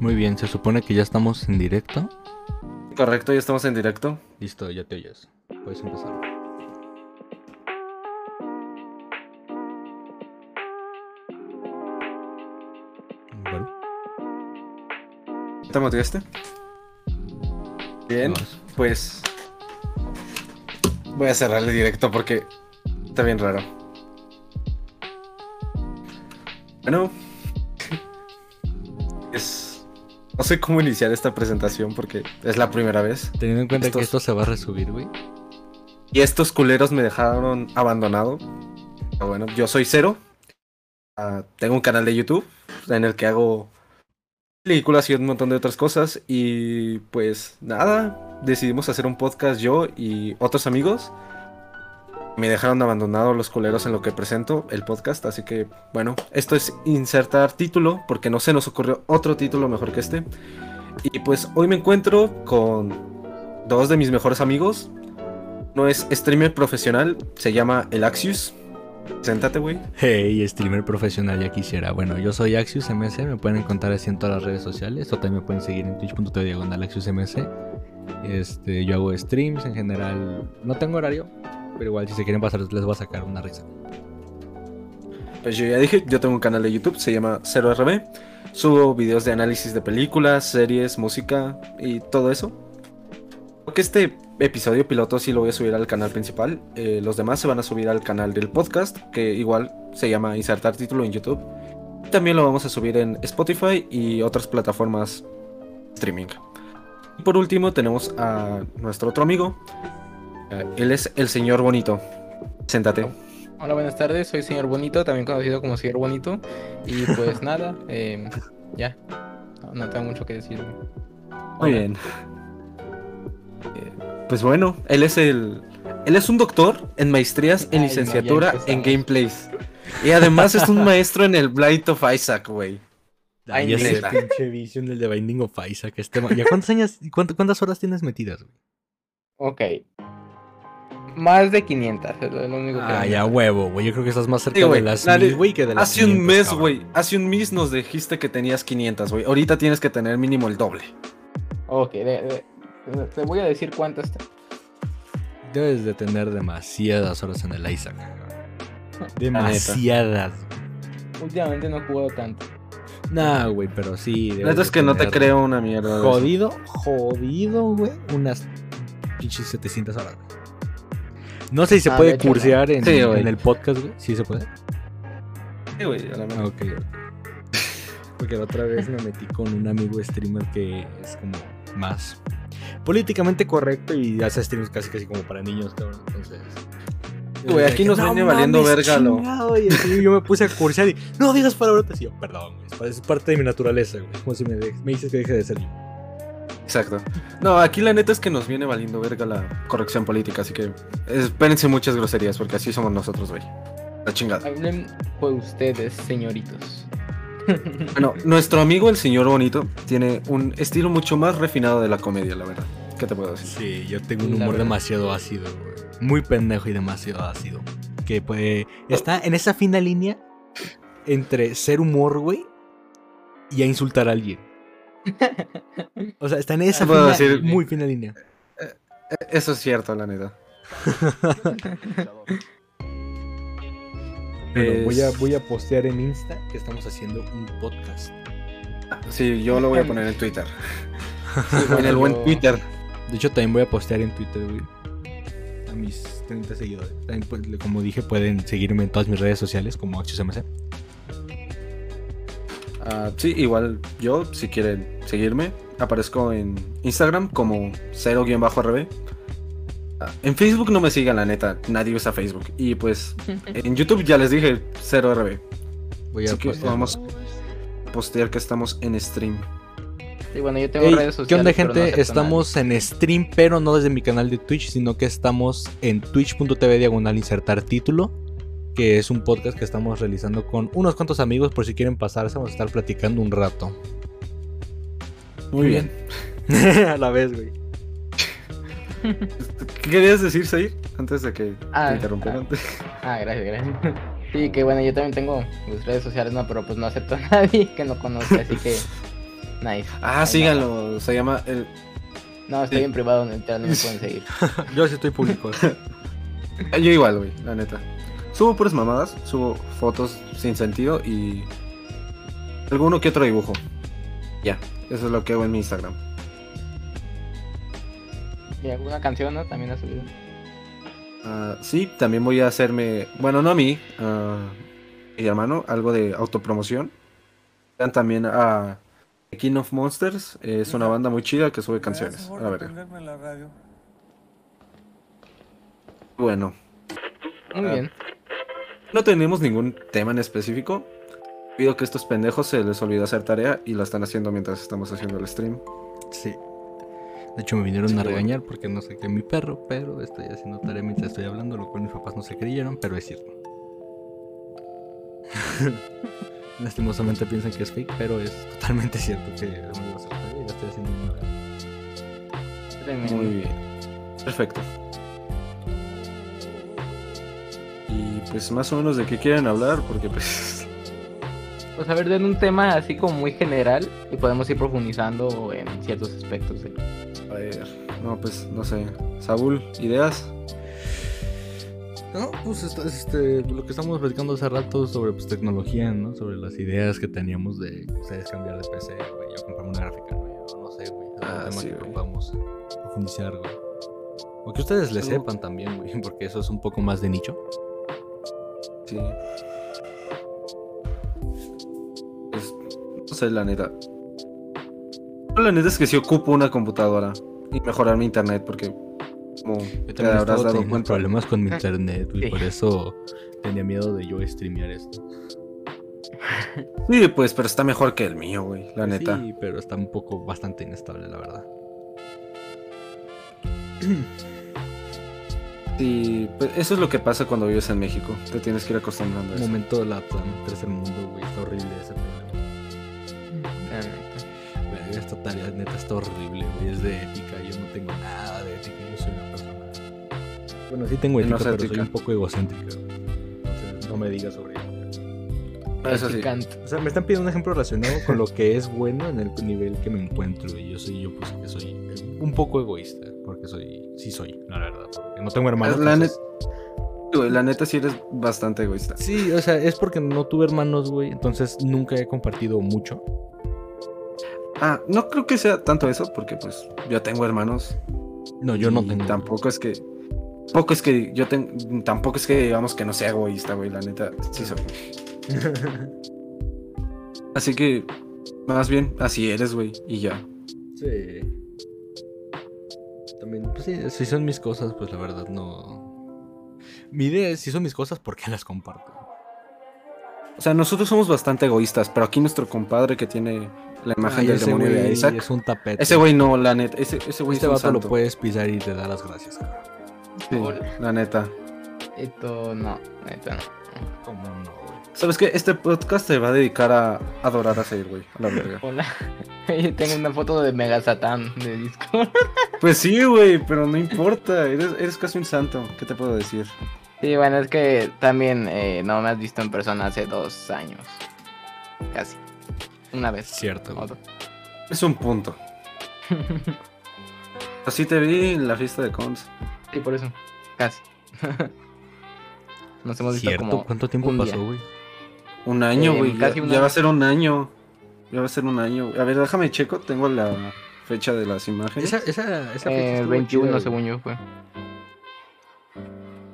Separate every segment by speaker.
Speaker 1: Muy bien, se supone que ya estamos en directo.
Speaker 2: Correcto, ya estamos en directo.
Speaker 1: Listo, ya te oyes. Puedes empezar. Vale.
Speaker 2: ¿Te motivaste? Bien,
Speaker 1: Vamos.
Speaker 2: pues voy a cerrar el directo porque está bien raro. Bueno, es... No sé cómo iniciar esta presentación porque es la primera vez.
Speaker 1: Teniendo en cuenta que
Speaker 2: Estos-
Speaker 1: esto se va a resubir, güey.
Speaker 2: Y estos culeros me dejaron abandonado. Pero bueno, yo soy Cero. Ah, tengo un canal de YouTube en el que hago películas y un montón de otras cosas. Y pues nada, decidimos hacer un podcast yo y otros amigos. Me dejaron abandonado los culeros en lo que presento el podcast. Así que bueno, esto es insertar título porque no se nos ocurrió otro título mejor que este. Y pues hoy me encuentro con dos de mis mejores amigos, no es streamer profesional, se llama el Axius. Séntate, güey.
Speaker 1: Hey, streamer profesional, ya quisiera. Bueno, yo soy Axius MC, me pueden encontrar así en todas las redes sociales o también me pueden seguir en twitch.tv diagonal Axius MC. Este, yo hago streams en general, no tengo horario, pero igual si se quieren pasar les voy a sacar una risa.
Speaker 2: Pues yo ya dije, yo tengo un canal de YouTube, se llama 0RB. Subo videos de análisis de películas, series, música y todo eso. Creo que este episodio piloto sí lo voy a subir al canal principal. eh, los demás se van a subir al canal del podcast, que igual se llama Insertar Título en YouTube. También lo vamos a subir en Spotify y otras plataformas streaming. Y por último tenemos a nuestro otro amigo. Eh, él es el señor bonito. Séntate.
Speaker 3: Hola, buenas tardes. Soy señor Bonito, también conocido como señor Bonito. Y pues nada, eh, ya. No, no tengo mucho que decir.
Speaker 2: Muy
Speaker 3: Hola.
Speaker 2: bien. Eh, Pues bueno, él es el. Él es un doctor en maestrías en
Speaker 3: Ay, no, ya
Speaker 2: licenciatura en
Speaker 3: empezamos.
Speaker 2: gameplays. Y además es un maestro en el Blight of Isaac, güey.
Speaker 3: Ay,
Speaker 1: ya sé,
Speaker 2: neta.
Speaker 1: pinche Vision, el de Binding of Isaac. Este ma- ¿Ya cuántos años, cuánto- cuántas horas tienes metidas, güey?
Speaker 3: Ok. Más de 500, es lo lo único que...
Speaker 1: Ah, ya huevo, güey. Yo creo que estás más cerca
Speaker 2: Sí, güey,
Speaker 1: de las
Speaker 2: nadie-
Speaker 1: mil, güey, que de las
Speaker 2: Hace un
Speaker 1: 500,
Speaker 2: mes,
Speaker 1: cabrón.
Speaker 2: güey. Hace un mes nos dijiste que tenías 500, güey. Ahorita tienes que tener mínimo el doble.
Speaker 3: Ok, de- de- de- te voy a decir cuántas. te-
Speaker 1: Debes de tener demasiadas horas en el Isaac. Demasiadas.
Speaker 3: Últimamente no he jugado tanto.
Speaker 1: Nah, güey, pero sí.
Speaker 2: La
Speaker 1: debes
Speaker 2: neta es
Speaker 1: de
Speaker 2: que no te
Speaker 1: tener
Speaker 2: creo una mierda. de eso.
Speaker 1: Jodido, jodido, güey. Unas pinches 700 horas, güey. No sé si se
Speaker 3: Ah,
Speaker 1: puede
Speaker 3: de hecho, no.
Speaker 1: cursear en,
Speaker 2: Sí, güey.
Speaker 1: en el podcast, güey. Sí se puede.
Speaker 2: Sí, güey, a la
Speaker 1: Ah,
Speaker 2: mera.
Speaker 1: ok. Porque la otra vez me metí con un amigo streamer que es como más políticamente correcto y hace streams casi casi como para niños, cabrón. Entonces.
Speaker 2: Güey,
Speaker 1: Eh,
Speaker 2: aquí nos viene valiendo verga lo-
Speaker 1: lo. Y así yo me puse a cursear y no digas palabrotas. Y yo, perdón, güey. es pa- Es parte de mi naturaleza, güey. Es como si me, de- me dices que deje de ser yo.
Speaker 2: Exacto. No, aquí la neta es que nos viene valiendo verga la corrección política, así que espérense muchas groserías, porque así somos nosotros, güey. La chingada.
Speaker 3: Hablen por ustedes, señoritos.
Speaker 2: Bueno, nuestro amigo el señor Bonito tiene un estilo mucho más refinado de la comedia, la verdad. ¿Qué te puedo decir?
Speaker 1: Sí, yo tengo un
Speaker 3: La
Speaker 1: humor
Speaker 3: verdad.
Speaker 1: demasiado ácido, güey. Muy pendejo y demasiado ácido. Que puede. Está en esa fina línea entre ser humor, güey, y a insultar a alguien. O sea, está en esa
Speaker 2: Puedo
Speaker 1: fina,
Speaker 2: decir-
Speaker 1: muy fina línea.
Speaker 2: E- Eso es cierto, la neta.
Speaker 1: Bueno, voy, a,
Speaker 2: Es-
Speaker 1: voy a postear en Insta que estamos haciendo un podcast.
Speaker 2: Sí, yo lo voy a poner en Twitter. en
Speaker 3: bueno,
Speaker 2: el buen
Speaker 3: yo-
Speaker 2: Twitter.
Speaker 1: De hecho, también voy a postear en Twitter, güey. A mis 30 seguidores. También, pues, le- como dije, pueden seguirme en todas mis redes sociales como AxioSMC.
Speaker 2: Ah, sí, igual yo, si quieren seguirme, aparezco en Instagram como 0-RB. Ah, en Facebook no me sigan, la neta. Nadie usa Facebook. Y pues en YouTube ya les dije 0RB.
Speaker 1: Voy a
Speaker 2: Así que
Speaker 1: postear.
Speaker 2: vamos a postear que estamos en stream.
Speaker 3: Y bueno, yo tengo
Speaker 1: Ey,
Speaker 3: redes sociales.
Speaker 1: ¿Qué onda,
Speaker 3: pero no
Speaker 1: gente?
Speaker 3: acepto
Speaker 1: estamos en stream, pero no desde mi canal de Twitch, sino que estamos en twitch.tv diagonal insertar título, que es un podcast que estamos realizando con unos cuantos amigos por si quieren pasarse, vamos a estar platicando un rato.
Speaker 2: Muy bien.
Speaker 1: a la vez, güey.
Speaker 2: ¿Qué querías decir, Said? Antes de que
Speaker 3: Ah,
Speaker 2: te interrumpieran.
Speaker 3: Ah, gracias, gracias. Sí, que bueno, yo también tengo mis redes sociales, no, pero pues no acepto a nadie que no conozca, así que Nice.
Speaker 2: Ah,
Speaker 3: Ahí
Speaker 2: síganlo. Se llama el.
Speaker 3: va. No, estoy
Speaker 2: Sí.
Speaker 3: en privado, neta, no me pueden seguir.
Speaker 1: Yo sí estoy público. eh.
Speaker 2: Ah, Yo igual, güey, la neta. Subo puras mamadas, subo fotos sin sentido y. Alguno que otro dibujo. Ya, eso es lo que hago en mi Instagram.
Speaker 3: Y alguna canción, ¿no? También ha subido.
Speaker 2: Ah, sí, también voy a hacerme, bueno, no a mí, a mi hermano, algo de autopromoción. Vean También a The King of Monsters, eh, es una banda muy chida que sube canciones. A ver. Bueno,
Speaker 3: Muy
Speaker 2: Ah.
Speaker 3: bien.
Speaker 2: no tenemos ningún tema en específico. Pido que estos pendejos se les olvidó hacer tarea y la están haciendo mientras estamos haciendo el stream.
Speaker 1: Sí. De hecho, me vinieron
Speaker 2: Sí,
Speaker 1: a
Speaker 2: bueno.
Speaker 1: regañar porque no sé qué mi perro, pero estoy haciendo tarea mientras estoy hablando, lo cual mis papás no se creyeron, pero es cierto. Lastimosamente piensan que es fake, pero es totalmente cierto que me iba a hacer tarea y la estoy haciendo en una hora.
Speaker 3: Tremendo.
Speaker 2: Muy bien. Perfecto. Y pues más o menos de qué quieren hablar, porque pues...
Speaker 3: Pues a ver, den un tema así como muy general y podemos ir profundizando en ciertos aspectos. de-
Speaker 2: A ver, no, pues no sé. Saúl, ideas.
Speaker 1: No, pues esto es, este, lo que estábamos platicando hace rato sobre pues, tecnología, ¿no? Sobre las ideas que teníamos de ustedes cambiar de PC, güey, yo comprarme una gráfica nueva, o no sé, güey. algún
Speaker 2: Ah,
Speaker 1: tema
Speaker 2: sí,
Speaker 1: que
Speaker 2: güey.
Speaker 1: podamos profundizar, güey. O que ustedes le
Speaker 2: Algo-
Speaker 1: sepan también, güey, porque eso es un poco más de nicho.
Speaker 2: Sí. Pues, no sé, la neta. Yo, La neta es que sí ocupo una computadora y mejorar mi internet porque como
Speaker 1: Yo
Speaker 2: te
Speaker 1: también he
Speaker 2: habrás
Speaker 1: estado
Speaker 2: dado
Speaker 1: teniendo
Speaker 2: cuenta.
Speaker 1: problemas con mi internet, güey,
Speaker 3: Sí.
Speaker 1: por eso tenía miedo de yo streamear esto.
Speaker 2: Sí, pues, pero está mejor que el mío, güey, la neta.
Speaker 1: Pues Sí, pero está un poco bastante inestable, la verdad.
Speaker 2: Sí, pues, eso es lo que pasa cuando vives en México. Te tienes que ir acostumbrando a
Speaker 1: Un
Speaker 2: eso.
Speaker 1: momento la plan, tercer mundo, güey, está horrible ese problema.
Speaker 2: Ah,
Speaker 1: Verga, esta tarea neta está horrible, güey. Es de ética. Yo no tengo nada de ética. Yo soy una persona. Bueno, sí tengo
Speaker 2: Que
Speaker 1: ética,
Speaker 2: no sea
Speaker 1: pero soy
Speaker 2: ética.
Speaker 1: un poco egocéntrica, güey. Entonces, no me digas sobre ello.
Speaker 2: Eso sí.
Speaker 3: Practicante.
Speaker 1: O sea, me están pidiendo un ejemplo relacionado con lo que es bueno en el nivel que me encuentro. Y yo soy, yo pues que soy un poco egoísta. Porque soy, sí soy, la verdad. porque no tengo hermanos.
Speaker 2: La
Speaker 1: entonces-
Speaker 2: Güey, la neta sí eres bastante egoísta.
Speaker 1: Sí, o sea, es porque no tuve hermanos, güey. Entonces nunca he compartido mucho.
Speaker 2: Ah, no creo que sea tanto eso porque pues yo tengo hermanos
Speaker 1: No, yo no
Speaker 2: Y
Speaker 1: tengo.
Speaker 2: Tampoco es que. Tampoco es que yo ten- Tampoco es que digamos que no sea egoísta, güey. La neta, sí soy. Así que. Más bien, así eres, güey. Y ya.
Speaker 1: Sí. También, pues sí, si son mis cosas, pues la verdad no. Mi idea es, si son mis cosas, ¿por qué las comparto?
Speaker 2: O sea, nosotros somos bastante egoístas, pero aquí nuestro compadre que tiene la imagen
Speaker 1: Ay,
Speaker 2: del
Speaker 1: ese
Speaker 2: demonio de
Speaker 1: güey
Speaker 2: Isaac.
Speaker 1: Es un tapete.
Speaker 2: Ese güey no, la neta. Ese, ese güey
Speaker 1: Este
Speaker 2: es un
Speaker 1: vato lo
Speaker 2: santo.
Speaker 1: puedes pisar y te da las gracias, cabrón.
Speaker 2: Sí, la neta.
Speaker 3: Esto no, esto no.
Speaker 1: ¿Cómo no, güey?
Speaker 2: ¿Sabes qué? Este podcast se va a dedicar a adorar a Seir, güey. A la verga.
Speaker 3: Hola. Yo tengo una foto de Mega Satán de Discord.
Speaker 2: Pues sí, güey, pero no importa. Eres, eres casi un santo. ¿Qué te puedo decir?
Speaker 3: Sí, bueno, es que también eh, no me has visto en persona hace dos años. Casi. Una
Speaker 1: Es
Speaker 3: vez.
Speaker 1: cierto,
Speaker 3: o
Speaker 1: güey.
Speaker 3: dos.
Speaker 2: Es un punto. Así te vi en la fiesta de cons.
Speaker 3: Sí, por eso. Casi. Nos hemos visto
Speaker 1: Cierto,
Speaker 3: como
Speaker 1: ¿Cuánto tiempo
Speaker 3: un día.
Speaker 1: pasó, güey?
Speaker 2: Un año,
Speaker 3: Eh,
Speaker 2: güey. ya,
Speaker 3: casi un
Speaker 2: ya
Speaker 3: año.
Speaker 2: va a ser un año. Ya va a ser un año. A ver, déjame checo. Tengo la fecha de las imágenes.
Speaker 1: Esa, esa, esa
Speaker 3: eh,
Speaker 1: fecha estuvo
Speaker 3: 21
Speaker 1: chida, güey.
Speaker 3: según yo fue.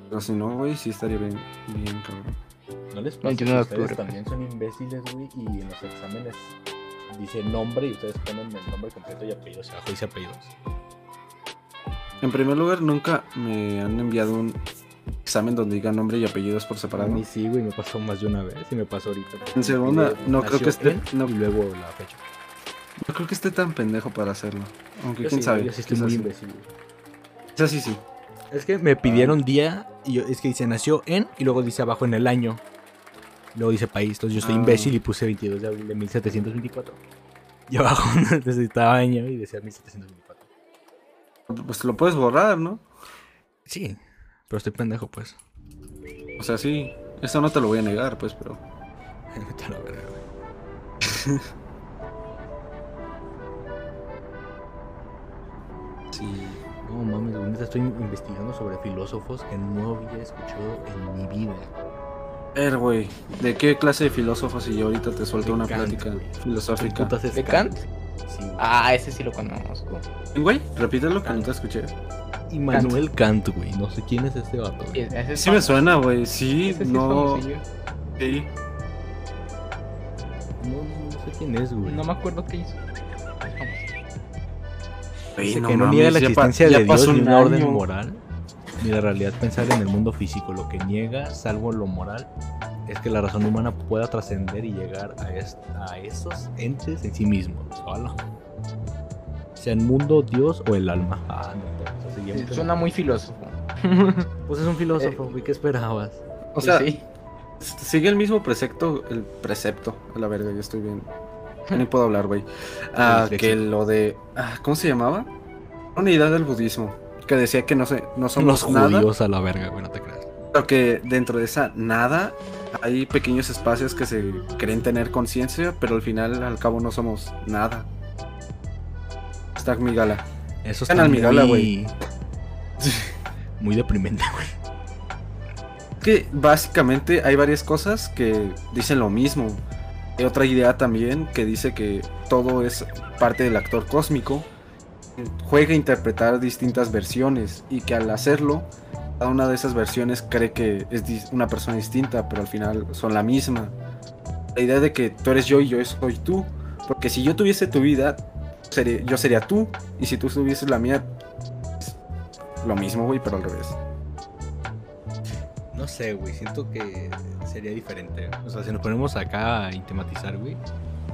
Speaker 2: Pero si no, güey, sí estaría bien, bien cabrón.
Speaker 1: ¿No les
Speaker 3: 21 de octubre.
Speaker 1: son imbéciles, güey, y en los exámenes dice nombre y ustedes ponen el nombre completo y apellidos abajo dice apellidos?
Speaker 2: En primer lugar, nunca me han enviado un examen donde diga nombre y apellidos por
Speaker 1: Para
Speaker 2: separado.
Speaker 1: mí sí, güey, me pasó más de una vez y me pasó ahorita.
Speaker 2: En segunda, no creo que esté-
Speaker 1: No,
Speaker 2: no-
Speaker 1: y luego la fecha.
Speaker 2: No creo que esté tan pendejo para hacerlo. Aunque
Speaker 1: Yo
Speaker 2: quién
Speaker 1: sí,
Speaker 2: sabe.
Speaker 1: Yo sí estoy
Speaker 2: quizás
Speaker 1: muy
Speaker 2: sí.
Speaker 1: imbécil. güey.
Speaker 2: Quizás sí, sí.
Speaker 1: Es que me
Speaker 2: Ah.
Speaker 1: pidieron día y yo, es que dice nació en y luego dice abajo en el año. Luego dice país. Entonces yo estoy
Speaker 2: Ah.
Speaker 1: imbécil y puse 22 de abril de 1724. Y abajo necesitaba año y decía 1724.
Speaker 2: Pues lo puedes borrar, ¿no?
Speaker 1: Sí, pero estoy pendejo, pues.
Speaker 2: O sea, sí. Eso no te lo voy a negar, pues, pero.
Speaker 1: Vete a la verga, güey. Sí. No mames, güey, neta, estoy investigando sobre filósofos que no había escuchado en mi vida.
Speaker 2: ver, güey, ¿de qué clase de filósofo si yo ahorita te suelto
Speaker 1: De
Speaker 2: una
Speaker 1: Kant,
Speaker 2: plática
Speaker 1: güey. ¿Qué
Speaker 2: filosófica?
Speaker 1: putas es
Speaker 3: ¿De Kant?
Speaker 1: Sí, güey.
Speaker 3: Ah, ese sí lo conozco.
Speaker 2: ¿Eh, Güey, repítelo que no te escuché.
Speaker 1: Immanuel Kant, güey. No sé quién es este vato, güey.
Speaker 3: Ese es
Speaker 2: Sí me
Speaker 3: fam-
Speaker 2: suena, güey, sí,
Speaker 3: ese sí es
Speaker 2: no...
Speaker 3: famosillo.
Speaker 2: Sí.
Speaker 1: No, no, no sé quién es, güey.
Speaker 3: No me acuerdo qué hizo. Es famoso.
Speaker 2: Güey,
Speaker 1: Dice
Speaker 2: no
Speaker 1: que no
Speaker 2: mames,
Speaker 1: niega la
Speaker 2: ya pa-
Speaker 1: existencia
Speaker 2: ya
Speaker 1: de
Speaker 2: pasó
Speaker 1: Dios ni
Speaker 2: un
Speaker 1: una orden
Speaker 2: año.
Speaker 1: moral, ni la realidad pensar en el mundo físico. Lo que niega, salvo lo moral, es que la razón humana pueda trascender y llegar a, est- a esos entes en sí mismos. Hola. Sea el mundo, Dios o el alma. Ah, no, no, eso seguía mucho.
Speaker 3: Suena Eh, muy filósofo.
Speaker 1: Pues es un filósofo, güey. ¿Qué esperabas?
Speaker 2: O
Speaker 3: Sí,
Speaker 2: sea,
Speaker 3: sí.
Speaker 2: Sigue el mismo precepto, el precepto, a la verga, yo estoy bien. Ni puedo hablar, güey. Ah,
Speaker 1: Disléxico.
Speaker 2: que lo de. ah, ¿Cómo se llamaba? Unidad del budismo. Que decía que no, se, no
Speaker 1: Son
Speaker 2: somos
Speaker 1: los
Speaker 2: nada,
Speaker 1: judíos a la verga, güey. No te creas.
Speaker 2: pero que dentro de esa nada hay pequeños espacios que se creen tener conciencia, pero al final, al cabo, no somos nada. Está mi gala.
Speaker 1: Eso
Speaker 2: Están
Speaker 1: está
Speaker 2: amigable,
Speaker 1: muy... Muy deprimente, güey.
Speaker 2: Que básicamente hay varias cosas que dicen lo mismo. Hay otra idea también que dice que todo es parte del actor cósmico. Juega a interpretar distintas versiones y que al hacerlo, cada una de esas versiones cree que es dis- una persona distinta, pero al final son la misma. La idea de que tú eres yo y yo soy tú. Porque si yo tuviese tu vida, seré- yo sería tú. Y si tú tuvieses la mía, es lo mismo, güey, pero al revés.
Speaker 1: No sé, güey, siento que sería diferente. O sea, si nos ponemos acá a intematizar, güey,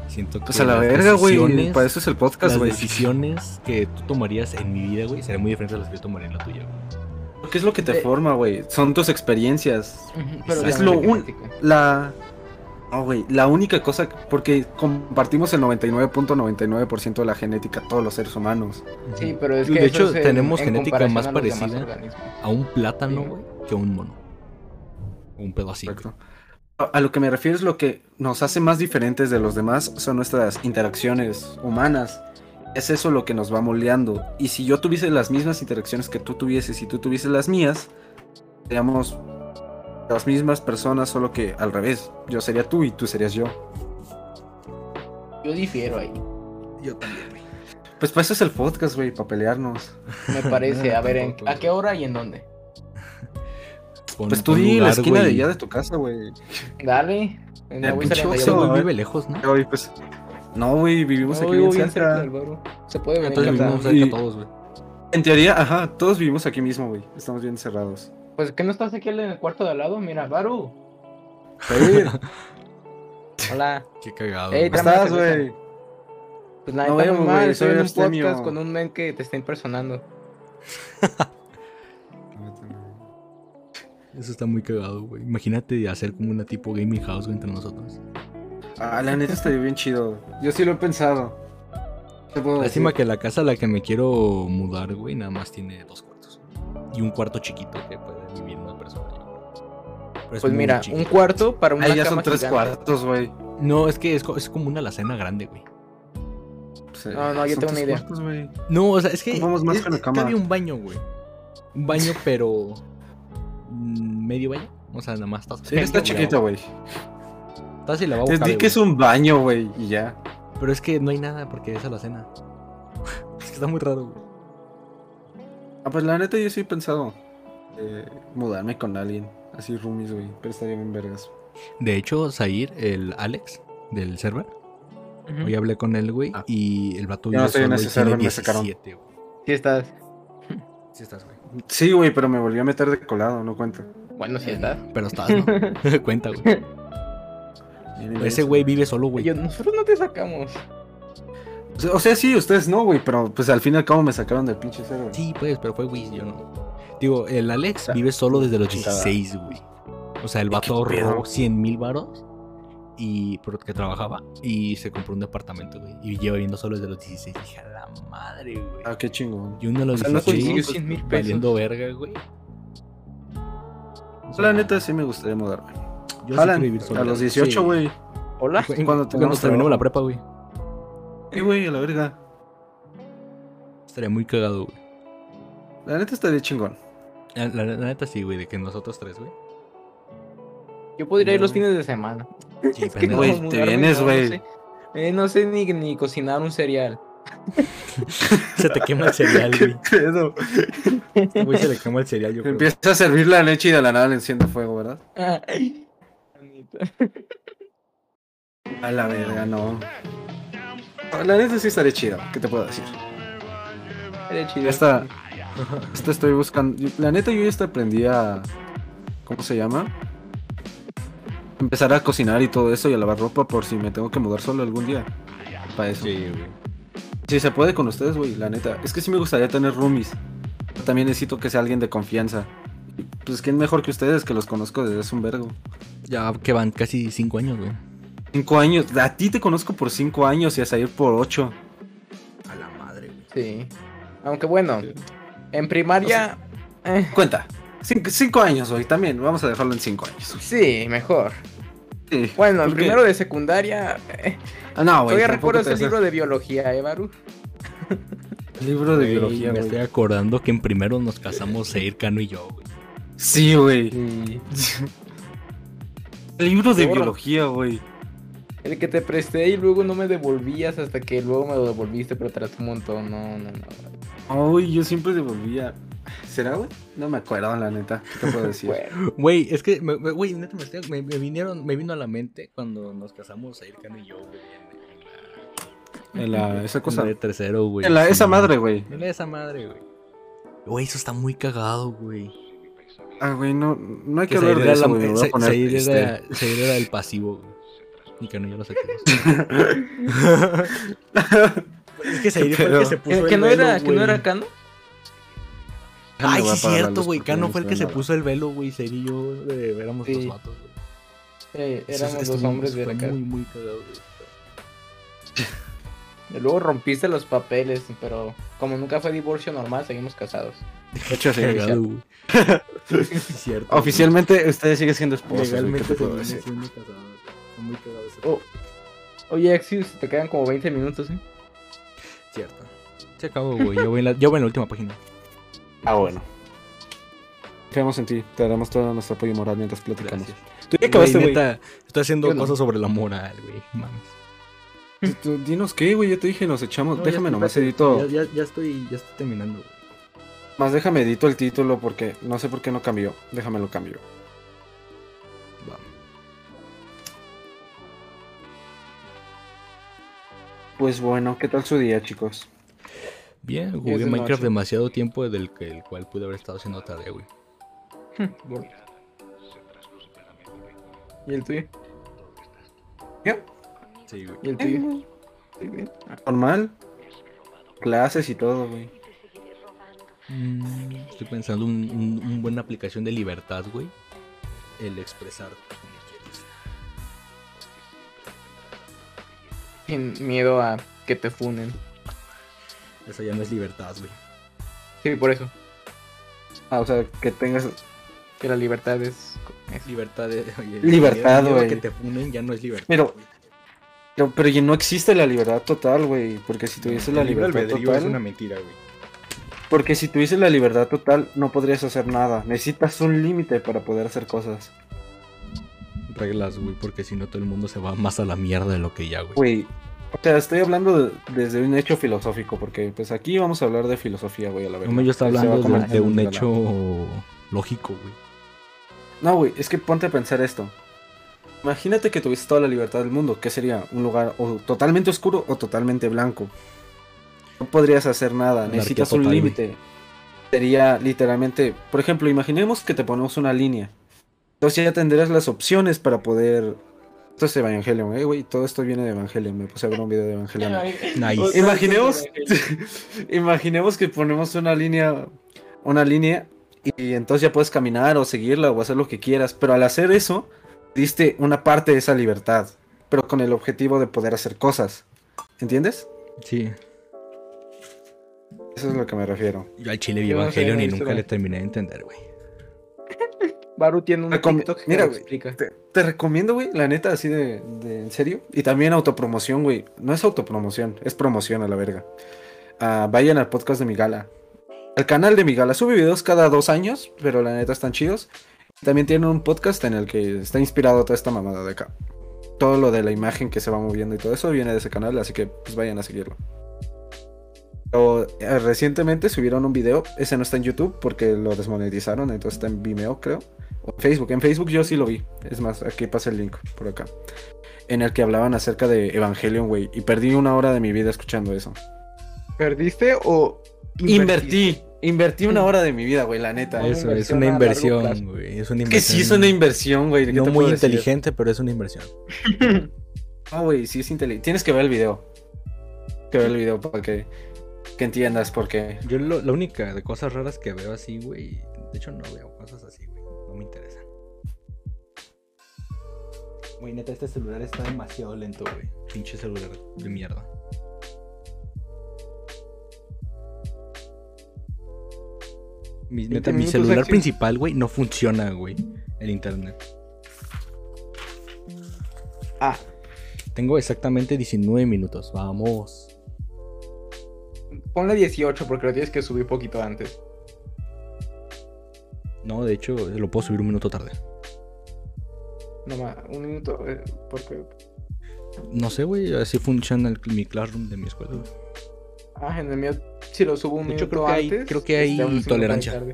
Speaker 1: siento que.
Speaker 2: Pues a la
Speaker 1: las
Speaker 2: verga, güey.
Speaker 1: decisiones-
Speaker 2: Para eso es el podcast,
Speaker 1: Las
Speaker 2: güey.
Speaker 1: decisiones que tú tomarías en mi vida, güey, serían muy diferentes a las que yo tomaría en la tuya, güey.
Speaker 2: ¿Qué es lo que te
Speaker 3: Eh.
Speaker 2: forma, güey? Son tus experiencias.
Speaker 3: Pero
Speaker 1: Es
Speaker 3: también
Speaker 2: lo
Speaker 3: de
Speaker 2: un-
Speaker 3: genética.
Speaker 2: La. No, güey. La única cosa. Porque compartimos el 99.99% de la genética, todos los seres humanos.
Speaker 3: Sí, pero es que.
Speaker 1: De
Speaker 3: eso
Speaker 1: hecho,
Speaker 3: es en-
Speaker 1: tenemos
Speaker 3: en
Speaker 1: genética
Speaker 3: comparación
Speaker 1: más
Speaker 3: a los demás
Speaker 1: parecida
Speaker 3: organismos.
Speaker 1: a un plátano,
Speaker 3: Sí,
Speaker 1: güey, que a un mono. Un pedacito.
Speaker 2: Correcto. A a lo que me refiero es lo que nos hace más diferentes de los demás son nuestras interacciones humanas. Es eso lo que nos va moldeando. Y si yo tuviese las mismas interacciones que tú tuvieses y tú tuvieses las mías, seríamos las mismas personas, solo que al revés. Yo sería tú y tú serías yo.
Speaker 3: Yo difiero ahí.
Speaker 1: Yo también, güey.
Speaker 2: Pues para eso es el podcast, güey, para pelearnos.
Speaker 3: Me parece.
Speaker 1: No,
Speaker 3: A ver, ¿en-
Speaker 1: tampoco.
Speaker 3: ¿a qué hora y en dónde?
Speaker 2: Pues tú di la esquina de allá de tu casa, güey.
Speaker 3: Dale. En la
Speaker 2: El
Speaker 3: Huiza
Speaker 2: pinche
Speaker 3: de
Speaker 2: Oxxo,
Speaker 3: Mayor.
Speaker 1: güey,
Speaker 2: güey.
Speaker 1: vive lejos, ¿no?
Speaker 2: Pero, pues, no, güey, vivimos
Speaker 3: No,
Speaker 2: aquí
Speaker 3: vivo
Speaker 2: bien
Speaker 3: bien cerca
Speaker 2: cerca.
Speaker 3: del barrio. Se puede venir.
Speaker 1: Entonces
Speaker 3: acá.
Speaker 1: vivimos
Speaker 2: encanta.
Speaker 1: cerca
Speaker 2: Y-
Speaker 1: todos, güey.
Speaker 2: En teoría, ajá, todos vivimos aquí mismo, güey. Estamos bien cerrados.
Speaker 3: Pues que no estás aquí en el cuarto de al lado, mira, Baru.
Speaker 2: Jair,
Speaker 3: Hola.
Speaker 1: Qué cagado.
Speaker 3: Ey,
Speaker 1: güey.
Speaker 2: ¿Cómo
Speaker 3: tráeme
Speaker 2: estás,
Speaker 3: una cerveza.
Speaker 2: güey?
Speaker 3: Pues nada,
Speaker 2: No
Speaker 3: está muy
Speaker 2: vemos,
Speaker 3: mal,
Speaker 2: güey,
Speaker 3: estoy
Speaker 2: soy
Speaker 3: en un
Speaker 2: abstemio.
Speaker 3: podcast con un men que te está impersonando.
Speaker 1: Eso está muy cagado, güey. Imagínate hacer como una tipo gaming house güey, entre nosotros.
Speaker 2: Ah, la neta estaría bien chido. Yo sí lo he pensado. Te puedo
Speaker 1: Lástima
Speaker 2: decir.
Speaker 1: que la casa a la que me quiero mudar, güey, nada más tiene dos cuartos. Y un cuarto chiquito que puede vivir una persona. yo creo. Pero es
Speaker 3: Pues
Speaker 1: muy
Speaker 3: mira,
Speaker 1: chiquito.
Speaker 3: un cuarto para una
Speaker 2: Ahí ya
Speaker 3: cama
Speaker 2: son tres
Speaker 3: gigante.
Speaker 2: cuartos, güey.
Speaker 1: No, es que es, co- es como una alacena grande, güey.
Speaker 2: Sí,
Speaker 3: No, no, yo
Speaker 2: son
Speaker 3: tengo una
Speaker 2: tres
Speaker 3: idea.
Speaker 2: cuartos, güey.
Speaker 1: No, o sea, es que.
Speaker 2: Ocupamos más
Speaker 1: es-
Speaker 2: que una
Speaker 1: es-
Speaker 2: cama.
Speaker 1: cabe un baño, güey. Un baño, pero. mm, medio baño. O sea, nada más estás.
Speaker 2: Sí, está chiquito, güey.
Speaker 1: Estás y lavabo.
Speaker 2: Les
Speaker 1: cabe,
Speaker 2: di que es un baño, güey, y ya.
Speaker 1: güey. Pero es que no hay nada porque es alacena. es que está muy raro, güey.
Speaker 2: Ah, pues la neta yo sí he pensado eh, mudarme con alguien. Así roomies, güey. Pero estaría bien vergas.
Speaker 1: De hecho, Zair, el Alex del server,
Speaker 3: Ujú.
Speaker 1: hoy hablé con él, güey,
Speaker 2: Ah.
Speaker 1: y el vato
Speaker 2: Yo no
Speaker 1: vive
Speaker 2: estoy en
Speaker 1: solo
Speaker 2: ese
Speaker 1: y tiene
Speaker 2: server, me sacaron.
Speaker 1: 17, güey.
Speaker 3: Sí estás.
Speaker 1: Sí estás, güey.
Speaker 2: Sí, güey, pero me volví a meter de colado, no cuenta.
Speaker 3: Bueno,
Speaker 2: eh,
Speaker 3: sí estás.
Speaker 1: Pero estás, ¿no? Cuenta, güey. Pero Ese güey vive solo, güey.
Speaker 3: Yo, nosotros no te sacamos.
Speaker 2: O sea, sí, ustedes no, güey, pero pues al fin y al cabo me sacaron del pinche cero, güey.
Speaker 1: Sí, pues, pero fue Wiz, yo no. Digo, el Alex vive solo desde los 16, güey. O sea, el vato ahorró
Speaker 2: pedo?
Speaker 1: 100 mil varos y porque trabajaba y se compró un departamento, güey. Y lleva viviendo solo desde los 16. Dije, "A la madre, güey.
Speaker 2: Ah, qué chingón.
Speaker 1: Y uno de los
Speaker 2: sea, no consiguió
Speaker 1: 16,
Speaker 3: 100 mil pesos.
Speaker 1: valiendo verga, güey. O sea,
Speaker 2: La neta sí me gustaría mudarme.
Speaker 1: yo sí quiero
Speaker 2: Jalan,
Speaker 1: vivir solo.
Speaker 2: a los
Speaker 1: Sí.
Speaker 2: 18, güey.
Speaker 3: Hola.
Speaker 1: Cu- en-
Speaker 2: Cuando
Speaker 1: Cuando,
Speaker 2: tengamos
Speaker 1: terminemos
Speaker 2: trabajo.
Speaker 1: la prepa, güey.
Speaker 2: Sí, güey, a la verga.
Speaker 1: Estaría muy cagado, güey.
Speaker 2: La neta estaría chingón.
Speaker 1: La, la- la neta sí, güey, de que nosotros tres, güey.
Speaker 3: Yo podría ir los
Speaker 2: Mm.
Speaker 3: fines de semana.
Speaker 1: Sí,
Speaker 3: Es que
Speaker 1: pendejo.
Speaker 2: Güey,
Speaker 3: como
Speaker 2: te
Speaker 3: mudarme,
Speaker 2: vienes,
Speaker 3: no,
Speaker 2: güey.
Speaker 3: No sé, Eh, no sé ni, ni cocinar un cereal.
Speaker 1: Se te quema el cereal, güey.
Speaker 2: Pero
Speaker 1: Este Güey, se le quema el cereal, yo creo.
Speaker 2: empieza a servir la leche y de la nada le enciende fuego, ¿verdad?
Speaker 3: Ay, Anita.
Speaker 2: A la verga, no. La neta sí estaría chido, ¿qué te puedo decir?
Speaker 3: Era chido.
Speaker 2: Ya está. Esto estoy buscando. yo- La neta, yo ya hasta aprendí a. ¿Cómo se llama? Empezar a cocinar y todo eso y a lavar ropa por si me tengo que mudar solo algún día. Para eso.
Speaker 1: Sí, güey.
Speaker 2: Si se puede con ustedes, güey, la neta. Es que sí me gustaría tener roomies. Pero También necesito que sea alguien de confianza. Y, Pues, ¿quién mejor que ustedes que los conozco desde hace un vergo?
Speaker 1: Ya que van casi cinco años, güey.
Speaker 2: Cinco años. A ti te conozco por cinco años y a Sair por ocho.
Speaker 1: A la madre, güey.
Speaker 3: Sí. Aunque bueno, en primaria. eh,
Speaker 2: Cuenta. Cinco, cinco años, güey, también. Vamos a dejarlo en cinco años.
Speaker 3: sí, mejor.
Speaker 2: Sí.
Speaker 3: Bueno, en
Speaker 2: ¿Por qué?
Speaker 3: primero de secundaria. eh,
Speaker 2: Ah, no, güey.
Speaker 3: todavía
Speaker 2: tampoco
Speaker 3: recuerdo
Speaker 2: te
Speaker 3: ese
Speaker 2: haces-
Speaker 3: libro de biología, ¿eh, Baru?
Speaker 2: Libro de biología,
Speaker 1: me
Speaker 2: güey.
Speaker 1: estoy acordando que en primero nos casamos Seir, Cano y yo, güey.
Speaker 2: Sí, güey.
Speaker 3: Sí.
Speaker 2: Libro de
Speaker 3: Ahora.
Speaker 2: biología, güey.
Speaker 3: El que te presté y luego no me devolvías hasta que luego me lo devolviste, pero tras un montón. No, no, no.
Speaker 2: Ay, yo siempre devolvía. ¿Será, güey? No me acuerdo, la neta. ¿Qué te puedo decir?
Speaker 3: Bueno,
Speaker 1: Güey, es que, me- me- güey, neta, me, estoy- me- me vinieron, me vino a la mente cuando nos casamos Seir, Cano y yo, güey.
Speaker 2: En la- esa cosa.
Speaker 1: De tercero, güey.
Speaker 2: En la- esa
Speaker 1: Sí.
Speaker 2: madre, güey.
Speaker 1: En la- esa madre, güey. Güey, eso está muy cagado, güey.
Speaker 2: Ah, güey, no, no hay que,
Speaker 1: Que
Speaker 2: hablar
Speaker 1: Seir
Speaker 2: de
Speaker 1: era,
Speaker 2: eso,
Speaker 1: la-
Speaker 2: güey. me voy a
Speaker 1: Se-
Speaker 2: poner este.
Speaker 1: Seir
Speaker 2: triste.
Speaker 1: era- Seir era el pasivo, güey. Y Cano y yo los activos. es que Seir Pues fue el que
Speaker 2: Pero-
Speaker 1: se puso
Speaker 3: Eh, ¿Que,
Speaker 1: el
Speaker 3: que no
Speaker 1: velo,
Speaker 3: era, que no
Speaker 1: güey.
Speaker 3: era Cano?
Speaker 2: Déjame,
Speaker 1: Ay,
Speaker 2: voy a
Speaker 1: sí,
Speaker 2: apagar la
Speaker 1: cierto,
Speaker 2: luz
Speaker 1: güey.
Speaker 2: porque
Speaker 1: Cano
Speaker 2: no
Speaker 1: fue el
Speaker 2: se
Speaker 1: que se
Speaker 2: ve
Speaker 1: puso el velo, güey. Ser y yo eh, éramos los
Speaker 3: Sí.
Speaker 1: vatos, güey.
Speaker 3: Eh,
Speaker 1: Eso-
Speaker 3: éramos
Speaker 1: estuvo-
Speaker 3: los hombres de
Speaker 1: fue
Speaker 3: la casa.
Speaker 1: Muy, muy cagado, güey.
Speaker 3: Y Luego rompiste los papeles, pero como nunca fue divorcio normal, seguimos casados.
Speaker 2: nada. De hecho, sí.
Speaker 1: Cagado, güey. Sí, cierto. güey.
Speaker 2: Oficialmente, ustedes siguen siendo esposos. güey, ¿Qué
Speaker 1: Legalmente
Speaker 2: te puedo
Speaker 1: seguimos
Speaker 2: decir?
Speaker 1: siendo casados, güey. Fue Muy cagado ese-
Speaker 3: Oh, oye, Axis, te quedan como 20 minutos, ¿eh?
Speaker 1: Cierto. Se acabó, güey. Yo voy en la, yo voy en la última página.
Speaker 2: Ah, bueno. Creemos en ti. Te daremos todo nuestro apoyo moral mientras platicamos.
Speaker 1: Gracias.
Speaker 2: Tú ya
Speaker 1: Güey,
Speaker 2: acabaste, güey.
Speaker 1: neta, estoy haciendo
Speaker 3: Yo no.
Speaker 1: cosas sobre la moral, güey. Mames.
Speaker 2: Tú- tú Dinos qué, güey. Yo te dije, nos echamos.
Speaker 1: No, ya
Speaker 2: Déjame
Speaker 1: estoy-
Speaker 2: nomás edito.
Speaker 1: Ya, ya, ya estoy, ya estoy terminando, güey.
Speaker 2: Más déjame edito el título porque no sé por qué no cambió. Déjame lo cambio.
Speaker 1: Va.
Speaker 2: Pues bueno, ¿qué tal su día, chicos?
Speaker 1: Bien,
Speaker 3: Es
Speaker 1: jugué
Speaker 3: de
Speaker 1: Minecraft
Speaker 3: noche.
Speaker 1: demasiado tiempo del que, el cual pude haber estado haciendo tarea, güey.
Speaker 3: Por- ¿Y el tuyo?
Speaker 1: Sí, güey.
Speaker 3: ¿Y el tuyo? Sí, bien. Ah,
Speaker 2: Normal. Clases y todo, güey.
Speaker 1: Mm, Estoy pensando un, un- un buena aplicación de libertad, güey. El expresar como quieres.
Speaker 3: Sin miedo a que te funen.
Speaker 1: Eso ya no es libertad, güey.
Speaker 3: Sí, por eso.
Speaker 2: Ah, o sea, que tengas.
Speaker 3: Que la libertad es... es-
Speaker 1: Libertad de. oye,
Speaker 2: Libertad,
Speaker 1: miedo a
Speaker 2: güey.
Speaker 1: que te funen ya no es libertad.
Speaker 2: Pero-
Speaker 1: güey.
Speaker 2: Pero, pero ya no existe la libertad total, güey. Porque si tuviese la
Speaker 1: El libre
Speaker 2: libertad
Speaker 1: albedrío
Speaker 2: total.
Speaker 1: es una mentira, güey.
Speaker 2: Porque si tuviese la libertad total, no podrías hacer nada. Necesitas un límite para poder hacer cosas.
Speaker 1: Reglas, güey, porque si no todo el mundo se va más a la mierda de lo que ya, güey.
Speaker 2: Güey, o sea, estoy hablando de- desde un hecho filosófico, porque pues aquí vamos a hablar de filosofía, güey, a la verdad.
Speaker 1: No, yo estaba
Speaker 2: Se va a
Speaker 1: hablando de,
Speaker 2: convertir
Speaker 1: de
Speaker 2: en
Speaker 1: un
Speaker 2: un
Speaker 1: hecho lógico, güey.
Speaker 2: No, güey, es que ponte a pensar esto. Imagínate que tuviese toda la libertad del mundo, ¿qué sería? Un lugar o totalmente oscuro o totalmente blanco. No podrías hacer nada,
Speaker 1: Anarquía
Speaker 2: necesitas un
Speaker 1: total, güey.
Speaker 2: límite. Sería literalmente, por ejemplo, imaginemos que te ponemos una línea. Entonces ya tendrías las opciones para poder... Esto es Evangelion, eh, güey, todo esto viene de Evangelion, me puse a ver un video de Evangelion.
Speaker 1: Nice.
Speaker 2: Imaginemos, imaginemos que ponemos una línea, una línea y entonces ya puedes caminar o seguirla o hacer lo que quieras, pero al hacer eso diste una parte de esa libertad, pero con el objetivo de poder hacer cosas, ¿entiendes?
Speaker 1: Sí.
Speaker 2: Eso es a lo que me refiero.
Speaker 1: Yo al chile vi
Speaker 3: Yo no sé,
Speaker 1: Evangelion
Speaker 3: no he
Speaker 1: y
Speaker 3: visto,
Speaker 1: nunca
Speaker 3: güey.
Speaker 1: le terminé de entender, güey.
Speaker 3: Baru tiene un
Speaker 2: Recom-
Speaker 3: TikTok que
Speaker 2: Ah, Mira,
Speaker 3: lo
Speaker 2: güey.
Speaker 3: explica.
Speaker 2: Te recomiendo, güey, la neta, así de, de en serio. Y también autopromoción, güey. No es autopromoción, es promoción a la verga. Ah, vayan al podcast de mi gala. al canal de Migala. Sube videos cada dos años, pero la neta están chidos. También tiene un podcast en el que está inspirado toda esta mamada de acá. Todo lo de la imagen que se va moviendo y todo eso viene de ese canal, así que pues vayan a seguirlo. Pero, eh, recientemente subieron un video, ese no está en YouTube porque lo desmonetizaron, entonces está en Vimeo creo. O en Facebook, en Facebook yo sí lo vi. Es más, aquí pasa el link por acá. En el que hablaban acerca de Evangelion, güey. Y perdí una hora de mi vida escuchando eso.
Speaker 3: ¿Perdiste o
Speaker 2: Invertí. Invertí una hora de mi vida, güey, la neta.
Speaker 3: Una
Speaker 1: Eso, es
Speaker 3: inversión
Speaker 1: una
Speaker 3: a largo
Speaker 1: inversión,
Speaker 3: plazo.
Speaker 1: güey. Es una
Speaker 2: Es que
Speaker 1: inversión.
Speaker 2: sí es una inversión, güey. ¿qué
Speaker 1: No
Speaker 2: te
Speaker 1: muy
Speaker 2: puedo decir?
Speaker 1: inteligente, pero es una inversión.
Speaker 2: No, güey, sí es inteligente. Tienes que ver el video. Tienes que ver el video para que, que entiendas por qué.
Speaker 1: Yo lo- la única de cosas raras que veo así, güey. De hecho, no veo cosas así, güey. No me interesan. Güey, neta, este celular está demasiado lento, güey. Pinche celular de mierda. Mi, neta,
Speaker 3: Veinte
Speaker 1: mi
Speaker 3: minutos,
Speaker 1: celular
Speaker 3: Axel.
Speaker 1: principal, güey, no funciona, güey. El internet.
Speaker 3: Ah,
Speaker 1: Tengo exactamente 19 minutos. Vamos.
Speaker 3: ponle 18 porque lo tienes que subir poquito antes.
Speaker 1: No, de hecho, lo puedo subir un minuto tarde.
Speaker 3: No más, un minuto, eh, porque...
Speaker 1: No sé, güey, así funciona el- mi classroom de mi escuela. güey.
Speaker 3: Ah, en el mío, si lo subo un
Speaker 1: De
Speaker 3: minuto
Speaker 1: hecho, creo que hay-
Speaker 3: antes...
Speaker 1: creo que hay
Speaker 3: está un cinco para
Speaker 1: tolerancia.
Speaker 3: tarde.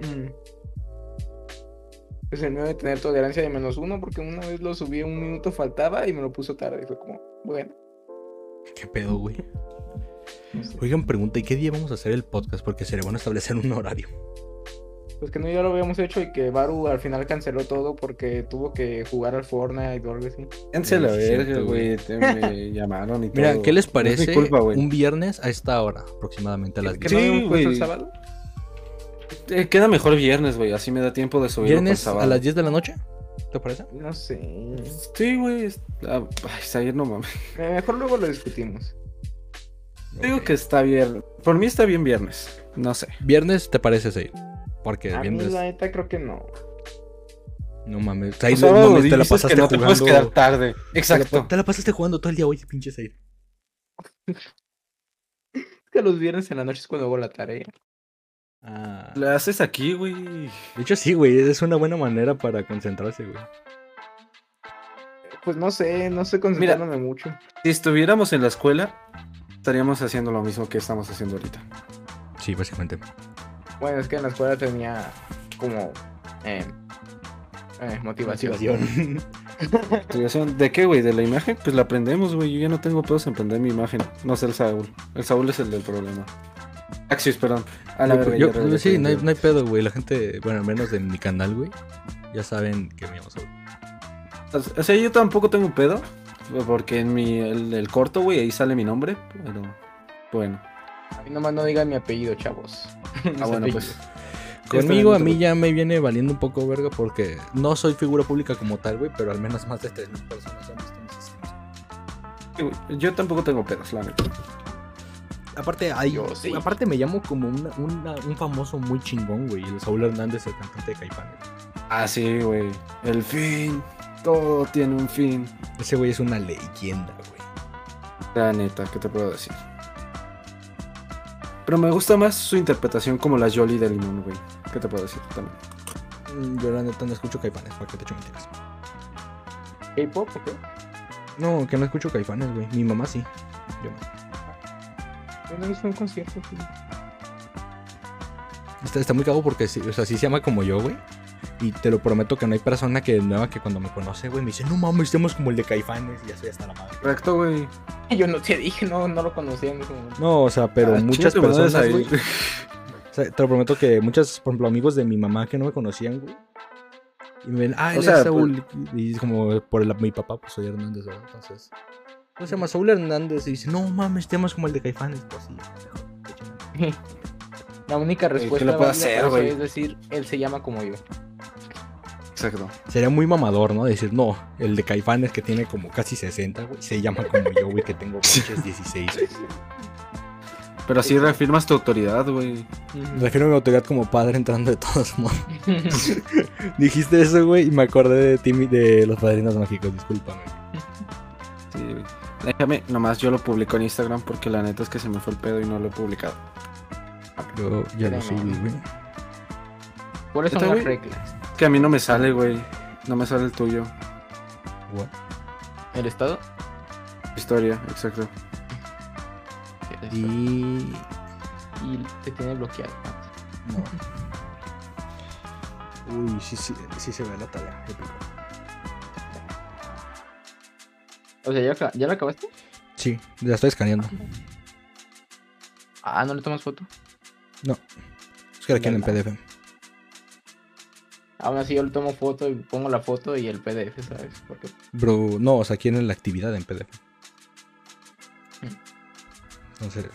Speaker 3: Mm. Pues el mío de tener tolerancia de menos uno porque una vez lo subí un minuto faltaba y me lo puso tarde. Y fue como, bueno,
Speaker 1: ¿Qué pedo, güey?
Speaker 3: no sé.
Speaker 1: Oigan, pregunta, ¿y qué día vamos a hacer el podcast? Porque sería bueno establecer un horario.
Speaker 3: Pues que no ya lo habíamos hecho y que Baru al final canceló todo porque tuvo que jugar al Fortnite o algo así.
Speaker 2: Dense la
Speaker 1: Sí, es
Speaker 2: verga,
Speaker 1: cierto,
Speaker 2: güey. te- Me llamaron y todo.
Speaker 1: Mira, ¿qué les
Speaker 2: No es
Speaker 1: parece
Speaker 2: mi culpa, güey.
Speaker 1: un viernes a esta hora, aproximadamente a las 10?
Speaker 3: ¿Que
Speaker 2: Sí,
Speaker 3: no habíamos puesto el
Speaker 2: güey.
Speaker 3: sábado?
Speaker 2: Eh, queda mejor viernes, güey. Así me da tiempo de subirlo para el
Speaker 1: ¿Viernes
Speaker 2: sábado.
Speaker 1: a las 10 de la noche? ¿Te parece?
Speaker 3: No sé.
Speaker 2: Sí, güey. es- ah, Ay, Zair, no mames.
Speaker 3: Me- Eh, Mejor luego lo discutimos.
Speaker 2: Digo que está bien. Por mí está bien viernes. No sé.
Speaker 1: ¿Viernes te parece, Said? Porque
Speaker 3: A mí
Speaker 1: viernes...
Speaker 3: la neta creo que no.
Speaker 1: No mames, Said, no
Speaker 2: Sábado
Speaker 1: mames, te la
Speaker 2: dices
Speaker 1: pasaste
Speaker 2: que no te puedes
Speaker 1: jugando...
Speaker 2: quedar tarde.
Speaker 1: te la-
Speaker 2: Exacto.
Speaker 1: Te la pasaste jugando todo el día hoy, pinche Said.
Speaker 3: Es que los viernes en la noche es cuando hago la tarea.
Speaker 1: Ah.
Speaker 2: La haces aquí, güey.
Speaker 1: De hecho, sí, güey, es una buena manera para concentrarse, güey.
Speaker 3: Pues no sé, no estoy concentrándome mucho.
Speaker 2: Si estuviéramos en la escuela, estaríamos haciendo lo mismo que estamos haciendo ahorita.
Speaker 1: Sí, básicamente.
Speaker 3: Bueno, es que en la escuela tenía como eh, eh, motivación.
Speaker 1: Motivación.
Speaker 2: Investigación. ¿De qué, güey? ¿De la imagen? Pues la aprendemos, güey. Yo ya no tengo pedos en aprender mi imagen. No sé el Saúl. El Saúl es el del problema. Axis, perdón. A la
Speaker 1: Yo-
Speaker 2: verga,
Speaker 1: yo-
Speaker 2: ya regresé,
Speaker 1: sí, no hay,
Speaker 2: güey.
Speaker 1: no hay pedo, güey. La gente, bueno, al menos de mi canal, güey, ya saben que me llamo Saúl.
Speaker 2: O sea, yo tampoco tengo pedo. Porque en mi, el, el corto, güey, ahí sale mi nombre. Pero bueno.
Speaker 3: A mí nomás no digan mi apellido, chavos. Mis
Speaker 2: Ah, bueno,
Speaker 3: apellidos.
Speaker 2: pues.
Speaker 1: Conmigo a
Speaker 2: Está bien,
Speaker 1: mí ya me viene valiendo un poco verga porque no soy figura pública como tal, güey, pero al menos más de 3.000 personas han visto mis streams.
Speaker 2: güey, Yo tampoco tengo pedos, la neta.
Speaker 1: Aparte, hay,
Speaker 3: Yo sí.
Speaker 1: aparte me llamo como una- una- un famoso muy chingón, güey, el Saúl Hernández, el cantante de Caipanes.
Speaker 2: Ah, sí, güey. El fin. Todo tiene un fin.
Speaker 1: Ese güey es una leyenda, güey.
Speaker 2: La neta, ¿qué te puedo decir? Pero me gusta más su interpretación como la Jolie de Limón, güey. ¿Qué te puedo decir también?
Speaker 1: Mm, Yo la neta no escucho Caipanes, ¿para qué te echo mentiras?
Speaker 3: ¿K-pop o qué?
Speaker 1: No, que no escucho Caipanes, güey. Mi mamá sí. Yo no.
Speaker 3: Yo no hice un concierto. sí.
Speaker 1: Está, está muy cagado porque, sí, o sea, sí se llama como yo, güey. Y te lo prometo que no hay persona que nueva que cuando me conoce, güey, me dice, no mames, estemos como el de Caifanes y ya soy hasta la madre.
Speaker 2: Correcto, güey.
Speaker 3: Yo no te dije, no, no lo conocía en ese momento.
Speaker 1: No, o sea, pero
Speaker 2: Ah,
Speaker 1: muchas
Speaker 2: chinga tu madre,
Speaker 1: personas, güey.
Speaker 2: Said.
Speaker 1: o sea, te lo prometo que muchas, por ejemplo, amigos de mi mamá que no me conocían, güey. Y me ven, ah, él
Speaker 2: O sea, pues
Speaker 1: es Saúl. Y es como por el- mi papá, pues soy Hernández, ¿verdad? Entonces. ¿Cómo se llama Saúl Hernández? Y dice, no mames, estemos como el de Caifanes. Pues sí, pendejo, de hecho, no.
Speaker 3: La única
Speaker 2: Güey, Eh, ¿qué
Speaker 3: respuesta
Speaker 2: le puedo
Speaker 3: válida
Speaker 2: hacer,
Speaker 3: para eso
Speaker 2: güey?
Speaker 3: es decir, él se llama como yo.
Speaker 2: Exacto.
Speaker 1: Sería muy mamador, ¿no? Decir, no, el de Caifanes que tiene como casi 60, güey, se llama como yo, güey, que tengo pinches 16. güey.
Speaker 2: Pero así reafirmas tu autoridad, güey.
Speaker 1: Refiero a mi autoridad como padre entrando de todos modos. Dijiste eso, güey, y me acordé de ti, de los padrinos mágicos, discúlpame.
Speaker 2: Sí, güey. Déjame, nomás yo lo publico en Instagram porque la neta es que se me fue el pedo y no lo he publicado.
Speaker 1: Yo, yo lo
Speaker 3: Pero
Speaker 1: sí,
Speaker 3: no.
Speaker 1: güey.
Speaker 3: ¿Cuáles son
Speaker 2: ¿Neta,
Speaker 3: las
Speaker 2: güey?
Speaker 3: reglas?
Speaker 2: Que a mí no me sale, güey. No me sale el tuyo.
Speaker 1: What?
Speaker 3: ¿El estado?
Speaker 2: Historia, exacto.
Speaker 3: Sí, el estado.
Speaker 1: Y.
Speaker 3: Y te tiene bloqueado.
Speaker 1: No. Uy, sí, sí, sí se ve la tarea. Épico.
Speaker 3: O sea, ¿ya, acá- ¿ya lo acabaste?
Speaker 1: Sí, la estoy escaneando.
Speaker 3: Ah, ¿no le tomas foto?
Speaker 1: No. Es que la quieren en PDF.
Speaker 3: Aún así yo le tomo foto y pongo la foto y el PDF, ¿sabes? Porque
Speaker 1: Bro, no, o sea, quieren la actividad en PDF. Entonces,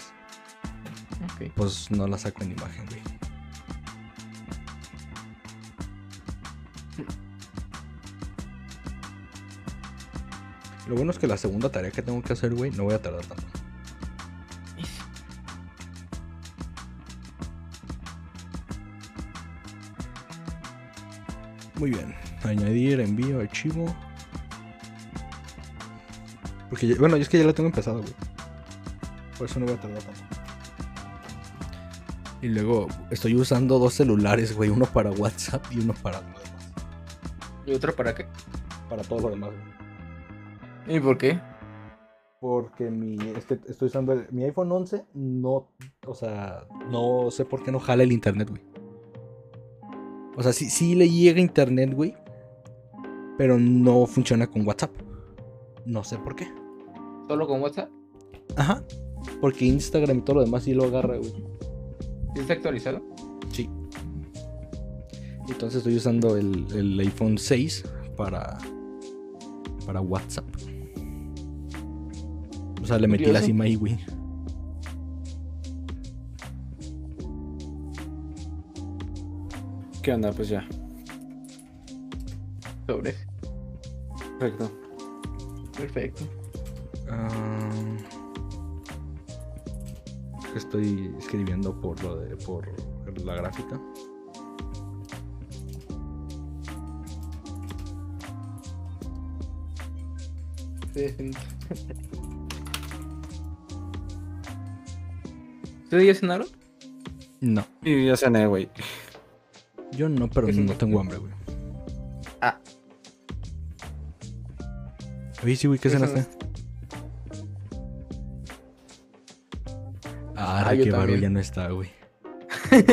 Speaker 3: ok.
Speaker 1: pues no la saco en imagen, güey. Lo bueno es que la segunda tarea que tengo que hacer, güey, no voy a tardar tanto. Muy bien. Añadir, envío, archivo. Porque, ya- bueno, yo es que ya lo tengo empezado, güey. Por eso no voy a tardar tanto. Y luego estoy usando dos celulares, güey. Uno para WhatsApp y uno para lo demás.
Speaker 3: ¿Y otro para qué?
Speaker 1: Para todo lo demás, güey.
Speaker 3: ¿Y por qué?
Speaker 1: Porque mi, es que estoy usando el- mi iPhone 11, no, o sea, no sé por qué no jala el internet, güey. O sea, sí, sí le llega internet, güey, pero no funciona con WhatsApp. No sé por qué.
Speaker 3: ¿Solo con WhatsApp?
Speaker 1: Ajá, porque Instagram y todo lo demás sí lo agarra, güey.
Speaker 3: ¿Sí está actualizado?
Speaker 1: Sí. Entonces estoy usando el, el iPhone 6 para, para WhatsApp. O sea, le metí la
Speaker 3: Curioso.
Speaker 1: cima ahí, güey.
Speaker 2: ¿Qué onda? Pues ya.
Speaker 3: Sobre.
Speaker 2: Perfecto.
Speaker 3: Perfecto.
Speaker 1: Ah, que estoy escribiendo por lo de por la gráfica.
Speaker 3: ¿Ustedes ya cenaron?
Speaker 1: No,
Speaker 2: Y ya cené, güey.
Speaker 1: yo no, pero
Speaker 3: Es un-
Speaker 1: no tengo hambre, güey.
Speaker 3: Ah.
Speaker 1: Oye, sí, güey, ¿qué
Speaker 3: Eso no
Speaker 1: cenaste? Ah,
Speaker 3: Ah, yo
Speaker 1: que Baru
Speaker 3: también.
Speaker 1: ya no está, güey.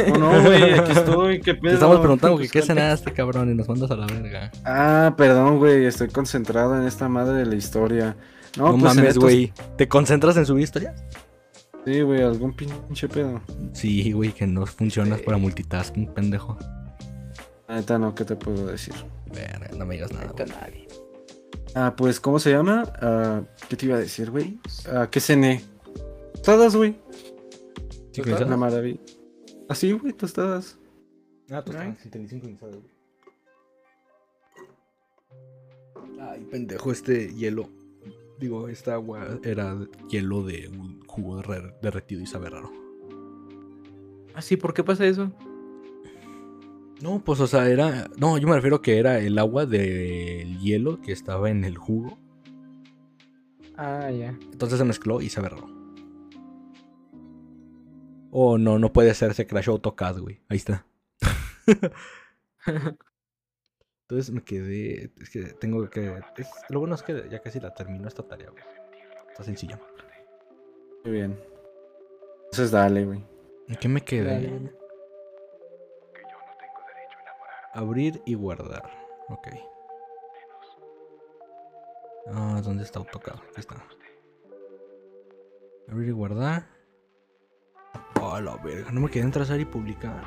Speaker 2: No, no, güey, aquí estoy, qué pedo.
Speaker 1: Te estamos preguntando que qué
Speaker 2: Buscante.
Speaker 1: cenaste, cabrón, y nos mandas a la verga.
Speaker 2: Ah, perdón, güey, estoy concentrado en esta madre de la historia. No,
Speaker 1: No,
Speaker 2: pues, en
Speaker 1: mames,
Speaker 2: estos-
Speaker 1: güey. ¿Te concentras en subir historias?
Speaker 2: Sí, güey, algún pinche pedo.
Speaker 1: Sí, güey, que no funcionas
Speaker 3: Sí.
Speaker 1: para multitasking, pendejo.
Speaker 2: La neta, no, ¿qué te puedo decir?
Speaker 1: Verga, no me digas
Speaker 3: No
Speaker 1: nada.
Speaker 3: está
Speaker 1: güey.
Speaker 3: nadie.
Speaker 2: Ah, pues, ¿cómo se llama? Ah, ¿Qué te iba a decir, güey? Ah, ¿Qué cené? Tostadas, güey.
Speaker 1: ¿Sincronizadas?
Speaker 2: La maravilla. Así, güey, tostadas.
Speaker 1: Ah, tú
Speaker 3: Ay.
Speaker 1: estás sincronizado, güey. Ay, pendejo, este hielo. Digo, esta agua era hielo de un jugo derre- derretido y sabe raro.
Speaker 3: Ah, sí, ¿por qué pasa eso?
Speaker 1: No, pues, o sea, era. No, yo me refiero que era el agua del hielo que estaba en el jugo.
Speaker 3: Ah, ya.
Speaker 1: Entonces se mezcló y sabe raro. Oh, no, no puede ser, se crashó AutoCAD, güey. Ahí está. Entonces me quedé. Es que tengo que. es- lo bueno es que ya casi la termino esta tarea, güey. Está sencilla.
Speaker 2: Muy bien. Entonces, dale, güey.
Speaker 1: ¿En qué me quedé?
Speaker 3: Dale, dale.
Speaker 1: Abrir y guardar. Ok. Ah, ¿dónde está AutoCAD? Aquí está. Abrir y guardar. Ah, la verga. No me quedé en trazar y publicar.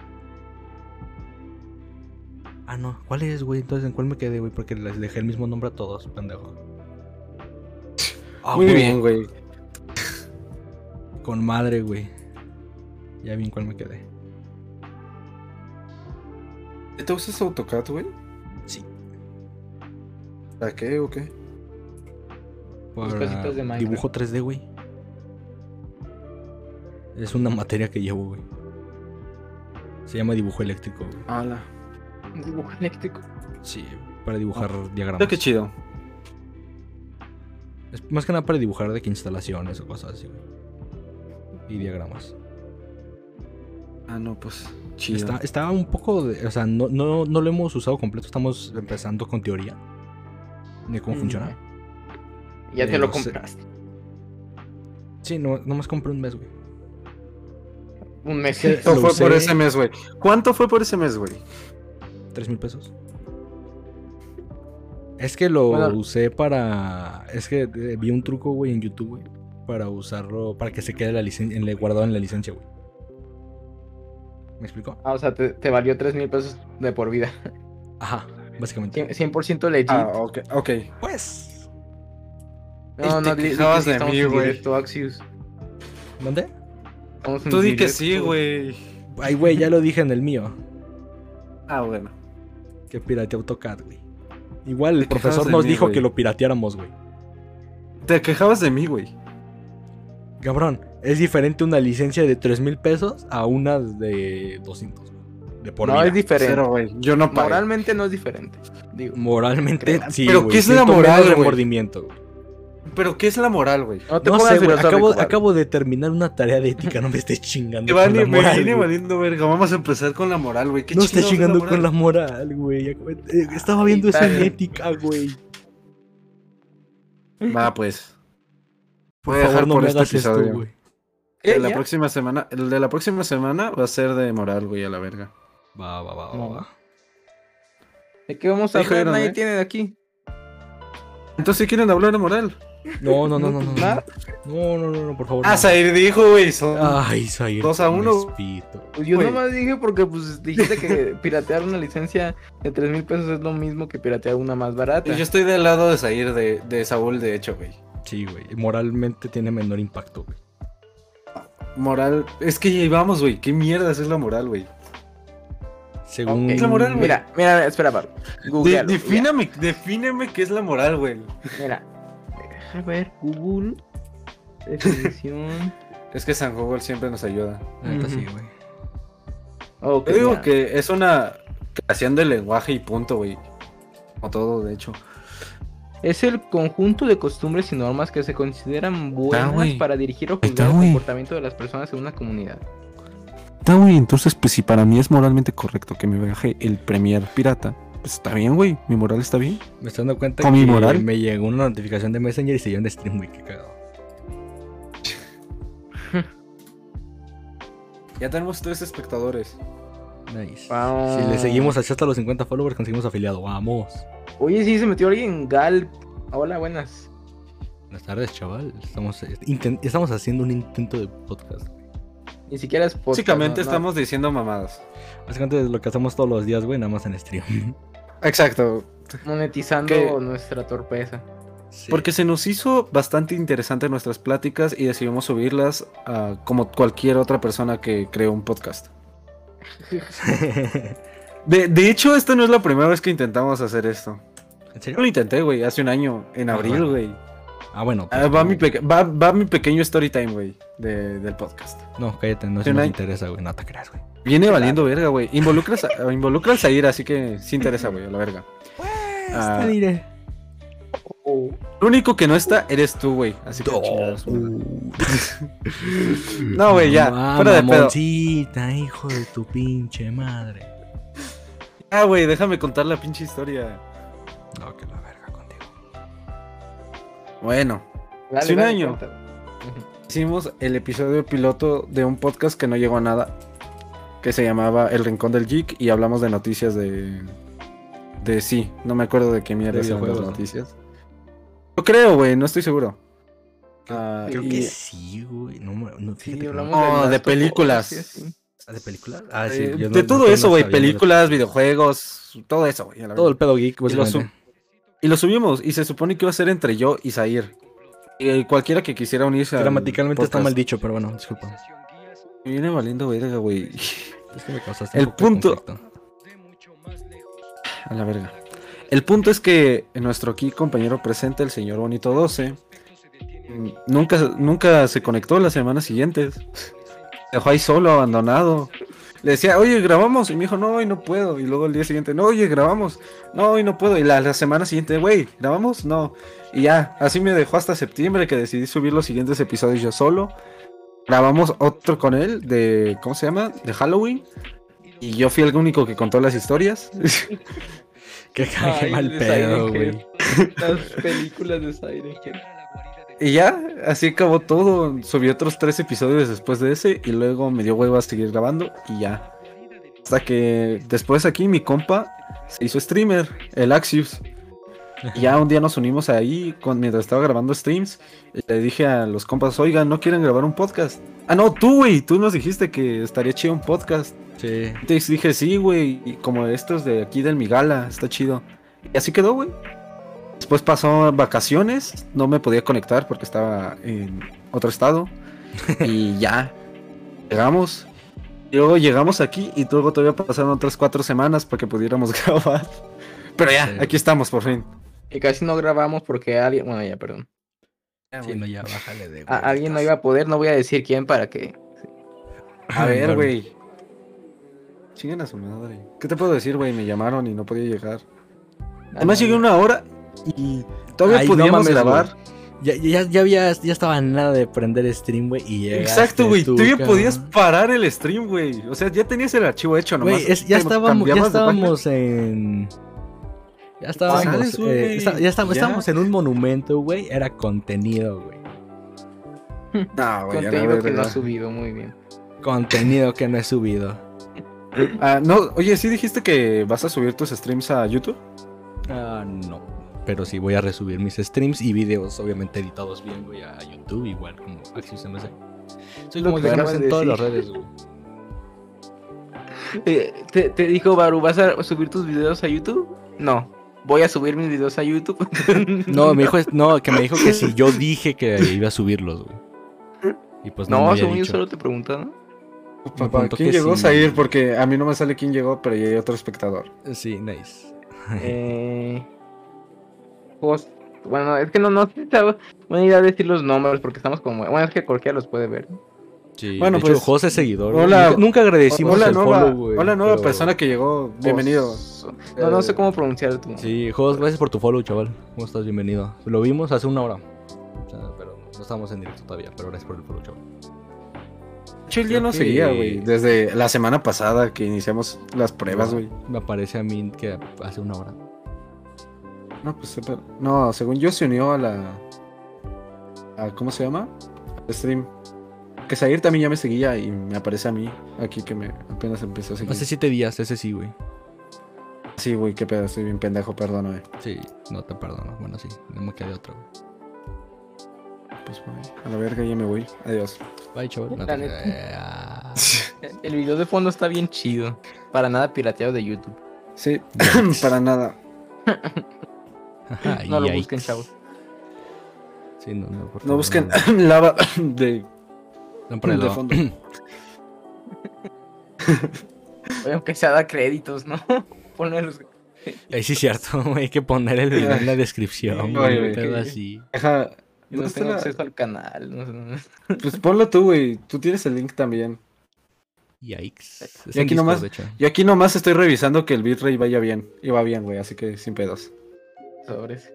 Speaker 1: Ah, no. ¿Cuál es, güey? Entonces, ¿en cuál me quedé, güey? Porque les dejé el mismo nombre a todos, pendejo. Ah,
Speaker 2: Muy
Speaker 1: güey,
Speaker 2: bien, güey.
Speaker 1: Con madre, güey. Ya vi en cuál me quedé.
Speaker 2: ¿Te usas AutoCAD, güey?
Speaker 1: Sí.
Speaker 2: ¿Para qué o qué?
Speaker 1: Para
Speaker 3: cositas de Minecraft.
Speaker 1: dibujo 3D, güey. Es una materia que llevo, güey. Se llama dibujo eléctrico, güey.
Speaker 2: Ala.
Speaker 3: Un dibujo eléctrico.
Speaker 1: Sí, para dibujar
Speaker 3: Ah,
Speaker 1: diagramas.
Speaker 2: Creo que Ah, chido.
Speaker 1: Es más que nada para dibujar de que instalaciones o cosas así, güey. Y diagramas.
Speaker 2: Ah, no, pues. Chido.
Speaker 1: Está, está un poco, de- o sea, no, no, no lo hemos usado completo, estamos empezando con teoría de cómo
Speaker 3: Mm.
Speaker 1: funciona.
Speaker 3: Ya
Speaker 1: Eh,
Speaker 3: te lo
Speaker 1: no sé.
Speaker 3: compraste.
Speaker 1: Sí, no, nomás compré un mes, güey.
Speaker 3: Un mes.
Speaker 1: que-
Speaker 2: ¿Cuánto
Speaker 1: lo
Speaker 2: fue por
Speaker 1: usé.
Speaker 2: ese mes, güey? ¿Cuánto fue por ese mes, güey?
Speaker 1: Tres mil pesos. Es que lo
Speaker 3: Bueno.
Speaker 1: usé para. Es que eh, vi un truco, güey, en YouTube, güey. Para usarlo. Para que se quede la licen- en- guardado en la licencia, güey. ¿Me explico?
Speaker 3: Ah, o sea, te, te valió 3 mil pesos de por vida.
Speaker 1: Ajá, básicamente.
Speaker 3: Cien- 100% legit.
Speaker 2: Ah, ok, ok.
Speaker 1: Pues.
Speaker 3: no,
Speaker 2: y
Speaker 3: no,
Speaker 2: te
Speaker 3: di- di que
Speaker 2: quejabas
Speaker 3: sí
Speaker 2: de
Speaker 3: estamos
Speaker 2: mí,
Speaker 3: en
Speaker 2: güey.
Speaker 3: directo, Axius.
Speaker 1: ¿Dónde?
Speaker 3: Estamos en
Speaker 2: Tú di que
Speaker 3: directo.
Speaker 2: sí, güey.
Speaker 1: Ay, güey, ya lo dije en el mío.
Speaker 2: Ah, bueno.
Speaker 1: Que pirateé AutoCAD, güey. Igual el
Speaker 2: Te quejabas
Speaker 1: profesor
Speaker 2: de
Speaker 1: nos
Speaker 2: mí,
Speaker 1: dijo
Speaker 2: güey.
Speaker 1: que lo pirateáramos, güey.
Speaker 2: Te quejabas de mí, güey.
Speaker 1: Cabrón, es diferente una licencia de tres mil pesos a una de 200, güey. De por
Speaker 3: no
Speaker 1: vida.
Speaker 3: es diferente.
Speaker 2: Cero, güey. Yo no pagué.
Speaker 3: Moralmente no es diferente. Digo.
Speaker 1: Moralmente,
Speaker 3: Creo.
Speaker 1: sí.
Speaker 2: Pero,
Speaker 1: güey.
Speaker 2: ¿qué es la
Speaker 1: Siento
Speaker 2: moral,
Speaker 1: menos
Speaker 2: güey?
Speaker 1: remordimiento. güey.
Speaker 2: Pero ¿qué es la moral, güey?
Speaker 3: No te
Speaker 1: No
Speaker 3: pongas
Speaker 1: sé, güey.
Speaker 3: celoso,
Speaker 1: Acabo,
Speaker 3: Ricardo.
Speaker 1: acabo de terminar una tarea de ética. No me estés chingando
Speaker 2: Te
Speaker 1: con la
Speaker 2: vale, me
Speaker 1: moral.
Speaker 2: viene
Speaker 1: güey.
Speaker 2: valiendo verga. Vamos a empezar con la moral, güey. ¿Qué
Speaker 1: No estés
Speaker 2: chingados
Speaker 1: chingando
Speaker 2: es
Speaker 1: con la
Speaker 2: moral?
Speaker 1: moral, güey. Acabo- eh, Estaba viendo eso
Speaker 3: está
Speaker 1: en
Speaker 3: bien.
Speaker 1: ética, güey.
Speaker 2: Va, pues.
Speaker 1: Por
Speaker 2: Voy a dejar
Speaker 1: favor, no
Speaker 2: por
Speaker 1: me
Speaker 2: este
Speaker 1: hagas esto,
Speaker 2: episodio.
Speaker 1: güey.
Speaker 3: ¿Qué?
Speaker 2: El de la
Speaker 3: ¿Eh, ¿Ya?
Speaker 2: próxima semana, el de la próxima semana va a ser de moral, güey, a la verga.
Speaker 1: Va, va, va, va,
Speaker 3: No.
Speaker 1: va.
Speaker 3: ¿De qué vamos a
Speaker 2: Dijeron,
Speaker 3: hablar? Nadie
Speaker 2: ¿eh?
Speaker 3: tiene de aquí.
Speaker 2: Entonces, ¿sí quieren hablar de moral?
Speaker 1: No, no, no, no. No,
Speaker 3: Nada.
Speaker 1: no, no, no, no, por favor.
Speaker 2: Ah,
Speaker 1: no.
Speaker 2: Zair dijo, güey. son-
Speaker 1: Ay, Zair.
Speaker 2: Dos a
Speaker 1: con
Speaker 2: uno.
Speaker 1: espíritu.
Speaker 3: Pues yo
Speaker 2: Güey.
Speaker 3: nomás dije porque pues dijiste que piratear una licencia de 3 mil pesos es lo mismo que piratear una más barata.
Speaker 2: Yo estoy del lado de Zair, de, de Saúl, de hecho, güey.
Speaker 1: Sí, güey. Moralmente tiene menor impacto, güey.
Speaker 2: Moral, es que ahí vamos, güey. ¿Qué mierdas es la moral, güey?
Speaker 1: Según.
Speaker 3: Ok.
Speaker 2: La moral, güey.
Speaker 3: Eh, Mira, mira, espera, Pablo.
Speaker 2: De-
Speaker 3: Googlealo,
Speaker 2: defíname, defíneme qué es la moral, güey.
Speaker 3: ya, Mira, deja ver, Google. Definición.
Speaker 2: Es que San Google siempre nos ayuda.
Speaker 1: La neta sí,
Speaker 3: Ujú.
Speaker 1: güey.
Speaker 3: Ok,
Speaker 2: Yo digo
Speaker 3: mira.
Speaker 2: que es una creación del lenguaje y punto, güey. Como todo, de hecho.
Speaker 3: Es el conjunto de costumbres y normas que se consideran buenas
Speaker 2: güey.
Speaker 3: para dirigir o
Speaker 2: Ahí está,
Speaker 3: juzgar el
Speaker 2: güey.
Speaker 3: comportamiento de las personas en una comunidad.
Speaker 2: Está, güey, entonces, pues si para mí es moralmente correcto que me baje el Premier Pirata, pues está bien, güey. Mi moral está bien.
Speaker 1: Me estoy dando cuenta
Speaker 2: ¿Con
Speaker 1: que
Speaker 2: mi moral?
Speaker 1: me llegó una notificación de Messenger y se dio un stream, güey. Qué cagado.
Speaker 2: Ya tenemos tres espectadores.
Speaker 1: Nice.
Speaker 3: Vamos.
Speaker 1: Si le seguimos así hasta los 50 followers, conseguimos afiliado. Vamos.
Speaker 3: Oye, sí, se metió alguien, Gal. Hola, buenas.
Speaker 1: Buenas tardes, chaval. Estamos, eh, inten- estamos haciendo un intento de podcast.
Speaker 3: Ni siquiera es podcast.
Speaker 2: Básicamente
Speaker 3: no, no.
Speaker 2: estamos diciendo mamadas.
Speaker 1: Básicamente es lo que hacemos todos los días, güey, nada más en stream.
Speaker 2: Exacto.
Speaker 3: monetizando
Speaker 2: ¿Qué?
Speaker 3: nuestra torpeza.
Speaker 2: Porque se nos hizo bastante interesante nuestras pláticas y decidimos subirlas ah, como cualquier otra persona que creó un podcast. De, de hecho, esta no es la primera vez que intentamos hacer esto.
Speaker 1: ¿En
Speaker 2: Yo
Speaker 1: serio?
Speaker 2: lo intenté, güey, hace un año, en
Speaker 1: Ah,
Speaker 2: abril,
Speaker 1: bueno.
Speaker 2: güey.
Speaker 1: Ah, bueno.
Speaker 2: Ah, va, mi
Speaker 1: pecho.
Speaker 2: peque- va, va mi pequeño story time, güey, de- del podcast.
Speaker 1: No, cállate, no
Speaker 2: Sí,
Speaker 1: se nos
Speaker 2: no hay-
Speaker 1: interesa, güey. No te creas, güey.
Speaker 2: Viene valiendo verga, güey. Involucras a- Involucra al Zair, así que sí interesa, güey, a la verga. Ah.
Speaker 1: Te diré.
Speaker 3: Oh,
Speaker 2: Lo único que no está eres tú, güey. Así que chingadas, güey. No, güey, ya.
Speaker 1: Mamá,
Speaker 2: fuera de pedo.
Speaker 1: mamoncita, hijo de tu pinche madre.
Speaker 2: Ah, güey, déjame contar la pinche historia.
Speaker 1: No, que la verga contigo.
Speaker 2: Bueno,
Speaker 3: dale,
Speaker 2: Hace un
Speaker 3: dale,
Speaker 2: año.
Speaker 3: cuenta.
Speaker 2: hicimos el episodio piloto de un podcast que no llegó a nada. Que se llamaba El Rincón del Geek y hablamos de noticias de. De sí. No me acuerdo de qué
Speaker 1: De
Speaker 2: mierda eran las
Speaker 1: videojuegos, ¿no?
Speaker 2: noticias. Yo creo, güey, no estoy seguro. Ah,
Speaker 1: Creo
Speaker 2: y-
Speaker 1: que sí, güey. No, me- no,
Speaker 3: Sí,
Speaker 1: fíjate que no.
Speaker 3: hablamos
Speaker 2: no,
Speaker 3: del
Speaker 2: de
Speaker 3: Last of Us,
Speaker 2: películas.
Speaker 3: sí, sí.
Speaker 1: ¿Ah, ¿De películas? Ah, sí.
Speaker 2: eh,
Speaker 1: yo no-
Speaker 2: de todo
Speaker 1: nosotros
Speaker 2: eso,
Speaker 1: no
Speaker 2: güey.
Speaker 1: sabíamos de-
Speaker 2: Películas, videojuegos, todo eso, güey. a la
Speaker 1: Todo el
Speaker 2: verga.
Speaker 1: pedo geek,
Speaker 2: Y lo
Speaker 1: básicamente.
Speaker 2: Y lo subimos y se supone que iba a ser entre yo y Zair. Y cualquiera que quisiera unirse al
Speaker 1: Gramaticalmente está
Speaker 2: podcast.
Speaker 1: mal dicho, pero bueno, disculpa.
Speaker 2: Me viene valiendo verga, güey.
Speaker 1: Es que me causaste
Speaker 2: El
Speaker 1: un poco de
Speaker 2: punto-
Speaker 1: conflicto.
Speaker 2: A la verga. El punto es que nuestro aquí compañero presente, el señor Bonito 12, mm, nunca, nunca se conectó las semanas siguientes. Dejó ahí solo, abandonado. Le decía, oye, grabamos. Y me dijo, no, hoy no puedo. Y luego el día siguiente, no, oye, grabamos. No, hoy no puedo. Y la, la semana siguiente, güey, ¿grabamos? No. Y ya, así me dejó hasta septiembre que decidí subir los siguientes episodios yo solo. grabamos otro con él de, ¿cómo se llama? De Halloween. Y yo fui el único que contó las historias.
Speaker 1: Qué, ca- qué
Speaker 3: Ay,
Speaker 1: mal
Speaker 3: de
Speaker 1: pedo,
Speaker 3: Silent
Speaker 1: güey.
Speaker 3: Hill. Las películas de Siren Head.
Speaker 2: y ya, así acabó todo. Subí otros tres episodios después de ese y luego me dio huevo a seguir grabando y ya. Hasta que después aquí mi compa se hizo streamer, el Axius. Y ya un día nos unimos ahí con, mientras estaba grabando streams. Y le dije a los compas, oigan, ¿no quieren grabar un podcast? Ah, no, tú, güey, tú nos dijiste que estaría chido un podcast.
Speaker 1: Sí.
Speaker 2: Te dije, sí, güey, y como estos de aquí del Migala, está chido. Y así quedó, güey. Después pasó vacaciones, no me podía conectar porque estaba en otro estado. y ya, llegamos. Y Luego llegamos aquí y luego todavía pasaron otras cuatro semanas para que pudiéramos grabar. Pero ya,
Speaker 1: Sí.
Speaker 2: Ah, aquí estamos por fin.
Speaker 3: Y casi no grabamos porque alguien. Bueno, ya, perdón. Ah,
Speaker 1: Sí, no, ya bájale de.
Speaker 3: A- alguien no iba a poder, no voy a decir quién para que.
Speaker 2: A ver, güey. Chinguen a su madre. ¿Qué te puedo decir, güey? Me llamaron y no podía llegar. Además
Speaker 3: Ah,
Speaker 2: llegué una hora y todavía
Speaker 1: Ay, no
Speaker 2: podíamos
Speaker 1: mames,
Speaker 2: grabar.
Speaker 1: Ya, ya, ya, había, ya estaba nada de prender stream, güey. Y llegaste
Speaker 2: Exacto, güey. Tú ya
Speaker 1: cabrón.
Speaker 2: podías parar el stream, güey. O sea, ya tenías el archivo hecho nomás.
Speaker 1: Güey, es- ya
Speaker 2: te
Speaker 1: estábamos, ya
Speaker 2: cambiabas de
Speaker 1: estábamos en. Ya
Speaker 2: Sales,
Speaker 1: estábamos, eh,
Speaker 2: güey,
Speaker 1: está- ya estábamos,
Speaker 2: ya.
Speaker 1: estábamos en un monumento, güey. Era contenido, güey.
Speaker 2: página. No, güey, ya la
Speaker 3: Contenido que no
Speaker 2: verga.
Speaker 3: ha subido muy bien.
Speaker 1: Contenido que no he subido.
Speaker 2: Ah, no, oye, sí dijiste que vas a subir tus streams a YouTube.
Speaker 1: Ah, no. Pero sí voy a resubir mis streams y videos, obviamente editados bien, güey, a YouTube, igual como Axios MC. Soy
Speaker 3: Lo
Speaker 1: como
Speaker 3: que
Speaker 1: que
Speaker 3: acabas
Speaker 1: en
Speaker 3: de
Speaker 1: todas las
Speaker 3: decir.
Speaker 1: redes, güey.
Speaker 3: Eh, te, te dijo Baru, ¿vas a subir tus videos a YouTube? No. Voy a subir mis videos a YouTube.
Speaker 1: No, me dijo, es- no, que me dijo que si yo dije que iba a subirlos, güey. Y pues no,
Speaker 3: no,
Speaker 1: me había
Speaker 3: según yo
Speaker 1: dicho.
Speaker 3: solo te preguntaba. ¿no?
Speaker 2: Papá,
Speaker 1: contó
Speaker 2: ¿quién
Speaker 1: que
Speaker 2: llegó
Speaker 1: sí.
Speaker 2: a ir? Porque a mí no me sale quién llegó, pero ya hay otro espectador.
Speaker 1: Sí, nice.
Speaker 3: Eh, pues, bueno, es que no, no sé si está buena idea decir los nombres porque estamos como. Bueno, es que cualquiera los puede ver.
Speaker 1: Sí, bueno, de
Speaker 2: Bueno,
Speaker 1: hecho,
Speaker 2: pues,
Speaker 1: José es seguidor.
Speaker 2: hola-
Speaker 1: Hola, nunca, nunca agradecimos
Speaker 2: hola,
Speaker 1: el
Speaker 2: nueva,
Speaker 1: follow, güey,
Speaker 2: hola nueva
Speaker 1: pero-
Speaker 2: persona que llegó. Bienvenido.
Speaker 3: Os- Pues, No, no sé cómo pronunciar tu.
Speaker 1: Sí, Jos, gracias por tu follow, chaval. ¿Cómo estás? Bienvenido. Lo vimos hace una hora. O sea, pero no estamos en directo todavía, pero gracias por el follow, chaval.
Speaker 2: De hecho, él ya
Speaker 1: creo
Speaker 2: no
Speaker 1: que-
Speaker 2: seguía, güey. Desde la semana pasada que iniciamos las pruebas, güey.
Speaker 1: Me aparece a mí que hace una hora.
Speaker 2: No, pues sepa- No, según yo se unió a la. A, ¿Cómo se llama? Al stream. Que Zair también ya me seguía y me aparece a mí aquí que me apenas empezó a seguir.
Speaker 1: Hace siete días, ese sí, güey.
Speaker 2: Sí, güey, qué pedo, estoy bien pendejo, perdóname.
Speaker 1: Sí, no te perdono. Bueno, sí, no me quedé otro.
Speaker 2: Pues güey, a la verga ya me voy. Adiós.
Speaker 1: Bye, chaval. No
Speaker 3: La
Speaker 1: te-
Speaker 3: neta.
Speaker 1: eh, ah.
Speaker 3: El video de fondo está bien chido. Para nada pirateado de YouTube.
Speaker 2: Sí, para nada.
Speaker 1: Ajá,
Speaker 3: no lo
Speaker 1: yikes.
Speaker 3: busquen, chavos.
Speaker 1: Sí, no, no, por
Speaker 2: No
Speaker 1: favor,
Speaker 2: busquen
Speaker 1: no.
Speaker 2: lava de,
Speaker 1: No, pero
Speaker 2: de
Speaker 1: no.
Speaker 2: fondo.
Speaker 3: Oye, aunque sea da créditos, ¿no? Ponle los.
Speaker 1: Ahí sí es cierto, güey. Hay que poner el video en la descripción,
Speaker 2: Ay,
Speaker 1: güey.
Speaker 2: güey.
Speaker 1: un pedo así.
Speaker 2: Deja.
Speaker 3: No
Speaker 2: ¿dónde está
Speaker 3: tengo
Speaker 2: la-
Speaker 3: acceso al canal. No sé, no sé.
Speaker 2: Pues ponlo tú, güey. Tú tienes el link también.
Speaker 1: Yikes. Es
Speaker 2: Y
Speaker 1: en
Speaker 2: aquí
Speaker 1: Discord,
Speaker 2: nomás-
Speaker 1: de hecho.
Speaker 2: Yo aquí nomás estoy revisando que el bitrate vaya bien. Y va bien, güey, así que sin pedos.
Speaker 3: Sobres.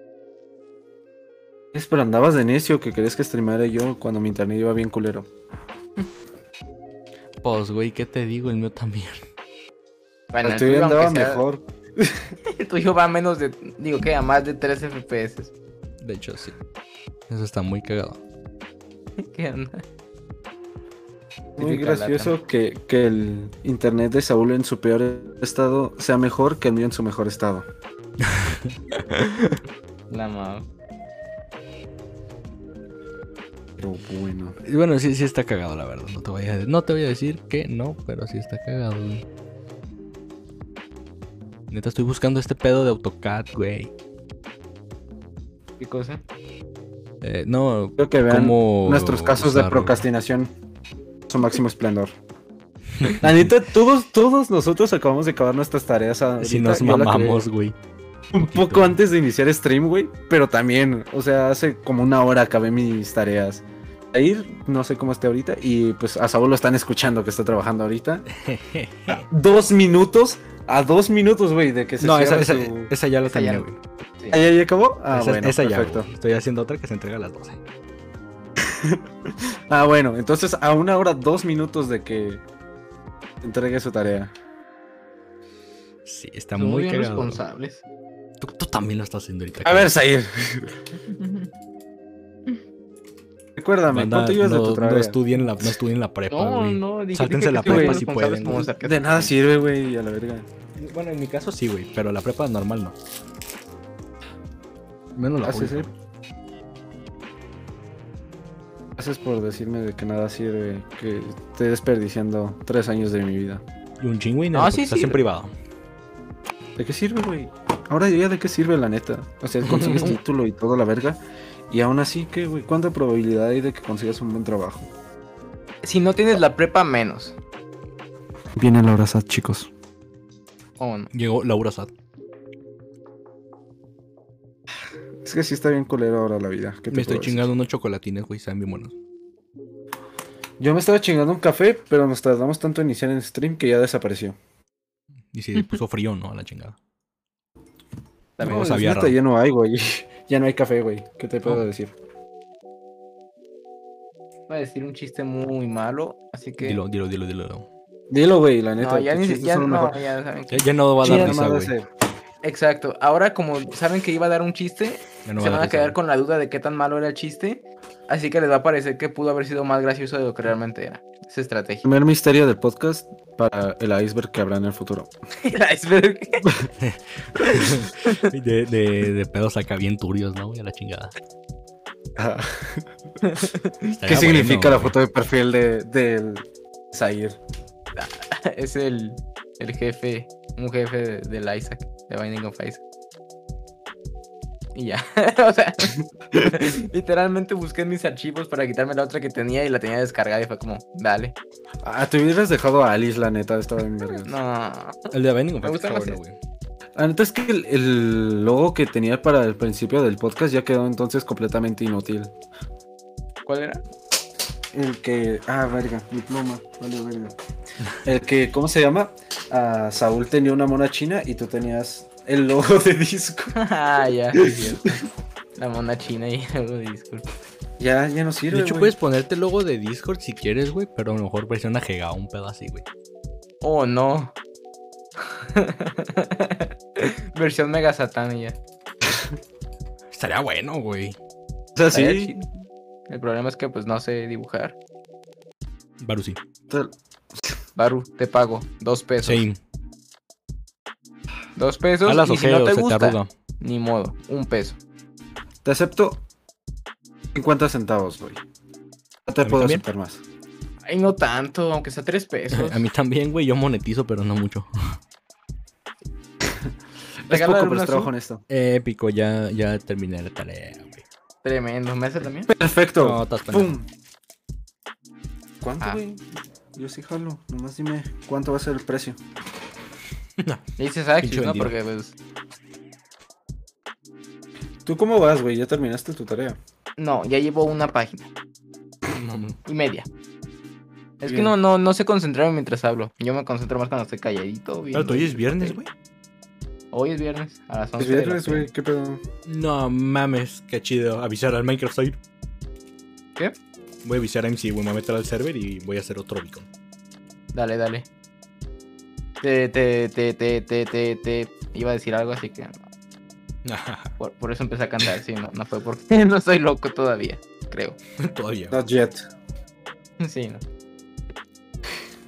Speaker 2: Es, pero andabas de necio que querías que streamara yo cuando mi internet iba bien culero.
Speaker 1: Pues, güey, ¿qué te digo? El mío también.
Speaker 3: Bueno,
Speaker 2: el tuyo
Speaker 3: aunque
Speaker 2: andaba
Speaker 3: sea-
Speaker 2: mejor.
Speaker 3: El tuyo va a menos de. Digo que a más de 3 FPS.
Speaker 1: De hecho, sí. Eso está muy cagado.
Speaker 3: ¿Qué onda?
Speaker 2: Muy
Speaker 3: Típica lata.
Speaker 2: gracioso que, que el internet de Saúl en su peor estado sea mejor que el mío en su mejor estado.
Speaker 3: La mamá.
Speaker 2: Pero bueno.
Speaker 1: Y Bueno, sí, sí está cagado, la verdad. No te voy a, no te voy a decir que no, pero sí está cagado, güey. Neta, estoy buscando este pedo de AutoCAD, güey.
Speaker 3: ¿Qué cosa?
Speaker 1: Eh, no,
Speaker 2: Creo que vean
Speaker 1: como...
Speaker 2: nuestros casos de
Speaker 1: usarlo.
Speaker 2: procrastinación. Su máximo esplendor. La neta, todos, todos nosotros acabamos de acabar nuestras tareas.
Speaker 1: Si
Speaker 2: ahorita.
Speaker 1: nos
Speaker 2: Yo la acabé
Speaker 1: mamamos, güey.
Speaker 2: Un poco antes de iniciar stream, güey. Pero también, o sea, hace como una hora acabé mis tareas. Ahí, no sé cómo esté ahorita. Y pues a Saúl lo están escuchando que está trabajando ahorita. Dos minutos. A dos minutos, güey, de que se
Speaker 1: no, esa,
Speaker 2: cierre
Speaker 1: esa,
Speaker 2: su-
Speaker 1: esa ya la
Speaker 3: Esa ya
Speaker 1: tenía,
Speaker 3: no.
Speaker 1: güey.
Speaker 3: Sí.
Speaker 2: ¿Ah, ya, ya acabó? Ah,
Speaker 1: esa
Speaker 2: bueno,
Speaker 1: esa ya,
Speaker 2: perfecto.
Speaker 1: güey. Estoy haciendo otra que se entrega a las 12.
Speaker 2: ah, bueno, entonces a una hora, dos minutos de que te entregue su tarea.
Speaker 1: Sí, está
Speaker 3: Son
Speaker 1: muy
Speaker 3: bien
Speaker 1: cagado.
Speaker 3: responsables.
Speaker 1: Tú, tú también lo estás haciendo ahorita.
Speaker 2: A ver, Zair, recuérdame,
Speaker 1: Banda,
Speaker 2: ¿cuánto llevas
Speaker 1: no,
Speaker 2: de tu
Speaker 1: no,
Speaker 2: tarea?
Speaker 1: estudian la, no estudien la prepa,
Speaker 3: No,
Speaker 1: güey.
Speaker 3: no, dije,
Speaker 1: Sáltense
Speaker 3: dije
Speaker 1: la
Speaker 3: que sí,
Speaker 1: prepa
Speaker 3: güey,
Speaker 1: si
Speaker 3: responsables
Speaker 1: pueden.
Speaker 3: como ser que-
Speaker 2: De nada sirve, güey, a la verga.
Speaker 1: Bueno, en mi caso sí, güey, pero la prepa normal no. Menos la
Speaker 2: Ah, sí,
Speaker 1: pública.
Speaker 2: sí. Gracias por decirme de que nada sirve, que estoy desperdiciando tres años de mi vida.
Speaker 1: Y un chingüín,
Speaker 3: No,
Speaker 1: porque
Speaker 3: Ah, sí
Speaker 1: estás en
Speaker 3: sirve.
Speaker 1: privado.
Speaker 2: ¿De qué sirve, güey? Ahora ya de qué sirve, la neta. O sea, consigues título y toda la verga. Y aún así, ¿qué, güey? ¿Cuánta probabilidad hay de que consigas un buen trabajo?
Speaker 3: Si no tienes la prepa, menos.
Speaker 2: Viene la hora SAT, chicos.
Speaker 3: Oh, no.
Speaker 1: Llegó Laura Sad.
Speaker 2: Es que sí está bien culero ahora la vida. ¿qué te
Speaker 1: Me estoy
Speaker 2: puedo decir?
Speaker 1: chingando unos chocolatines, güey, saben bien buenos.
Speaker 2: Yo me estaba chingando un café, pero nos tardamos tanto en iniciar el stream que ya desapareció.
Speaker 1: Y se puso frío, ¿no? A la chingada.
Speaker 3: También.
Speaker 1: No,
Speaker 2: es
Speaker 1: sabía
Speaker 2: neta,
Speaker 1: raro.
Speaker 2: ya no hay, güey. Ya no hay café, güey. ¿Qué te puedo
Speaker 1: No.
Speaker 2: decir?
Speaker 3: Voy a decir un chiste muy malo, así que.
Speaker 1: Dilo, dilo, dilo, dilo. dilo.
Speaker 2: Dilo, güey, la neta.
Speaker 3: no, ya
Speaker 2: tus
Speaker 3: ni si-
Speaker 2: chistes
Speaker 3: ya
Speaker 2: son lo
Speaker 3: no,
Speaker 2: mejor.
Speaker 3: ya saben que-
Speaker 1: Ya, ya no va a
Speaker 2: Chinga
Speaker 1: dar
Speaker 3: Chingada
Speaker 1: risa,
Speaker 2: madre,
Speaker 1: güey.
Speaker 2: ese.
Speaker 3: Exacto. Ahora, como saben que iba a dar un chiste,
Speaker 1: Ya no va
Speaker 3: se
Speaker 1: a dar
Speaker 3: van a
Speaker 1: risa,
Speaker 3: quedar
Speaker 1: güey.
Speaker 3: con la duda de qué tan malo era el chiste. Así que les va a parecer que pudo haber sido más gracioso de lo que realmente era. Esa estrategia.
Speaker 2: Primer misterio del podcast para el iceberg que habrá en el futuro.
Speaker 3: El iceberg.
Speaker 1: de, de, de pedos acá bien turios, ¿no? güey? A la chingada.
Speaker 2: ¿Qué
Speaker 1: Estaría
Speaker 2: significa
Speaker 1: Ah, bueno,
Speaker 2: la foto de perfil de, del Zair?
Speaker 3: es el, el jefe, un jefe de- del Isaac, de Binding of Isaac. Y ya, o sea, literalmente busqué en mis archivos para quitarme la otra que tenía y la tenía descargada y fue como, dale.
Speaker 2: Ah, te hubieras dejado a Alice, la neta, estaba en verga.
Speaker 3: No,
Speaker 1: güey. El de Binding of
Speaker 3: Me este.
Speaker 1: Isaac
Speaker 3: gustan
Speaker 1: está
Speaker 3: las
Speaker 1: bueno, güey.
Speaker 2: La neta es que el, el logo que tenía para el principio del podcast ya quedó entonces completamente inútil.
Speaker 3: ¿cuál era?
Speaker 2: El que. Ah, verga, mi pluma, vale, verga. El que, ¿cómo se llama? Ah, Saúl tenía una mona china y tú tenías el logo de disco.
Speaker 3: ah, ya, sí, es cierto. La mona china y algo de disculpa.
Speaker 2: Ya, ya no sirve.
Speaker 1: De hecho,
Speaker 2: güey.
Speaker 1: puedes ponerte el logo de Discord si quieres, güey, pero a lo mejor versión ajegada, un pedo así, güey.
Speaker 3: Oh, no. Versión mega satán y ya.
Speaker 1: Estaría bueno, güey.
Speaker 2: O sea,
Speaker 3: Estaría
Speaker 2: sí,
Speaker 3: chido. El problema es que pues no sé dibujar.
Speaker 1: Baru sí.
Speaker 2: tal-
Speaker 3: Baru, te pago dos pesos.
Speaker 1: Shame.
Speaker 3: Dos pesos.
Speaker 1: A las
Speaker 3: y si no
Speaker 1: ojeos,
Speaker 3: te
Speaker 1: se te
Speaker 3: gusta,
Speaker 1: arruga.
Speaker 3: ni modo, un peso.
Speaker 2: Te acepto 50 centavos, güey. No te
Speaker 1: ¿A mí
Speaker 2: puedo
Speaker 1: también?
Speaker 2: aceptar más.
Speaker 3: Ay, no tanto, aunque sea tres pesos.
Speaker 1: A mí también, güey. Yo monetizo, pero no mucho.
Speaker 2: Es
Speaker 3: Regálale
Speaker 2: poco, pero
Speaker 3: una
Speaker 2: es trabajo
Speaker 3: azul.
Speaker 2: en esto.
Speaker 1: Épico, ya, ya terminé la tarea, güey.
Speaker 3: Tremendo, ¿me hace también?
Speaker 2: Perfecto.
Speaker 1: No, estás pendejo.
Speaker 2: ¡Pum! ¿Cuánto,
Speaker 3: Ah.
Speaker 2: güey? Yo sí jalo. Nomás dime cuánto va a ser el precio.
Speaker 3: Le dices a
Speaker 1: Pinche
Speaker 3: Axis, ¿no?
Speaker 1: vendido.
Speaker 3: Porque pues.
Speaker 2: ¿Tú cómo vas, güey? Ya terminaste tu tarea.
Speaker 3: No, ya llevo una página y media. Es que
Speaker 2: Bien.
Speaker 3: no, no, no sé concentrarme mientras hablo. Yo me concentro más cuando estoy calladito.
Speaker 1: Pero
Speaker 3: viendo-
Speaker 1: tú hoy es viernes, güey.
Speaker 3: Hoy es viernes, a las 11.
Speaker 2: Es
Speaker 3: de la
Speaker 2: viernes, Pues
Speaker 3: mañana.
Speaker 2: güey. ¿Qué pedo?
Speaker 1: No mames, qué chido. Avisar al Minecraft Soy.
Speaker 3: ¿Qué?
Speaker 1: Voy a avisar a MC, güey. Me voy a meter al server y voy a hacer otro beacon.
Speaker 3: Dale, dale. Te, te, te, te, te, te, te. Iba a decir algo, así que. no. Por, por eso empecé a cantar, sí, no, no fue porque no soy loco todavía, creo.
Speaker 1: Todavía.
Speaker 2: Not yet.
Speaker 3: Sí, no.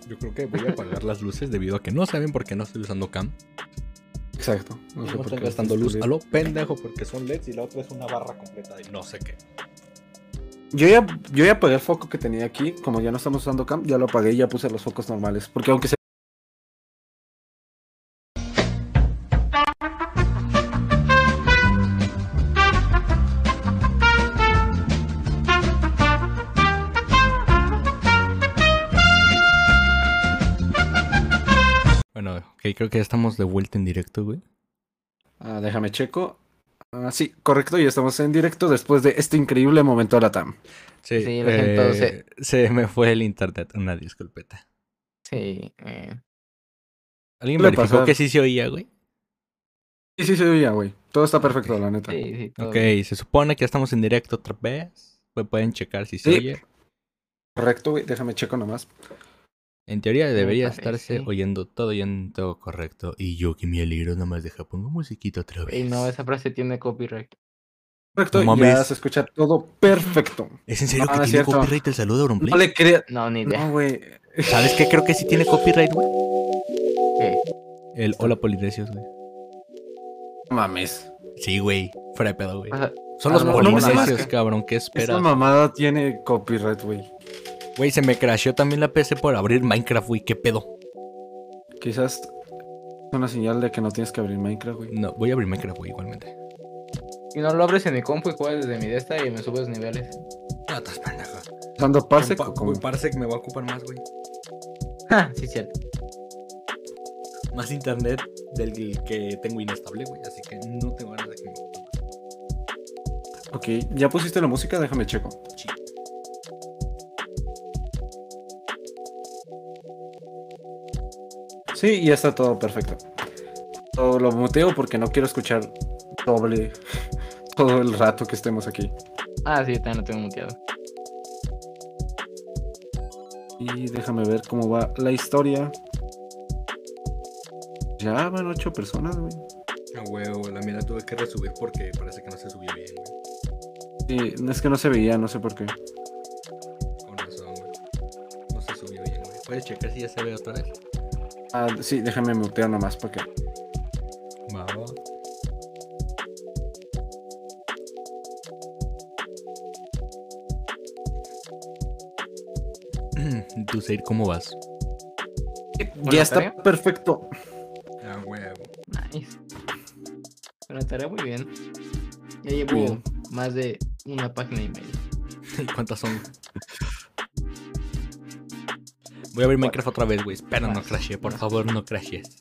Speaker 1: Yo creo que voy a apagar las luces debido a que no saben por qué no estoy usando cam.
Speaker 2: Exacto. No
Speaker 1: No estoy gastando luz a lo pendejo porque son LEDs y la otra es una barra completa de no sé qué.
Speaker 2: Yo ya, yo ya apagué el foco que tenía aquí. Como ya no estamos usando cam, ya lo apagué y ya puse los focos normales. Porque aunque se...
Speaker 1: Bueno, ok, creo que ya estamos de vuelta en directo, güey.
Speaker 2: Ah, déjame checo. Ah, sí, correcto. Ya estamos en directo después de este increíble momento a la TAM.
Speaker 1: Sí,
Speaker 3: Sí, lo siento,
Speaker 1: eh, se me fue el internet, una disculpeta.
Speaker 3: Sí. eh.
Speaker 1: ¿Alguien
Speaker 2: Suele
Speaker 1: verificó
Speaker 2: pasar.
Speaker 1: que sí se oía, güey?
Speaker 2: Sí, sí, se oía, güey. Todo está perfecto, la neta.
Speaker 3: Sí, sí, todo
Speaker 1: Ok,
Speaker 3: bien.
Speaker 1: se supone que ya estamos en directo otra vez. Pues pueden checar si se
Speaker 2: Sí.
Speaker 1: oye.
Speaker 2: Correcto, güey. Déjame checo nomás.
Speaker 1: En teoría debería
Speaker 3: parece.
Speaker 1: estarse oyendo todo y en todo correcto. Y yo que me alegro nomás deja pongo musiquita otra vez.
Speaker 3: Y no, esa frase tiene copyright.
Speaker 2: Correcto,
Speaker 1: No
Speaker 2: ya
Speaker 1: mames.
Speaker 2: se escucha todo perfecto.
Speaker 1: ¿Es en serio
Speaker 2: No,
Speaker 1: que
Speaker 2: no es
Speaker 1: tiene
Speaker 2: cierto.
Speaker 1: copyright el saludo de Auronplay?
Speaker 2: No le crea.
Speaker 3: No, ni idea.
Speaker 2: No, güey.
Speaker 1: ¿Sabes qué? Creo que sí tiene copyright, güey.
Speaker 3: ¿Qué?
Speaker 1: El Hola Polinesios, güey.
Speaker 2: No mames.
Speaker 1: Sí, güey. Fuera de pedo, güey.
Speaker 3: O
Speaker 1: Son
Speaker 3: sea, a
Speaker 1: los
Speaker 3: lo mejor no me
Speaker 1: polinesios,
Speaker 3: marca.
Speaker 1: cabrón. ¿Qué
Speaker 2: Esta
Speaker 1: esperas?
Speaker 2: mamada tiene copyright, güey.
Speaker 1: Güey, se me crasheó también la PC por abrir Minecraft, güey. ¿Qué pedo?
Speaker 2: Quizás es una señal de que no tienes que abrir Minecraft, güey.
Speaker 1: No, voy a abrir Minecraft, güey, igualmente.
Speaker 3: si no lo abres en mi compu y juegas desde mi de esta y me subes niveles.
Speaker 1: No, estás pendejo.
Speaker 2: Usando Parsec o
Speaker 1: Pa-
Speaker 2: cómo?
Speaker 1: güey, Parsec me va a ocupar más, güey.
Speaker 3: Ja, Ah, sí, cierto.
Speaker 1: Más internet del que tengo inestable, güey. Así que no tengo ganas de que me ocupe.
Speaker 2: Ok, ¿ya pusiste la música? Déjame checo.
Speaker 1: Sí.
Speaker 2: Sí, ya está todo perfecto. Todo lo muteo porque no quiero escuchar doble todo el rato que estemos aquí.
Speaker 3: Ah, sí, yo también lo tengo muteado.
Speaker 2: Y déjame ver cómo va la historia. Ya van ocho personas, güey.
Speaker 1: A Ah, huevo, la mía la tuve que resubir porque parece que no se subió bien, güey.
Speaker 2: Sí, es que no se veía, no sé por qué.
Speaker 1: Con razón, güey. No se subió bien, güey. Puedes checar si ya se ve otra vez.
Speaker 2: Ah, sí, déjame mutear nomás porque.
Speaker 1: Va, va. ¿Tú, Seir, cómo vas?
Speaker 2: Ya
Speaker 3: ¿Buena
Speaker 2: está
Speaker 3: tarea?
Speaker 2: perfecto.
Speaker 1: A huevo.
Speaker 3: Nice. Pero estará muy bien. Ya llevo
Speaker 2: Bien.
Speaker 3: más de una página y media.
Speaker 1: ¿Y cuántas son? Voy a abrir Minecraft otra vez, güey. Espera, no
Speaker 3: Más.
Speaker 1: crashe. Por favor, no crashes.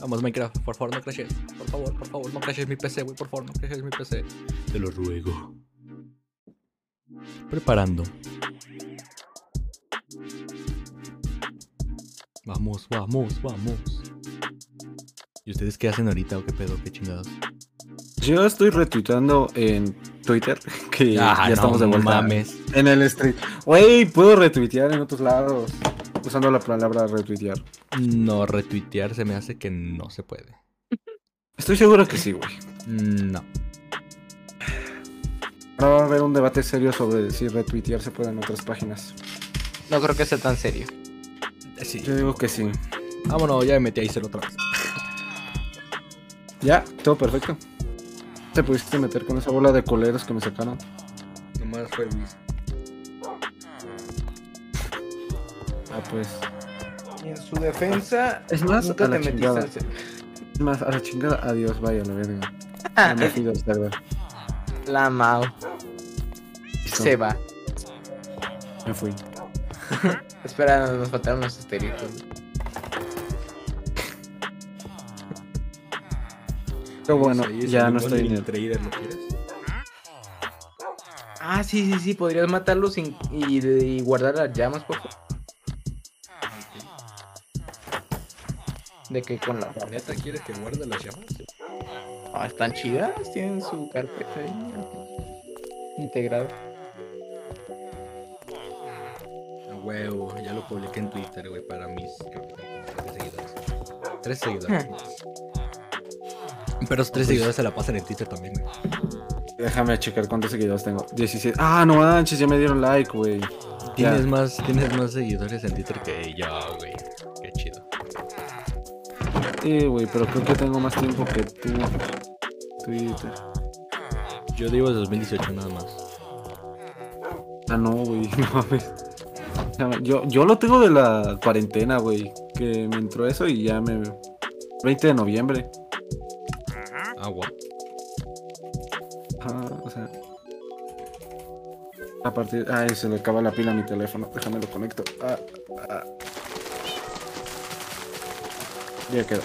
Speaker 1: Vamos, Minecraft. Por favor, no crashes. Por favor, por favor, no crashes mi PC, güey. Por favor, no crashes mi PC. Te lo ruego. Preparando. Vamos, vamos, vamos. ¿Y ustedes qué hacen ahorita o qué pedo? ¿Qué chingados?
Speaker 2: Yo estoy retuiteando en Twitter que
Speaker 1: Ah,
Speaker 2: ya
Speaker 1: no
Speaker 2: estamos de vuelta.
Speaker 1: mames.
Speaker 2: En el street. Wey, puedo retuitear en otros lados. Usando la palabra retuitear.
Speaker 1: No, retuitear se me hace que no se puede.
Speaker 2: Estoy seguro que sí, güey.
Speaker 1: No.
Speaker 2: Ahora va a haber un debate serio sobre si retuitear se puede en otras páginas.
Speaker 3: No creo que sea tan serio.
Speaker 1: Sí.
Speaker 2: Yo digo que sí.
Speaker 1: Vámonos, ya me metí a hacer otra vez.
Speaker 2: Ya, todo perfecto. Te pudiste meter con esa bola de coleros que me sacaron.
Speaker 1: Nomás fue Luis.
Speaker 2: Ah, pues.
Speaker 3: Y en su defensa,
Speaker 2: Es más,
Speaker 3: nunca
Speaker 2: a la
Speaker 3: te metiste
Speaker 2: chingada.
Speaker 3: al ser-
Speaker 2: Es más, a la chingada, adiós, vaya la verga. Ya me fui del server.
Speaker 3: La Mau
Speaker 2: Listo,
Speaker 3: se va.
Speaker 2: Me fui.
Speaker 3: Espera, nos faltaron los esteritos.
Speaker 2: Pero bueno, ya no estoy en el.
Speaker 1: trader, ¿lo quieres?
Speaker 3: Ah, sí, sí, sí, podrías matarlos sin- y, y guardar las llamas, por favor. De que con la.
Speaker 1: ¿Neta quieres que guarde las llamas?
Speaker 3: Ah, están chidas, tienen su carpeta ahí. Integrado.
Speaker 1: A huevo, ya lo publiqué en Twitter, güey, para mis creo que tengo tres seguidores. Tres seguidores. Pues Pero esos tres seguidores se la pasan en Twitter también, güey.
Speaker 2: Déjame checar cuántos seguidores tengo. 17. Ah, no manches, ya me dieron like, güey. Ya.
Speaker 1: Tienes más, tienes más seguidores en Twitter que yo, güey. Qué chido.
Speaker 2: Sí, güey, pero creo que tengo más tiempo que tú. Twitter.
Speaker 1: Yo digo 2018 nada más.
Speaker 2: Ah, no, güey, no mames. Déjame- Yo, yo lo tengo de la cuarentena, güey. Que me entró eso y ya me. 20 de noviembre.
Speaker 1: Agua.
Speaker 2: Ajá, o sea. A partir. Ay, se le acaba la pila a mi teléfono. Déjame lo conecto. Ah, ah. Ya quedó.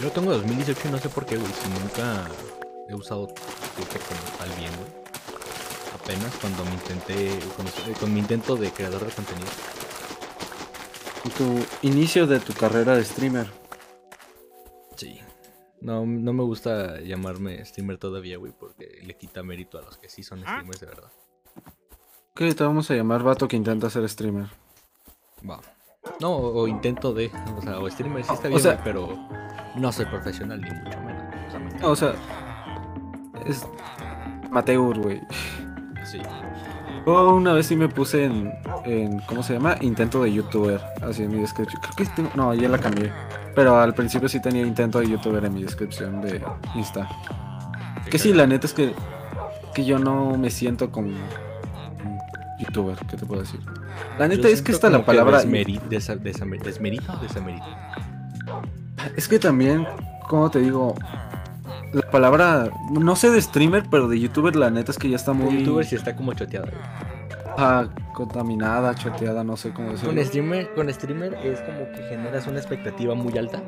Speaker 1: Yo lo tengo 2018 y no sé por qué, güey. Si nunca he usado Twitter como tal bien, güey. Apenas cuando me intenté, con, eh, con mi intento de creador de contenido.
Speaker 2: Tu inicio de tu carrera de streamer.
Speaker 1: Sí. No, no me gusta llamarme streamer todavía, güey, porque le quita mérito a los que sí son streamers de verdad.
Speaker 2: ¿Qué te vamos a llamar vato que intenta ser streamer?
Speaker 1: Va. No, o, o intento de, o sea, o streamer sí está bien,
Speaker 2: sea-
Speaker 1: güey, pero no soy profesional ni mucho menos. O sea, me encanta.
Speaker 2: No, o sea, es amateur, güey.
Speaker 1: Sí.
Speaker 2: Yo una vez sí me puse en, en, ¿cómo se llama? Intento de youtuber, así en mi descripción. Creo que tengo- no, ya la cambié. Pero al principio sí tenía intento de youtuber en mi descripción de Insta. Que sí, la neta es que, que yo no me siento con con youtuber, ¿qué te puedo decir? La neta es que está
Speaker 1: está
Speaker 2: la palabra...
Speaker 1: desmerito o desamerito.
Speaker 2: Es que también, como te digo, la palabra, no sé de streamer, pero de youtuber la neta es que ya está
Speaker 1: Un
Speaker 2: muy
Speaker 1: youtuber sí está como choteado. güey.
Speaker 2: ah, contaminada, choteada, no sé cómo decirlo.
Speaker 1: Con streamer, con streamer es como que generas una expectativa muy alta.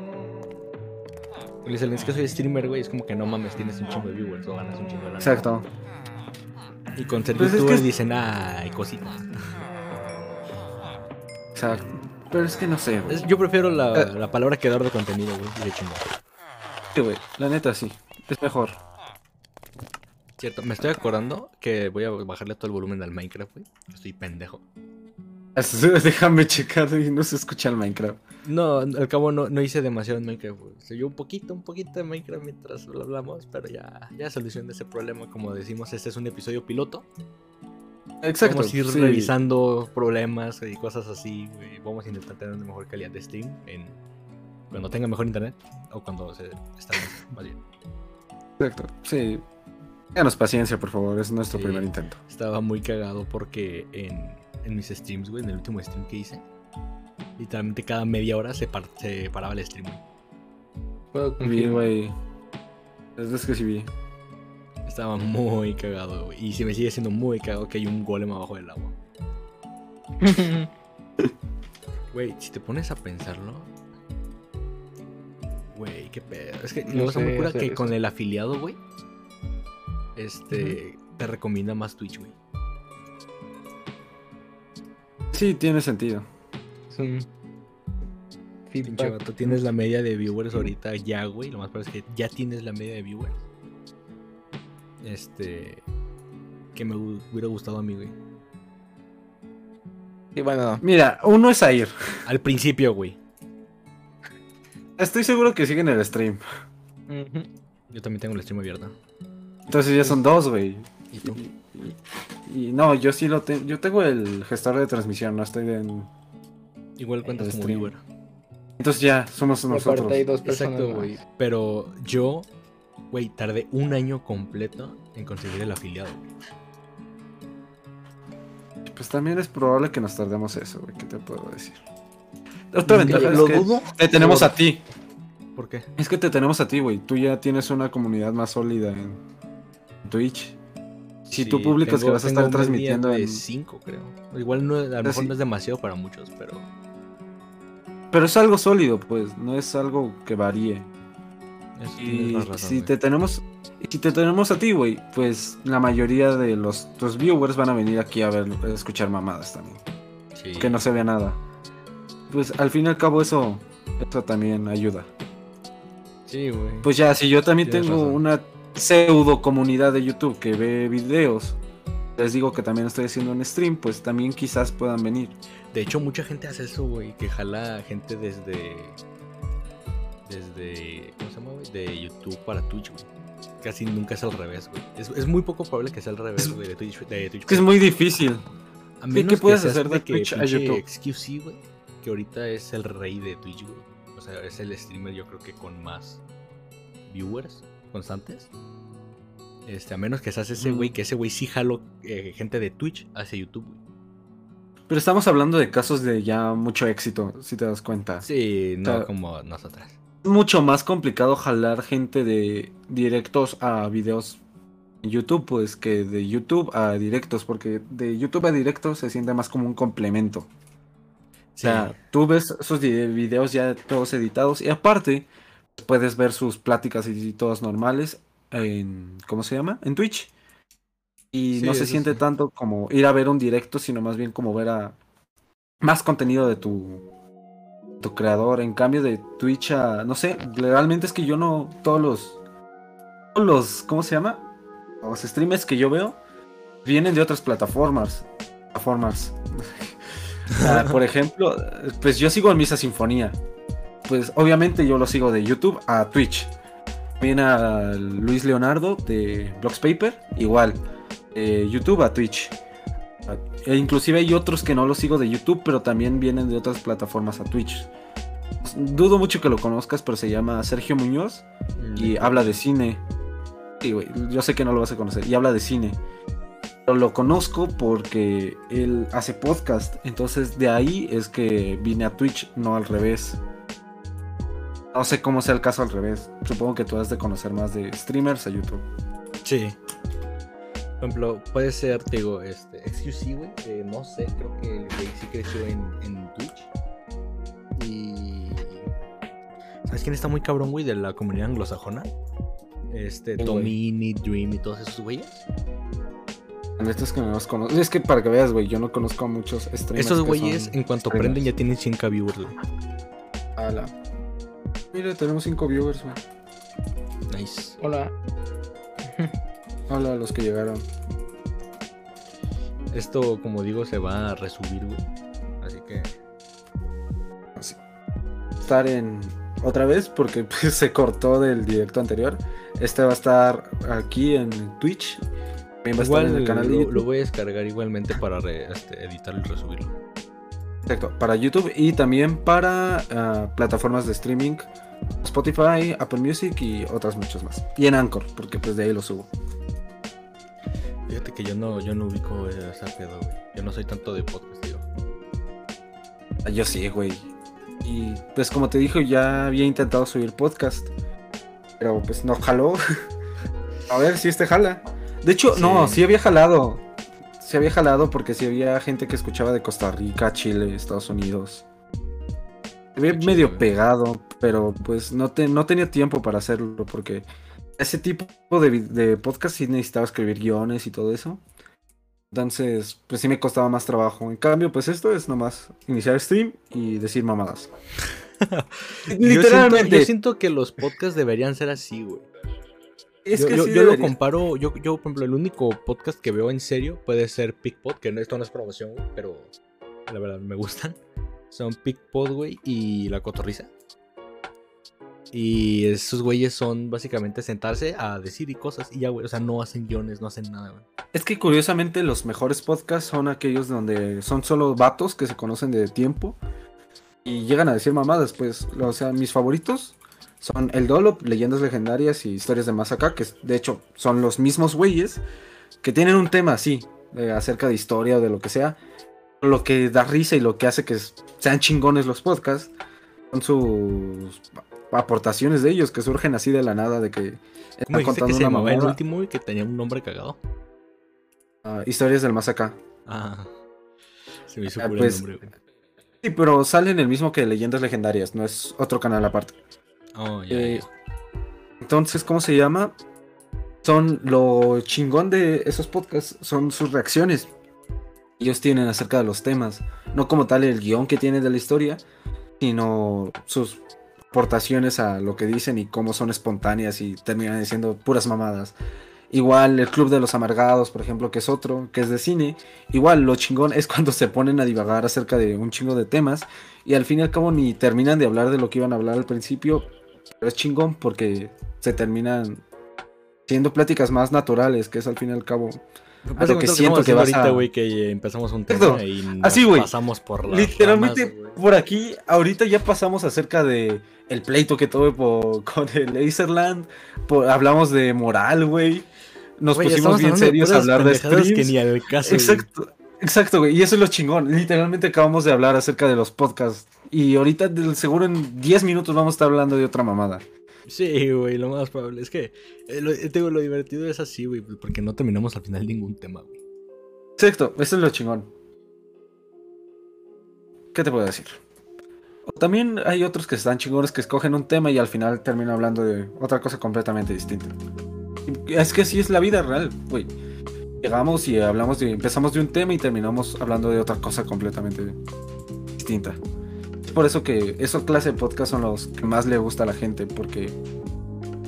Speaker 1: Y le dicen, es que soy streamer, güey, es como que no mames, tienes un chingo de viewers o ganas un chingo de lana.
Speaker 2: Exacto.
Speaker 1: Y con ser
Speaker 2: Pues es que
Speaker 1: youtuber
Speaker 2: es-
Speaker 1: dicen, ay, cositas.
Speaker 2: Exacto. Pero es que no sé, güey.
Speaker 1: Es- yo prefiero la,
Speaker 2: Eh.
Speaker 1: la palabra creador de contenido, güey, y de chingo.
Speaker 2: Sí, güey, La neta sí. Es mejor.
Speaker 1: Cierto, me estoy acordando que voy a bajarle todo el volumen al Minecraft, güey. Estoy pendejo.
Speaker 2: Déjame checar y no se escucha el Minecraft.
Speaker 1: No, al cabo no, no hice demasiado en Minecraft, güey. O sea, yo un poquito, un poquito de Minecraft mientras lo hablamos, pero ya, ya solucioné ese problema. Como decimos, este es un episodio piloto.
Speaker 2: Exacto.
Speaker 1: Vamos a ir
Speaker 2: sí.
Speaker 1: revisando problemas y cosas así, güey. Vamos a intentar tener una mejor calidad de Steam en... cuando tenga mejor internet o cuando se establezca, más bien.
Speaker 2: Exacto. Sí. Danos paciencia, por favor. Es nuestro
Speaker 1: Sí.
Speaker 2: primer intento.
Speaker 1: Estaba muy cagado porque en, en mis streams, güey, en el último stream que hice, literalmente cada media hora se, par- se paraba el stream. güey. Puedo
Speaker 2: Vi,
Speaker 1: confirmar.
Speaker 2: güey. Es de- es que sí vi.
Speaker 1: Estaba muy cagado, güey. Y se me sigue siendo muy cagado que hay un golem abajo del agua. Güey, si te pones a pensarlo. Güey, qué pedo. Es que
Speaker 3: No
Speaker 1: luego está muy
Speaker 3: sé
Speaker 1: cura
Speaker 3: hacer
Speaker 1: que
Speaker 3: eso.
Speaker 1: con el afiliado, güey. Este. Te recomienda más Twitch, güey.
Speaker 2: Sí, tiene sentido.
Speaker 3: Es un
Speaker 1: Pinche
Speaker 3: feedback.
Speaker 1: vato, tienes la media de viewers ahorita ya, güey. Lo más probable es que ya tienes la media de viewers. Este. Que me hu- hubiera gustado a mí, güey.
Speaker 3: Sí, bueno,
Speaker 2: Mira, uno es Air.
Speaker 1: Al principio, güey.
Speaker 2: Estoy seguro que siguen el stream.
Speaker 3: ujú.
Speaker 1: Yo también tengo el stream abierto.
Speaker 2: Entonces ya son dos, güey.
Speaker 1: ¿Y tú?
Speaker 2: Y, y- y no, yo sí lo tengo. Yo tengo el gestor de transmisión, no estoy en.
Speaker 1: Igual cuentas
Speaker 2: El
Speaker 1: como
Speaker 2: stream.
Speaker 1: viewer.
Speaker 2: Entonces ya, somos nosotros.
Speaker 3: Aparte hay dos personas.
Speaker 1: Exacto,
Speaker 3: más.
Speaker 1: güey. Pero yo, güey, tardé un año completo en conseguir el afiliado.
Speaker 2: Pues también es probable que nos tardemos eso, güey. ¿Qué te puedo decir? Otra
Speaker 1: Mira,
Speaker 2: ventaja es
Speaker 1: lo
Speaker 2: que
Speaker 1: dudo,
Speaker 2: te tenemos
Speaker 1: por-
Speaker 2: a ti.
Speaker 1: ¿Por qué?
Speaker 2: Es que te tenemos a ti, güey. Tú ya tienes una comunidad más sólida en Twitch. Si tú publicas que vas a estar transmitiendo
Speaker 1: de
Speaker 2: en-
Speaker 1: 5, creo. Igual no, a lo
Speaker 2: Ah,
Speaker 1: mejor
Speaker 2: sí.
Speaker 1: no es demasiado para muchos, pero
Speaker 2: Pero es algo sólido, pues. No es algo que varíe.
Speaker 1: eso tienes
Speaker 2: Y
Speaker 1: más razón,
Speaker 2: si
Speaker 1: güey.
Speaker 2: te tenemos, y si te tenemos a ti, güey, pues la mayoría de los tus viewers van a venir aquí a ver, a escuchar mamadas también. pues,
Speaker 1: Sí.
Speaker 2: Que no se vea nada. Pues al fin y al cabo eso, eso también ayuda.
Speaker 1: Sí, güey.
Speaker 2: Pues ya, si yo también
Speaker 1: Tienes
Speaker 2: tengo
Speaker 1: razón.
Speaker 2: una pseudo comunidad de YouTube que ve videos, les digo que también estoy haciendo un stream, pues también quizás puedan venir.
Speaker 1: De hecho, mucha gente hace eso, güey, que jala gente desde desde ¿cómo se llama, güey? De YouTube para Twitch, güey. Casi nunca es al revés, güey. Es, es muy poco probable que sea al revés,
Speaker 2: Es-
Speaker 1: güey, de Twitch, de Twitch
Speaker 2: Es que es
Speaker 1: para
Speaker 2: muy difícil.
Speaker 1: A
Speaker 2: Sí,
Speaker 1: menos
Speaker 2: ¿qué
Speaker 1: que
Speaker 2: puedes
Speaker 1: seas
Speaker 2: hacer de
Speaker 1: que
Speaker 2: Twitch a
Speaker 1: pinche
Speaker 2: YouTube?
Speaker 1: XQC, güey, que ahorita es el rey de Twitch, güey. O sea, es el streamer yo creo que con más viewers constantes. Este, a menos que seas ese
Speaker 2: Ujú.
Speaker 1: güey, que ese güey sí jaló eh, gente de Twitch hacia YouTube, güey.
Speaker 2: Pero estamos hablando de casos de ya mucho éxito, si te das cuenta.
Speaker 1: Sí, no
Speaker 2: Claro.
Speaker 1: como nosotras.
Speaker 2: Es mucho más complicado jalar gente de directos a videos en YouTube, pues que de YouTube a directos, porque de YouTube a directos se siente más como un complemento. O
Speaker 1: Sí,
Speaker 2: sea, tú ves sus di- videos ya todos editados y aparte puedes ver sus pláticas y todas normales en, ¿cómo se llama? En Twitch. Y
Speaker 1: Sí,
Speaker 2: no se
Speaker 1: eso
Speaker 2: siente
Speaker 1: sí.
Speaker 2: tanto como ir a ver un directo, sino más bien como ver a más contenido de tu, tu creador. En cambio de Twitch a. No sé, realmente es que yo no. Todos los. Todos los. ¿Cómo se llama? Los streamers que yo veo vienen de otras plataformas. Plataformas. Ah, por ejemplo, pues yo sigo en Misa Sinfonía. Pues obviamente yo lo sigo de YouTube a Twitch. También a Luis Leonardo de Blogs Paper, igual. De YouTube a Twitch. E inclusive hay otros que no los sigo de YouTube, pero también vienen de otras plataformas a Twitch. Dudo mucho que lo conozcas, pero se llama Sergio Muñoz y mm. habla de cine. Sí, wey, yo sé que no lo vas a conocer, y habla de cine. Pero lo conozco porque él hace podcast, entonces de ahí es que vine a Twitch, no al revés. No sé cómo sea el caso al revés. Supongo que tú has de conocer más de streamers a YouTube.
Speaker 1: Sí, por ejemplo, puede ser, te digo, este, XQC, güey, eh, no sé, creo que el güey sí creció en, en, Twitch. Y. ¿Sabes quién está muy cabrón, güey, de la comunidad anglosajona? Este, Tomini, Dream y todos esos güeyes.
Speaker 2: Estos que no los conozco. este Es que para que veas, güey, yo no conozco a muchos streamers.
Speaker 1: Estos güeyes, en cuanto streamers. prenden, ya tienen 100k viewers, güey.
Speaker 2: Ala. Mira, tenemos 5 viewers, güey.
Speaker 1: Nice.
Speaker 3: Hola.
Speaker 2: Hola a los que llegaron.
Speaker 1: Esto, como digo, se va a resubir, güey. Así que.
Speaker 2: Así. Estar en. Otra vez, porque pues, se cortó del directo anterior. Este va a estar aquí en Twitch.
Speaker 1: También va Igual a estar en el canal de YouTube. Lo, voy a descargar igualmente para re, este, editarlo y resubirlo.
Speaker 2: Exacto, para YouTube y también para uh, plataformas de streaming, Spotify, Apple Music y otras muchas más. Y en Anchor, porque pues de ahí lo subo.
Speaker 1: Fíjate que yo no, yo no ubico esa pedo, güey. Yo no soy tanto de podcast, tío.
Speaker 2: Ah, Yo sí, güey. Y pues como te dijo, ya había intentado subir podcast. Pero pues no jaló. A ver si este jala. De hecho, sí. no, sí había jalado. Sí había jalado porque sí había gente que escuchaba de Costa Rica, Chile, Estados Unidos. Se ve medio güey. pegado, pero pues no, te, no tenía tiempo para hacerlo porque ese tipo de, de, podcast sí necesitaba escribir guiones y todo eso. Entonces, pues sí me costaba más trabajo. En cambio, pues esto es nomás iniciar stream y decir mamadas.
Speaker 1: Literalmente. Yo siento, yo siento, que los podcasts deberían ser así, güey. Es yo, que yo, sí yo lo comparo, yo, yo, por ejemplo, el único podcast que veo en serio puede ser Pickpot, que no, esto no es promoción, güey, pero la verdad me gustan. Son Pickpot, güey, y La Cotorriza. Y esos güeyes son básicamente sentarse a decir y cosas y ya, güey. O sea, no hacen guiones, no hacen nada, güey.
Speaker 2: Es que curiosamente los mejores podcasts son aquellos donde son solo vatos que se conocen de tiempo y llegan a decir mamadas, pues. O sea, mis favoritos son El Dolop, Leyendas Legendarias y Historias de Más Acá, que de hecho son los mismos güeyes que tienen un tema así, eh, acerca de historia o de lo que sea. Lo que da risa y lo que hace que sean chingones los podcasts son sus aportaciones de ellos que surgen así de la nada de que
Speaker 1: están contando que se una mamá el último y que tenía un nombre cagado
Speaker 2: uh, historias del más acá
Speaker 1: ah se me hizo uh, pues, el nombre güey.
Speaker 2: sí pero salen el mismo que leyendas legendarias no es otro canal aparte
Speaker 1: oh, ya, eh,
Speaker 2: ya. entonces cómo se llama son lo chingón de esos podcasts son sus reacciones ellos tienen acerca de los temas no como tal el guión que tienen de la historia sino sus aportaciones a lo que dicen y cómo son espontáneas y terminan diciendo puras mamadas. Igual el Club de los Amargados, por ejemplo, que es otro, que es de cine. Igual lo chingón es cuando se ponen a divagar acerca de un chingo de temas y al fin y al cabo ni terminan de hablar de lo que iban a hablar al principio. Pero es chingón porque se terminan siendo pláticas más naturales, que es al fin y al cabo
Speaker 1: a pues, lo que siento que, que vas ahorita, güey, a... que empezamos un tema Exacto. Ah, y nos
Speaker 2: Así, wey.
Speaker 1: pasamos por
Speaker 2: la Literalmente ramas, por aquí, ahorita ya pasamos acerca de el pleito que tuve por, con el Laserland, por, hablamos de moral, güey. Nos wey, pusimos bien serios a hablar de streams.
Speaker 1: que ni al caso.
Speaker 2: Exacto. Wey. Exacto, güey, y eso es lo chingón. Literalmente acabamos de hablar acerca de los podcasts. Y ahorita, seguro, en 10 minutos vamos a estar hablando de otra mamada.
Speaker 1: Sí, güey, lo más probable es que eh, lo, te digo, lo divertido es así, güey, pues, porque no terminamos al final ningún tema, güey.
Speaker 2: Exacto, eso es lo chingón. ¿Qué te puedo decir? O también hay otros que están chingones que escogen un tema y al final terminan hablando de otra cosa completamente distinta. Es que sí es la vida real, güey. Llegamos y hablamos de, empezamos de un tema y terminamos hablando de otra cosa completamente distinta. por eso que esa clase de podcast son los que más le gusta a la gente, porque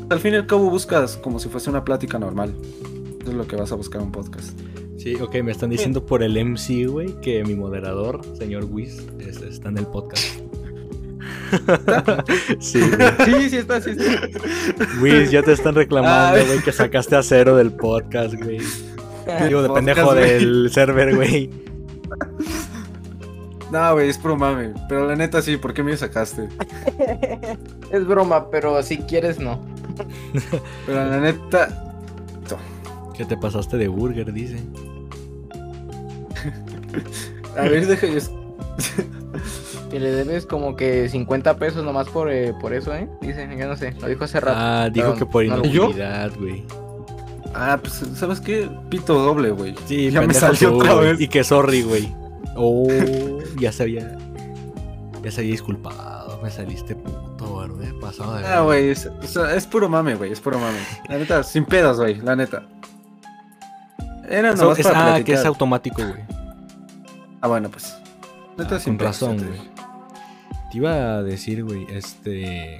Speaker 2: al fin y al cabo buscas como si fuese una plática normal. Eso es lo que vas a buscar en un podcast.
Speaker 1: Sí, ok, me están diciendo por el MC, güey, que mi moderador, señor Wiz, es- está en el podcast. sí, güey.
Speaker 3: Sí, sí está, sí está.
Speaker 1: Wiz, ya te están reclamando,
Speaker 2: Ay.
Speaker 1: güey, que sacaste a cero del podcast, güey. Digo, de
Speaker 2: Podcast,
Speaker 1: pendejo
Speaker 2: güey.
Speaker 1: del server, güey.
Speaker 2: No, güey, es pro mame. Pero la neta sí, ¿por qué me sacaste?
Speaker 3: Es broma, pero si quieres no.
Speaker 2: Pero la neta,
Speaker 1: Que te pasaste de burger, dice.
Speaker 2: a ver, deja yo.
Speaker 3: Que le debes como que 50 pesos nomás por, eh, por eso, ¿eh? Dice, yo no sé, lo dijo hace rato.
Speaker 1: Ah, dijo
Speaker 3: Perdón,
Speaker 1: que por
Speaker 3: no lo-
Speaker 1: inocuidad, güey.
Speaker 2: Ah, pues, ¿sabes qué? Pito doble, güey.
Speaker 1: Sí,
Speaker 2: ya me
Speaker 1: pendejo
Speaker 2: salió
Speaker 1: tú,
Speaker 2: otra
Speaker 1: güey.
Speaker 2: vez.
Speaker 1: Y que sorry, güey. Oh, ya se había. Ya se había disculpado. Me saliste puto, güey. Pasado de.
Speaker 2: Ah, güey, es, o sea, es puro mame, güey, es puro mame. La neta, sin pedos, güey, la neta. Era
Speaker 1: Eso-
Speaker 2: nomás
Speaker 1: es-
Speaker 2: para
Speaker 1: ah,
Speaker 2: platicar.
Speaker 1: que es automático, güey.
Speaker 2: Ah, bueno, pues. Neta,
Speaker 1: Ah,
Speaker 2: sin
Speaker 1: con
Speaker 2: pedos,
Speaker 1: razón,
Speaker 2: neta.
Speaker 1: güey. Te iba a decir, güey, este.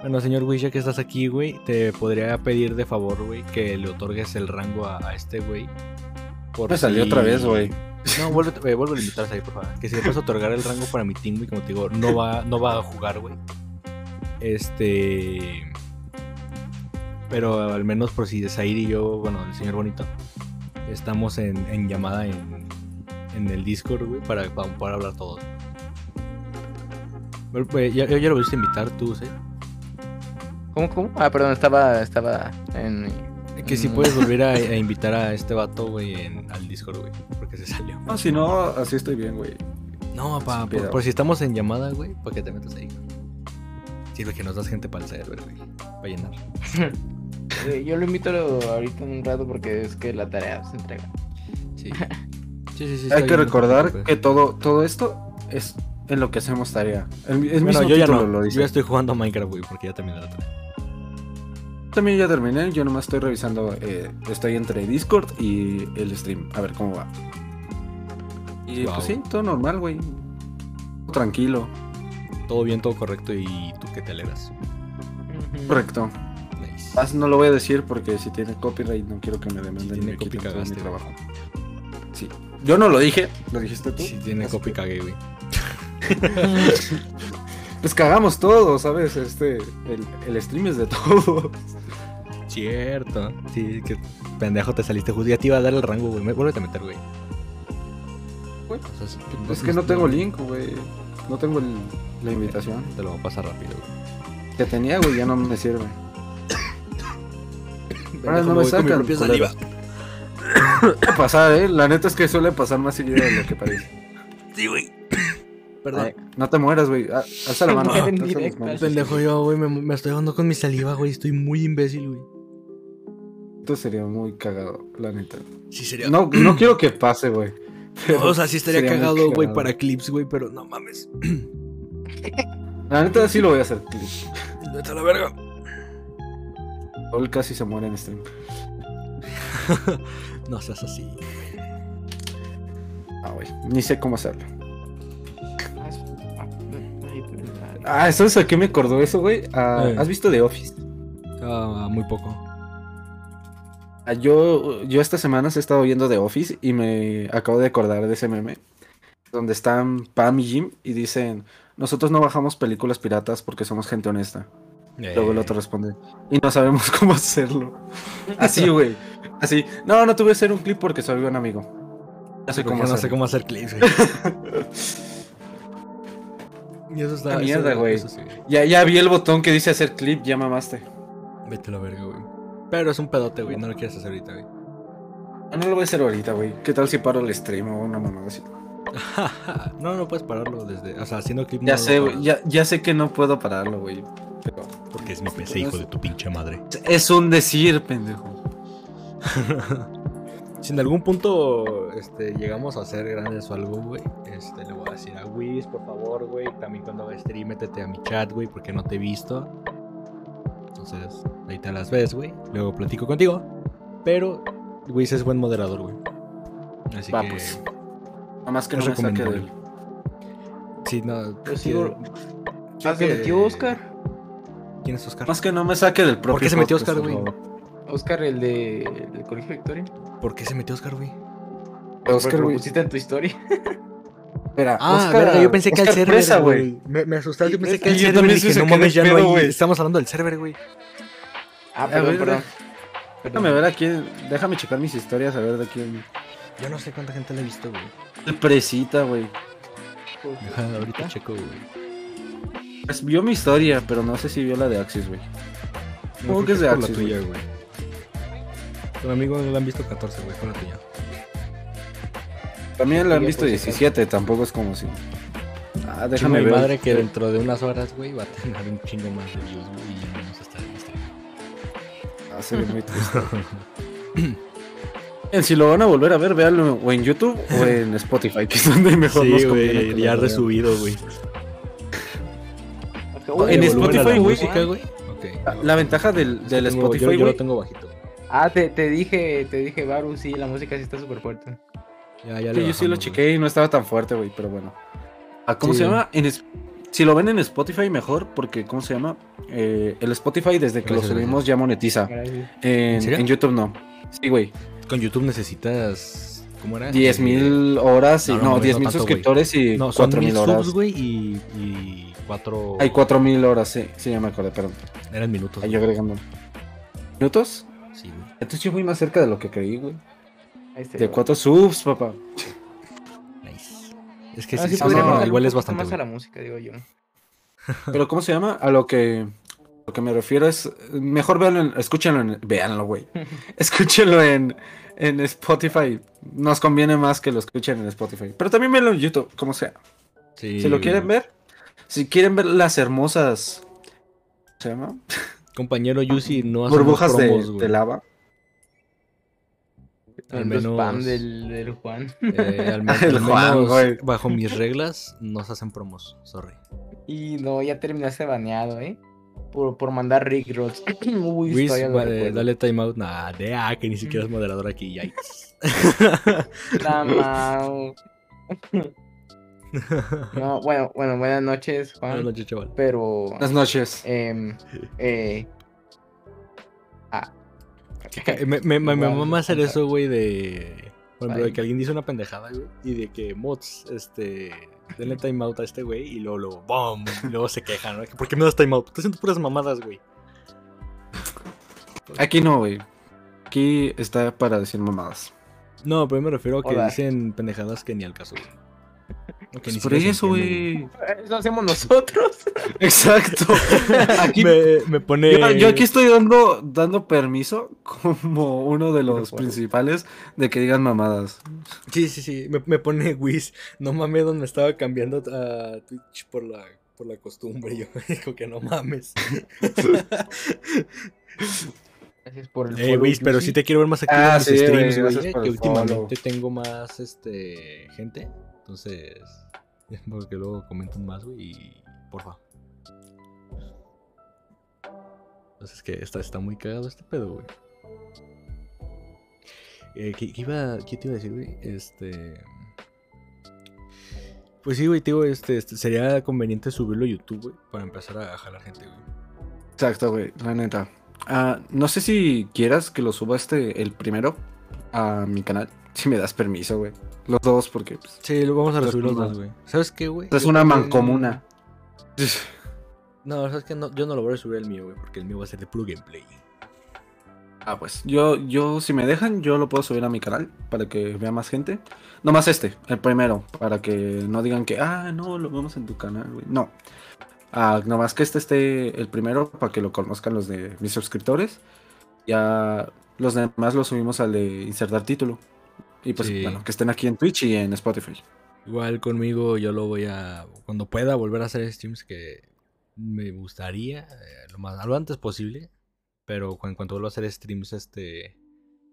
Speaker 1: Bueno, señor Wish, ya que estás aquí, güey, te podría pedir de favor, güey, que le otorgues el rango a, a este, güey. por
Speaker 2: Me salió
Speaker 1: si-
Speaker 2: otra vez, güey.
Speaker 1: No, vuelve, eh, vuelve a invitarse ahí, por favor. Que si le puedes otorgar el rango para mi team, güey, como te digo, no va, no va a jugar, güey. Este. Pero al menos por si Zair y yo, bueno, el señor Bonito, estamos en, en llamada en, en el Discord, güey, para, para poder hablar todos. Bueno, pues, ya, ya- ya lo volviste a invitar tú, ¿sí?
Speaker 3: ¿Cómo, cómo? Ah, perdón, estaba, estaba en...
Speaker 1: Que si
Speaker 3: Mm.
Speaker 1: puedes volver a, a invitar a este vato, güey, en- al Discord, güey, porque se salió.
Speaker 2: No, si no, así estoy bien, güey.
Speaker 1: No, papá,
Speaker 2: Sin
Speaker 1: por,
Speaker 2: pedo.
Speaker 1: por si estamos en llamada, güey, para que te metas ahí. Sirve que nos das gente para el server, güey. Para llenar.
Speaker 3: Eh, Yo lo invito ahorita en un rato porque es que la tarea se entrega.
Speaker 1: Sí. Sí, sí, sí.
Speaker 2: Hay que recordar que todo, todo esto es en lo que hacemos tarea. El, el
Speaker 1: bueno,
Speaker 2: mismo
Speaker 1: yo ya
Speaker 2: título
Speaker 1: no.
Speaker 2: lo
Speaker 1: Yo ya
Speaker 2: dice.
Speaker 1: estoy jugando Minecraft, güey, porque ya terminé la otra.
Speaker 2: También ya terminé, yo nomás estoy revisando, eh, estoy entre Discord y el stream, a ver cómo va. Y
Speaker 1: Guau.
Speaker 2: pues sí, todo normal, güey. Tranquilo,
Speaker 1: Todo bien, todo correcto y tú que te alegras.
Speaker 2: correcto.
Speaker 1: Nice.
Speaker 2: Ah, no lo voy a decir porque si tiene copyright no quiero que me demanden
Speaker 1: Si
Speaker 2: y
Speaker 1: tiene
Speaker 2: me
Speaker 1: copy,
Speaker 2: quiten todo mi
Speaker 1: cagaste,
Speaker 2: trabajo. Sí. Yo no lo dije, lo dijiste tú.
Speaker 1: Si tiene
Speaker 2: Así
Speaker 1: copy, cagué, güey.
Speaker 2: Pues cagamos todos, ¿sabes? Este, el, el stream es de todos.
Speaker 1: Cierto. Sí, que pendejo te saliste justo. Ya te iba a dar el rango, güey. Me- Vuélvete a meter, güey.
Speaker 2: Güey,
Speaker 1: O sea,
Speaker 2: Es que no tengo link, güey. No tengo el- la invitación.
Speaker 1: Te lo voy a pasar rápido, güey.
Speaker 2: Que tenía, güey, ya no me sirve. Ahora
Speaker 1: Pendejo,
Speaker 2: no
Speaker 1: voy
Speaker 2: me
Speaker 1: con mi
Speaker 2: sacan,
Speaker 1: propia
Speaker 2: culero.
Speaker 1: saliva.
Speaker 2: Suele pasar, ¿eh? La neta es que suele pasar más seguido de lo que parece.
Speaker 1: Sí, güey. Perdón.
Speaker 2: Ay, no te mueras, güey. Ah, Alza la mano.
Speaker 3: Muere en
Speaker 2: alza las
Speaker 3: directo,
Speaker 2: manos.
Speaker 1: Pendejo yo, güey, me, me estoy jugando con mi saliva, güey, estoy muy imbécil, güey.
Speaker 2: Esto sería muy cagado, la neta.
Speaker 1: Sí sería...
Speaker 2: No, no quiero que pase, güey. Pero-
Speaker 1: o sea, sí estaría
Speaker 2: sería muy
Speaker 1: cagado, güey,
Speaker 2: cagado.
Speaker 1: para clips, güey, pero no mames.
Speaker 2: La neta sí lo voy a hacer.
Speaker 1: Vete a la verga.
Speaker 2: Paul casi se muere en stream.
Speaker 1: No seas así.
Speaker 2: Ah, güey. Ni sé cómo hacerlo.
Speaker 3: Ah,
Speaker 2: Ah, eso es a qué me acordó eso, güey. Ah,
Speaker 1: Eh.
Speaker 2: ¿Has visto The Office?
Speaker 1: Ah, muy poco.
Speaker 2: Ah, Yo, yo estas semanas he estado viendo The Office y me acabo de acordar de ese meme donde están Pam y Jim y dicen, nosotros no bajamos películas piratas porque somos gente honesta. Luego el otro responde, y no sabemos cómo hacerlo. Así, güey. Así, no, no tuve que hacer un clip porque soy un amigo. No sé
Speaker 1: Porque
Speaker 2: cómo
Speaker 1: no sé
Speaker 2: hacerlo".
Speaker 1: cómo hacer clips, güey. y eso está...
Speaker 2: Ah,
Speaker 1: eso-
Speaker 2: mierda, güey.
Speaker 1: eso sí.
Speaker 2: Ya, ya vi el botón que dice hacer clip, ya mamaste.
Speaker 1: Vete a la verga, güey. Pero es un pedote, güey, no lo quieres hacer ahorita, güey.
Speaker 2: Ah, No lo voy a hacer ahorita, güey. ¿Qué tal si paro el stream o una mamada así?
Speaker 1: no, no puedes pararlo desde... O sea, haciendo clip
Speaker 2: Ya
Speaker 1: no lo
Speaker 2: sé, güey.
Speaker 1: paras,
Speaker 2: Ya, ya sé que no puedo pararlo, güey. Pero
Speaker 1: Porque es mi PC, hijo de tu pinche madre.
Speaker 2: es un decir, pendejo.
Speaker 1: Si en algún punto este, llegamos a ser grandes o algo, güey, este, le voy a decir a Wiz, por favor, güey. También cuando haga stream, métete a mi chat, güey, porque no te he visto. Entonces, ahí te las ves, güey. Luego platico contigo. Pero Wiz es buen moderador, güey. Así
Speaker 2: Va,
Speaker 1: que
Speaker 2: pues. Nada más que
Speaker 1: Es
Speaker 2: no me saque
Speaker 1: recomendable.
Speaker 2: del-
Speaker 1: Sí, no.
Speaker 3: Yo sigo.
Speaker 2: Yo
Speaker 3: Ah, se
Speaker 2: que-
Speaker 3: metió Oscar.
Speaker 1: ¿Quién es Oscar?
Speaker 2: Más que no me saque del propio.
Speaker 1: ¿Por qué se metió
Speaker 2: podcast,
Speaker 1: Oscar, güey?
Speaker 2: por favor.
Speaker 3: Oscar, el de el del Colegio Victoria.
Speaker 1: ¿Por qué se metió Oscar, güey?
Speaker 2: Oscar,
Speaker 3: lo
Speaker 2: güey.
Speaker 3: pusiste en tu historia.
Speaker 2: Espera,
Speaker 1: Ah,
Speaker 2: Oscar-
Speaker 1: verga, yo pensé que al
Speaker 2: Oscar
Speaker 1: server,
Speaker 2: Presa,
Speaker 1: güey. Me, me asustaste, yo pensé que al
Speaker 2: Y yo
Speaker 1: server.
Speaker 2: también
Speaker 1: Dije,
Speaker 2: me
Speaker 1: no
Speaker 2: saqué de
Speaker 1: mames, ya no
Speaker 2: pedo,
Speaker 1: hay.
Speaker 2: güey.
Speaker 1: Estamos hablando del server, güey.
Speaker 3: Ah,
Speaker 2: ver,
Speaker 3: perdón, perdón.
Speaker 2: Déjame ver aquí, déjame checar mis historias a ver de quién.
Speaker 1: Yo no sé cuánta gente la he visto, güey.
Speaker 2: El Presita, güey.
Speaker 1: Deja, ahorita checo, güey.
Speaker 2: Pues vio mi historia, pero no sé si vio la de Axis, güey. Supongo
Speaker 1: creo
Speaker 2: que es de
Speaker 1: por la
Speaker 2: Axis,
Speaker 1: tuya, güey. Con amigos la han visto 14, güey, con la tuya.
Speaker 2: También la han
Speaker 3: Sí,
Speaker 2: visto
Speaker 3: pues,
Speaker 2: 17, tampoco es como si. Ah, déjame
Speaker 1: Déjame mi
Speaker 2: ver.
Speaker 1: madre que dentro de unas horas, güey, va a tener un chingo más de views, güey, y ya no vamos a estar en este.
Speaker 2: Ah, se ve muy triste. En si lo van a volver a ver, véanlo o en YouTube o en Spotify, que es donde mejor nos conviene que lo vean.
Speaker 1: güey.
Speaker 2: En
Speaker 1: Dale volumen a
Speaker 2: Spotify,
Speaker 1: la
Speaker 2: güey.
Speaker 1: música, güey. Ok.
Speaker 2: La, la ventaja del, del
Speaker 1: Tengo- yo-
Speaker 2: Spotify,
Speaker 1: Yo lo
Speaker 2: güey.
Speaker 1: tengo bajito. güey.
Speaker 3: Ah, te, te dije, te dije, Baru, sí, la música sí está súper fuerte.
Speaker 1: Ya, ya
Speaker 2: que
Speaker 1: le
Speaker 2: yo sí lo
Speaker 1: bajamos,
Speaker 2: chequé y no estaba tan fuerte, güey, pero bueno. Ah, ¿Cómo
Speaker 1: Sí.
Speaker 2: se llama? En es- Si lo ven en Spotify, mejor, porque ¿cómo se llama? Eh, el Spotify, desde que
Speaker 1: Gracias,
Speaker 2: lo subimos, ya monetiza.
Speaker 3: Gracias.
Speaker 2: En,
Speaker 1: serio?
Speaker 2: en YouTube no. Sí, güey.
Speaker 1: güey. Con YouTube necesitas. ¿Cómo era?
Speaker 2: 10.000 horas y.
Speaker 1: No, no
Speaker 2: No,
Speaker 1: mames,
Speaker 2: 10.000
Speaker 1: no tanto, güey.
Speaker 2: suscriptores y
Speaker 1: No, son
Speaker 2: 4.000
Speaker 1: mil
Speaker 2: horas.
Speaker 1: subs, güey, y, y cuatro.
Speaker 2: Hay 4.000 horas, sí. Sí, ya me acordé, perdón.
Speaker 1: Eran minutos.
Speaker 2: Ahí
Speaker 1: güey.
Speaker 2: agregando. ¿Minutos?
Speaker 1: Sí, güey.
Speaker 2: Entonces yo fui más cerca de lo que creí, güey.
Speaker 3: Ahí está,
Speaker 2: De
Speaker 3: güey.
Speaker 2: 4 subs, papá.
Speaker 1: Nice. Es que
Speaker 3: Ah,
Speaker 1: sí,
Speaker 3: sí
Speaker 1: sí,
Speaker 3: podría
Speaker 1: sí,
Speaker 3: bajarle
Speaker 1: igual
Speaker 3: un
Speaker 1: es
Speaker 3: poquito
Speaker 1: bastante.
Speaker 3: Más a
Speaker 1: güey.
Speaker 3: la música, digo yo.
Speaker 2: Pero ¿cómo se llama? A lo que lo que me refiero es mejor véanlo, en- escúchenlo en véanlo, güey. Escúchenlo en en Spotify. Nos conviene más que lo escuchen en Spotify. Pero también véanlo en YouTube, como sea.
Speaker 1: Sí,
Speaker 2: si lo
Speaker 1: güey.
Speaker 2: quieren ver, si quieren ver las hermosas ¿cómo se llama?
Speaker 1: Compañero Yusi no hace
Speaker 2: burbujas de,
Speaker 1: promos,
Speaker 2: de
Speaker 1: güey.
Speaker 2: lava.
Speaker 1: Al
Speaker 3: Haciendo
Speaker 1: menos.
Speaker 3: spam del, del Juan.
Speaker 1: Eh, al men-
Speaker 2: El
Speaker 1: al
Speaker 2: Juan,
Speaker 1: menos
Speaker 2: güey.
Speaker 1: bajo mis reglas, nos hacen promos. Sorry.
Speaker 3: Y no, ya terminaste baneado, ¿eh? Por, por mandar Rick Ross. Uy,
Speaker 1: Luis,
Speaker 3: todavía lo
Speaker 1: vale,
Speaker 3: recuerdo.
Speaker 1: dale timeout. Nah, de ah, que ni siquiera es moderador aquí. yikes.
Speaker 3: Nah, mau. No, bueno, bueno, buenas noches,
Speaker 1: Buenas
Speaker 3: Juan.
Speaker 1: noches, chaval.
Speaker 3: Pero.
Speaker 2: Las noches.
Speaker 3: em, eh, ah.
Speaker 1: Eh, Me, me, me, me
Speaker 3: Igual,
Speaker 1: mama hacer
Speaker 3: igual.
Speaker 1: eso, güey, de. Por ejemplo, de
Speaker 3: Ay.
Speaker 1: que alguien dice una pendejada, güey. Y de que mods, este. Denle timeout a este güey. Y luego, luego, ¡bom! Y luego se quejan, ¿no? ¿Por qué me das timeout? Estás haciendo puras mamadas, güey.
Speaker 2: Aquí no, güey. Aquí está para decir mamadas.
Speaker 1: No, pero me refiero a que
Speaker 3: Hola.
Speaker 1: dicen pendejadas que ni al caso, güey. O que
Speaker 2: Pues
Speaker 1: ni
Speaker 2: por
Speaker 1: siquiera se
Speaker 2: eso,
Speaker 1: entienden,
Speaker 2: güey.
Speaker 3: Eso hacemos nosotros.
Speaker 2: Exacto. Aquí
Speaker 1: Me, me pone.
Speaker 2: Yo, yo aquí estoy dando, dando permiso como uno de los
Speaker 3: Bueno, bueno.
Speaker 2: principales de que digan mamadas.
Speaker 1: Sí, sí, sí. Me, me pone Wiz. No mames, donde estaba cambiando a Twitch por la, por la costumbre. Yo digo que no mames.
Speaker 3: Gracias por el.
Speaker 1: Eh,
Speaker 3: follow,
Speaker 1: Wiz, pero
Speaker 3: Yusi.
Speaker 1: sí te quiero ver más activo
Speaker 2: Ah,
Speaker 1: en mis
Speaker 2: sí,
Speaker 1: streams,
Speaker 2: güey,
Speaker 1: güey.
Speaker 2: gracias
Speaker 1: eh,
Speaker 2: por
Speaker 1: Que
Speaker 2: el
Speaker 1: últimamente
Speaker 2: follow.
Speaker 1: tengo más este gente. Entonces. Porque luego comentan más, güey. Y. Porfa. Entonces Pues es que está, está muy cagado este pedo, güey. Eh, ¿qué, qué iba, qué te iba a decir, güey? Este. Pues sí, güey, te digo, este, este, sería conveniente subirlo a YouTube, güey, para empezar a jalar gente, güey.
Speaker 2: Exacto, güey, la neta. Ah, no sé si quieras que lo suba este, el primero, a mi canal. Si me das permiso, güey. Los dos, porque pues,
Speaker 1: Sí, lo vamos a
Speaker 2: Pues,
Speaker 1: subir los
Speaker 2: no.
Speaker 1: dos, güey. ¿Sabes qué, güey?
Speaker 2: es
Speaker 1: Yo
Speaker 2: una
Speaker 1: creo que-
Speaker 2: mancomuna.
Speaker 1: No, sabes que no, yo no lo voy a subir el mío, güey, porque el mío va a ser de puro gameplay.
Speaker 2: Ah, pues yo, yo, si me dejan, yo lo puedo subir a mi canal para que vea más gente. No más este, el primero, para que no digan que, ah, no, lo vemos en tu canal, güey. No. Ah, nomás que este esté el primero para que lo conozcan los de mis suscriptores. Ya los demás lo subimos al de insertar título. Y pues,
Speaker 1: Sí.
Speaker 2: bueno, que estén aquí en Twitch y en Spotify.
Speaker 1: Igual conmigo yo lo voy a, cuando pueda volver a hacer streams que me gustaría, eh, lo, más, lo antes posible, pero cu- en cuanto vuelva a hacer streams, este,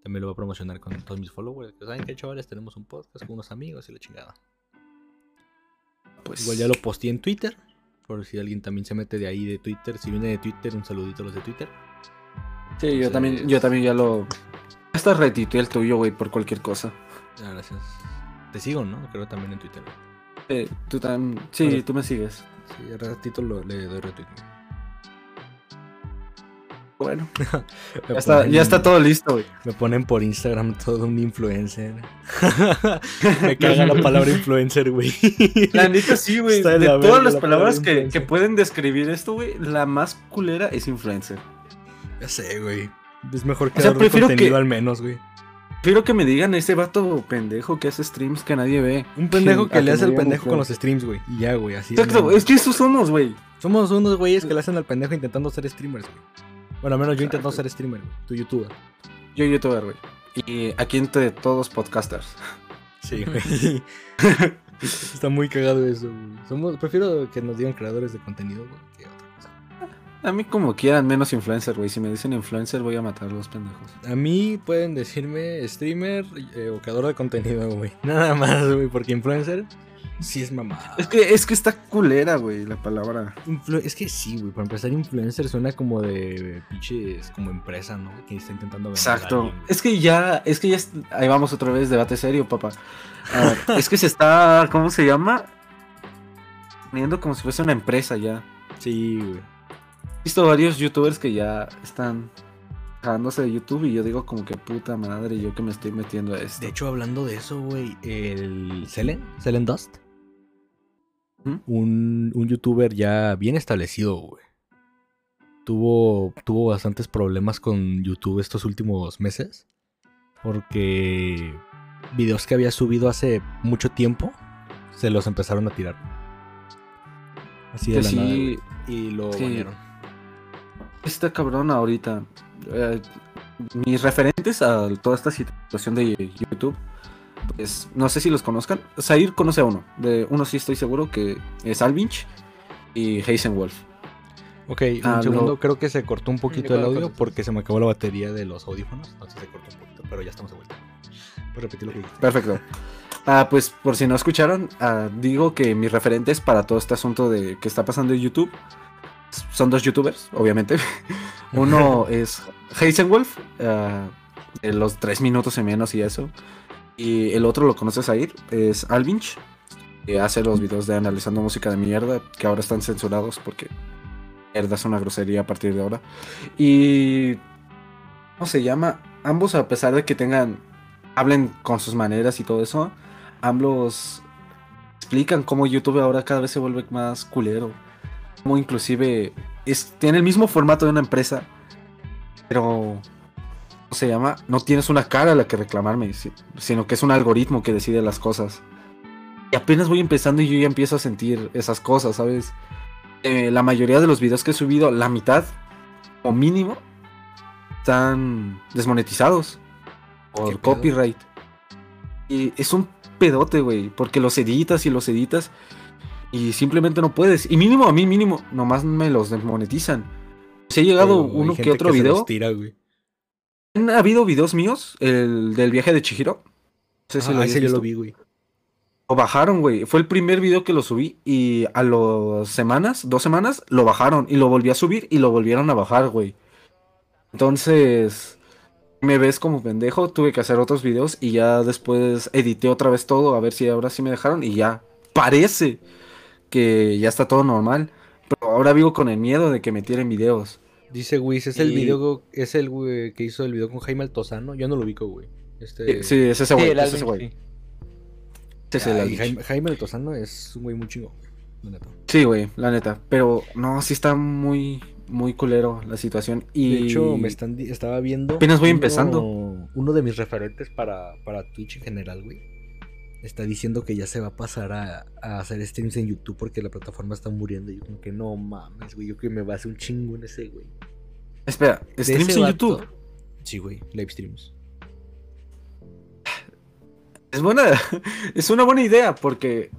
Speaker 1: también lo voy a promocionar con todos mis followers. que ¿Saben qué, chavales? Tenemos un podcast con unos amigos y la chingada.
Speaker 2: Pues,
Speaker 1: Igual ya lo posteé en Twitter, por si alguien también se mete de ahí de Twitter. Si viene de Twitter, un saludito a los de Twitter.
Speaker 2: Sí, yo también,
Speaker 1: Entonces-
Speaker 2: yo también ya lo. Hasta retito el tuyo, güey, por cualquier cosa.
Speaker 1: Ah, gracias. Te sigo, ¿no? Creo también en Twitter.
Speaker 2: Eh, tú tam- Sí,
Speaker 1: Pero-
Speaker 2: tú me sigues.
Speaker 1: Sí, al ratito lo- le doy retweet.
Speaker 2: Bueno,
Speaker 1: Me
Speaker 2: ya está,
Speaker 1: ponen-
Speaker 2: ya está todo listo, güey.
Speaker 1: Me ponen por Instagram todo un influencer. me caga la palabra influencer, güey.
Speaker 2: La neta sí, güey.
Speaker 1: Está
Speaker 2: De
Speaker 1: de la
Speaker 2: todas
Speaker 1: verga
Speaker 2: las
Speaker 1: la
Speaker 2: palabras
Speaker 1: palabra
Speaker 2: que, que
Speaker 1: influencer.
Speaker 2: pueden describir esto, güey, la más culera es influencer.
Speaker 1: Ya sé, güey. Es mejor
Speaker 2: sea,
Speaker 1: crear un
Speaker 2: prefiero que-
Speaker 1: contenido al menos, güey.
Speaker 2: Quiero que me digan ese vato pendejo que hace streams que nadie ve.
Speaker 1: Un pendejo
Speaker 2: a
Speaker 1: Ah, que le hace
Speaker 2: me
Speaker 1: al
Speaker 2: digan
Speaker 1: pendejo con los
Speaker 2: influencer.
Speaker 1: streams, güey. Y ya, güey, así.
Speaker 2: Exacto,
Speaker 1: güey.
Speaker 2: es que esos somos, güey.
Speaker 1: Somos unos güeyes que le hacen al pendejo intentando ser streamers, güey. Bueno, al menos yo intento
Speaker 2: Exacto.
Speaker 1: ser streamer, güey. Tu youtuber.
Speaker 2: Yo youtuber, güey. Y aquí entre todos podcasters.
Speaker 1: Sí, güey. Está muy cagado eso, güey. Somos... Prefiero que nos digan creadores de contenido, güey, que otra cosa.
Speaker 2: A mí como quieran, menos influencer, güey. Si me dicen influencer, voy a matar a los pendejos.
Speaker 1: A mí pueden decirme streamer eh, o creador de contenido, güey. Nada más, güey, porque influencer sí es mamá.
Speaker 2: Es que, es que está culera, güey, la palabra.
Speaker 1: es que sí, güey. Para empezar, influencer suena como de pinches, como empresa, ¿no? Que está intentando vender. a
Speaker 2: Exacto.
Speaker 1: alguien, güey.
Speaker 2: Es que ya, es que ya, es- ahí vamos otra vez, debate serio, papá. A ver, es que se está, ¿cómo se llama? Poniendo como si fuese una empresa ya.
Speaker 1: Sí, güey.
Speaker 2: He visto varios youtubers que ya están dejándose de YouTube y yo digo como que puta madre, yo que me estoy metiendo a esto.
Speaker 1: De hecho, hablando de eso, güey, el Selen, Selen Dust,
Speaker 2: ¿Mm?
Speaker 1: un, un youtuber ya bien establecido, güey. Tuvo, tuvo bastantes problemas con YouTube estos últimos meses. Porque videos que había subido hace mucho tiempo se los empezaron a tirar. Así de
Speaker 2: que
Speaker 1: la nada,
Speaker 2: sí,
Speaker 1: güey, Y lo
Speaker 2: sí.
Speaker 1: banearon.
Speaker 2: Esta cabrona Pues ahorita. eh, mis referentes a toda esta situación de YouTube. Pues no sé si los conozcan. Zair conoce a uno. De uno sí estoy seguro que es Alvinch y Heisenwolf.
Speaker 1: Ok,
Speaker 2: Ah,
Speaker 1: un segundo,
Speaker 2: lo-
Speaker 1: creo que se cortó un poquito
Speaker 3: creo
Speaker 1: el
Speaker 3: que
Speaker 1: audio
Speaker 3: cortó.
Speaker 1: porque se me acabó la batería de los audífonos, entonces se cortó un poquito, pero ya estamos de vuelta. Puedes repetir lo que dijiste.
Speaker 2: Perfecto. Ah, pues por si no escucharon, ah, digo que mis referentes para todo este asunto de que está pasando en YouTube son dos youtubers, obviamente. Uno es Heisenwolf, ah, de los tres minutos y menos y eso. Y el otro lo conoces ahí, es Alvinch, que hace los videos de analizando música de mierda, que ahora están censurados porque mierda es una grosería a partir de ahora. Y... ¿Cómo se llama? Ambos, a pesar de que tengan... Hablen con sus maneras y todo eso, ambos explican cómo YouTube ahora cada vez se vuelve más culero. Como inclusive es, tiene el mismo formato de una empresa, pero ¿cómo se llama? No tienes una cara a la que reclamarme, si- sino que es un algoritmo que decide las cosas. Y apenas voy empezando y yo ya empiezo a sentir esas cosas, ¿sabes? Eh, la mayoría de los videos que he subido, la mitad o mínimo, están desmonetizados
Speaker 1: ¿Qué
Speaker 2: por
Speaker 1: pedo?
Speaker 2: copyright. Y es un pedote, güey, porque los editas y los editas y simplemente no puedes. Y mínimo, a mí mínimo, nomás me los desmonetizan. Si ha llegado
Speaker 1: Pero hay
Speaker 2: uno que
Speaker 1: gente
Speaker 2: otro
Speaker 1: se
Speaker 2: video.
Speaker 1: los tira, güey.
Speaker 2: Han habido videos míos, el del viaje de Chihiro. No sé si
Speaker 1: Ah,
Speaker 2: lo
Speaker 1: ese
Speaker 2: habías
Speaker 1: yo lo
Speaker 2: visto.
Speaker 1: vi, güey.
Speaker 2: Lo bajaron, güey. Fue el primer video que lo subí y a las semanas, dos semanas, lo bajaron y lo volví a subir y lo volvieron a bajar, güey. Entonces, me ves como pendejo, tuve que hacer otros videos y ya después edité otra vez todo a ver si ahora sí me dejaron y ya parece que ya está todo normal. Pero ahora vivo con el miedo de que me tiren videos.
Speaker 1: Dice, güey, ese es el
Speaker 2: Y-
Speaker 1: video, es el güey que hizo el video con Jaime Altozano, yo no lo ubico, güey. Este...
Speaker 2: Sí, es ese
Speaker 3: Sí,
Speaker 2: güey.
Speaker 3: el
Speaker 2: es ese
Speaker 3: Alvin,
Speaker 2: güey.
Speaker 3: sí.
Speaker 2: Ese es
Speaker 1: Ay,
Speaker 2: el Alvin.
Speaker 1: Jaime, Jaime Altozano es un güey muy chingo, güey. la neta.
Speaker 2: Sí, güey, la neta. Pero no, sí está muy, muy culero la situación. Y
Speaker 1: De hecho, me están, di- estaba viendo.
Speaker 2: Apenas voy
Speaker 1: uno-
Speaker 2: empezando.
Speaker 1: Uno de mis referentes para, para Twitch en general, güey. Está diciendo que ya se va a pasar a, a hacer streams en YouTube porque la plataforma está muriendo. Y yo, como que no mames, güey. Yo creo que me va a hacer un chingo en ese, güey. De
Speaker 2: Espera, streams
Speaker 1: ese
Speaker 2: en
Speaker 1: vato-
Speaker 2: YouTube.
Speaker 1: Sí, güey. Live streams.
Speaker 2: Es buena, es una buena idea porque.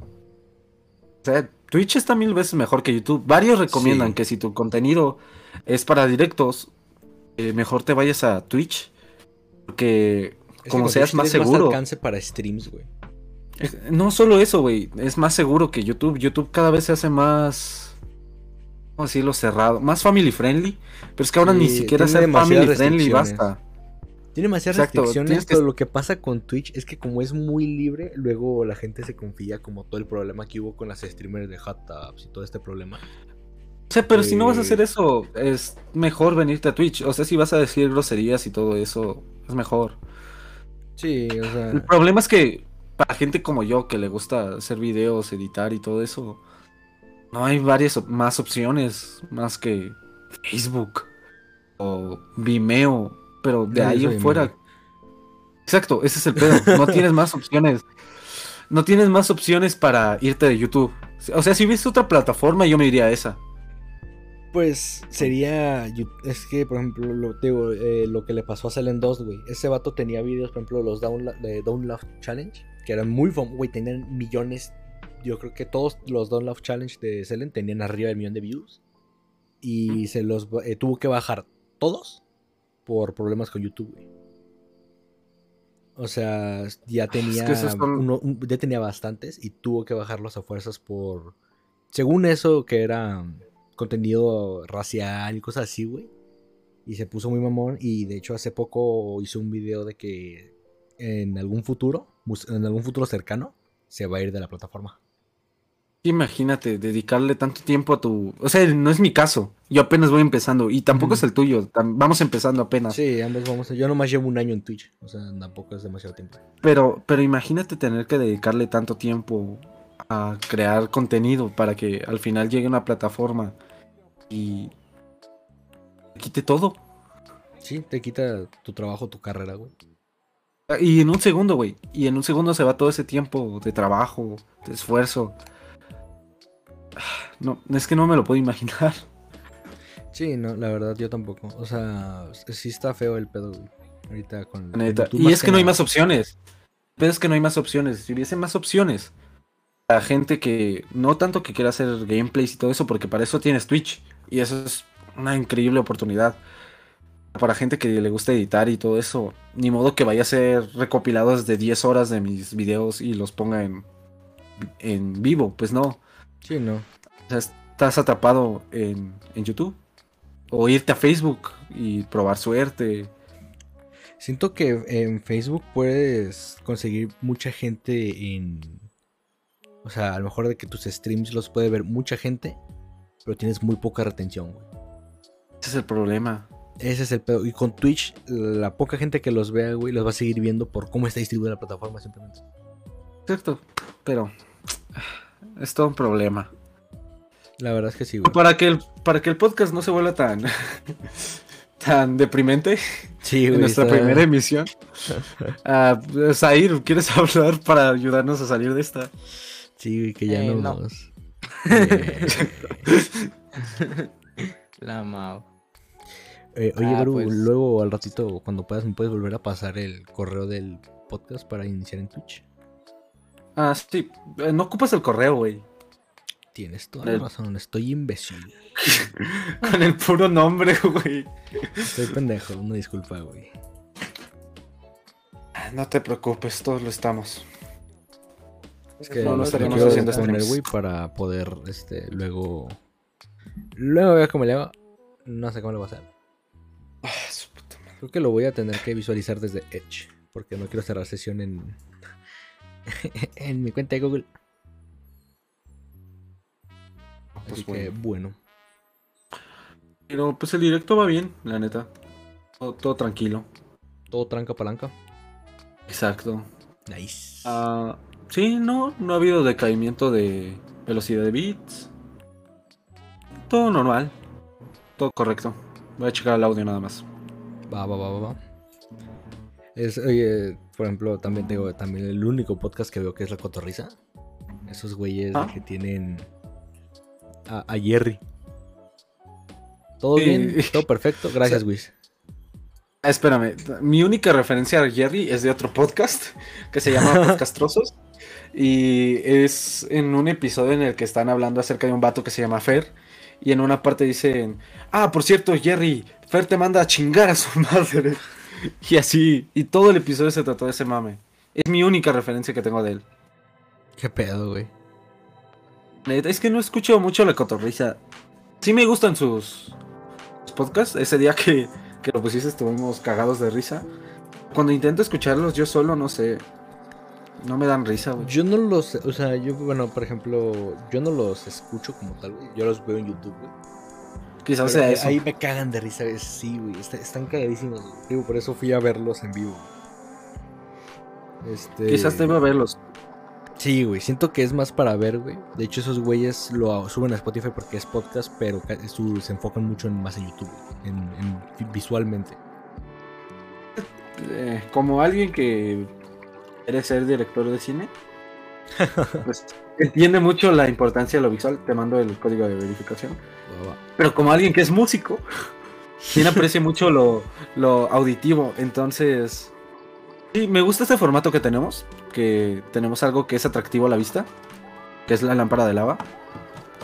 Speaker 2: O sea, Twitch está mil veces mejor que YouTube. Varios recomiendan
Speaker 1: Sí.
Speaker 2: que si tu contenido es para directos, eh, mejor te vayas a Twitch. Porque
Speaker 1: Es que
Speaker 2: como
Speaker 1: con
Speaker 2: seas
Speaker 1: Twitch
Speaker 2: más
Speaker 1: tienes
Speaker 2: seguro.
Speaker 1: alcance para streams, güey.
Speaker 2: Es- No solo eso, güey. Es más seguro que YouTube. YouTube cada vez se hace más. ¿Cómo decirlo? Cerrado. Más family friendly. Pero es que ahora ni
Speaker 1: Sí,
Speaker 2: siquiera
Speaker 1: tiene
Speaker 2: ser
Speaker 1: demasiadas
Speaker 2: family friendly
Speaker 1: restricciones.
Speaker 2: basta.
Speaker 1: Tiene demasiadas
Speaker 2: Exacto,
Speaker 1: restricciones,
Speaker 2: tienes que-
Speaker 1: pero lo que pasa con Twitch es que como es muy libre, luego la gente se confía como todo el problema que hubo con las streamers de hot tubs y todo este problema.
Speaker 2: O sea, pero si no vas a
Speaker 1: Eh.
Speaker 2: hacer eso, es mejor venirte a Twitch. O sea, si vas a decir groserías y todo eso, es mejor.
Speaker 1: Sí, o sea...
Speaker 2: El problema es que para gente como yo que le gusta hacer videos, editar y todo eso, no hay varias op- más opciones más que Facebook o Vimeo, pero de
Speaker 1: Nadie
Speaker 2: ahí
Speaker 1: usa
Speaker 2: en fuera.
Speaker 1: Vimeo.
Speaker 2: Exacto, ese es el pedo. No tienes más opciones. No tienes más opciones para irte de YouTube. O sea, si hubiese otra plataforma, yo me iría a esa.
Speaker 1: Pues sería. Yu- Es que, por ejemplo, lo, te digo, eh, lo que le pasó a Selen 2, güey. Ese vato tenía videos, por ejemplo, los Downla de Downlaugh Challenge, que eran muy famosos, güey. Tenían millones. Yo creo que todos los Downlaugh Challenge de Selen tenían arriba del millón de views. Y se los ba- eh, tuvo que bajar todos por problemas con YouTube, güey. O sea, ya tenía,
Speaker 2: Ah, esos son-
Speaker 1: uno- un- ya tenía bastantes y tuvo que bajarlos a fuerzas por. Según eso, que era um, contenido racial y cosas así, güey. Y se puso muy mamón. Y de hecho, hace poco hizo un video de que en algún futuro, mus- en algún futuro cercano, se va a ir de la plataforma.
Speaker 2: Imagínate, dedicarle tanto tiempo a tu... O sea, no es mi caso. Yo apenas voy empezando. Y
Speaker 1: Ujú.
Speaker 2: tampoco es el tuyo. tam- Vamos empezando apenas.
Speaker 1: Sí, ambos vamos a. Yo nomás llevo un año en Twitch. O sea, tampoco es demasiado tiempo.
Speaker 2: Pero, pero imagínate tener que dedicarle tanto tiempo a crear contenido para que al final llegue una plataforma y quite todo.
Speaker 1: Sí, te quita tu trabajo, tu carrera, güey.
Speaker 2: Y en un segundo, güey. Y en un segundo se va todo ese tiempo de trabajo, de esfuerzo. Ah, No, es que no me lo puedo imaginar.
Speaker 1: Sí, no, la verdad, yo tampoco. O sea, sí está feo el pedo, güey. Ahorita con.
Speaker 2: La
Speaker 1: con
Speaker 2: neta.
Speaker 1: YouTube
Speaker 2: Y es que no hay
Speaker 1: nada.
Speaker 2: más opciones. Pero es que no hay más opciones. Si hubiese más opciones, la gente que no tanto que quiera hacer gameplays y todo eso, porque para eso tienes Twitch. Y eso es una increíble oportunidad. Para gente que le gusta editar y todo eso, ni modo que vaya a ser recopilados de 10 horas de mis videos y los ponga en, en vivo. Pues no.
Speaker 1: Sí, no.
Speaker 2: O sea, estás atrapado en, en YouTube. O irte a Facebook y probar suerte.
Speaker 1: Siento que en Facebook puedes conseguir mucha gente en... O sea, a lo mejor de que tus streams los puede ver mucha gente, pero tienes muy poca retención, güey.
Speaker 2: Ese es el problema.
Speaker 1: Ese es el pedo. Y con Twitch, la poca gente que los vea, güey, los va a seguir viendo por cómo está distribuida la plataforma simplemente.
Speaker 2: Cierto, pero es todo un problema.
Speaker 1: La verdad es que sí, güey.
Speaker 2: Para que el, para que el podcast no se vuelva tan, tan deprimente
Speaker 1: Sí,
Speaker 2: en
Speaker 1: güey,
Speaker 2: nuestra
Speaker 1: está-
Speaker 2: primera em- emisión. Ah, Zair, ¿quieres hablar para ayudarnos a salir de esta?
Speaker 1: Sí, güey, que ya no
Speaker 3: Eh, no.
Speaker 1: nos... Eh,
Speaker 3: La mao.
Speaker 1: eh, oye,
Speaker 3: Ah,
Speaker 1: Gru,
Speaker 3: pues.
Speaker 1: luego al ratito, cuando puedas, me puedes volver a pasar el correo del podcast para iniciar en Twitch.
Speaker 2: Ah, sí, eh, no ocupas el correo, güey.
Speaker 1: Tienes toda la
Speaker 2: El-
Speaker 1: razón, estoy imbécil.
Speaker 2: Con el puro nombre, güey.
Speaker 1: Soy pendejo, una disculpa, güey.
Speaker 2: Ah, No te preocupes, todos lo estamos.
Speaker 1: Es que
Speaker 2: No, no
Speaker 1: lo
Speaker 2: estaríamos
Speaker 1: quiero
Speaker 2: haciendo
Speaker 1: poner,
Speaker 2: streams.
Speaker 1: güey, para poder, este, luego... Luego veo cómo le hago. No sé cómo le voy a hacer.
Speaker 2: Ah,
Speaker 1: Creo que lo voy a tener que visualizar desde Edge. Porque no quiero cerrar sesión en... en mi cuenta de Google.
Speaker 2: Pues
Speaker 1: Así que, bueno.
Speaker 2: Pero pues el directo va bien, la neta. Todo, todo tranquilo.
Speaker 1: Todo tranca palanca.
Speaker 2: Exacto.
Speaker 1: Nice.
Speaker 2: Ah, sí, no, no ha habido decaimiento de velocidad de bits. Todo normal. Todo correcto. Voy a checar el audio nada más.
Speaker 1: Va, va, va, va, va. Es, oye, por ejemplo, también tengo también el único podcast que veo que es La Cotorriza. Esos güeyes
Speaker 2: Ah.
Speaker 1: que tienen a, a Jerry. Todo
Speaker 2: Sí.
Speaker 1: bien, todo perfecto. Gracias, güey.
Speaker 2: Ah, Espérame, mi única referencia a Jerry es de otro podcast que se llama Podcastrosos. Y es en un episodio en el que están hablando acerca de un vato que se llama Fer. Y en una parte dicen, ah, por cierto, Jerry, Fer te manda a chingar a su madre. Y así, y todo el episodio se trató de ese mame. Es mi única referencia que tengo de él.
Speaker 1: Qué pedo, güey.
Speaker 2: La neta, Es que no escucho mucho la cotorriza. Sí me gustan sus, sus podcasts. Ese día que, que lo pusiste estuvimos cagados de risa. Cuando intento escucharlos yo solo, no sé. No me dan risa, güey.
Speaker 1: Yo no los, o sea, yo, bueno, por ejemplo, yo no los escucho como tal, güey. Yo los veo en YouTube, güey.
Speaker 2: Quizás
Speaker 1: Pero
Speaker 2: sea
Speaker 1: ahí-
Speaker 2: eso.
Speaker 1: Ahí me cagan de risa, güey. sí, güey. está- están cagadísimos, güey. Digo, por eso fui a verlos en vivo. Este...
Speaker 2: Quizás deba verlos.
Speaker 1: Sí, güey, siento que es más para ver, güey. De hecho, esos güeyes lo suben a Spotify porque es podcast, pero ca- su- se enfocan mucho en, más en YouTube, güey, en, en- visualmente.
Speaker 2: Eh, como alguien que quiere ser director de cine, pues, entiende mucho la importancia de lo visual. Te mando el código de verificación. Pero como alguien que es músico, también aprecia mucho lo, lo auditivo. Entonces, sí, me gusta este formato que tenemos. Que tenemos algo que es atractivo a la vista, que es la lámpara de lava.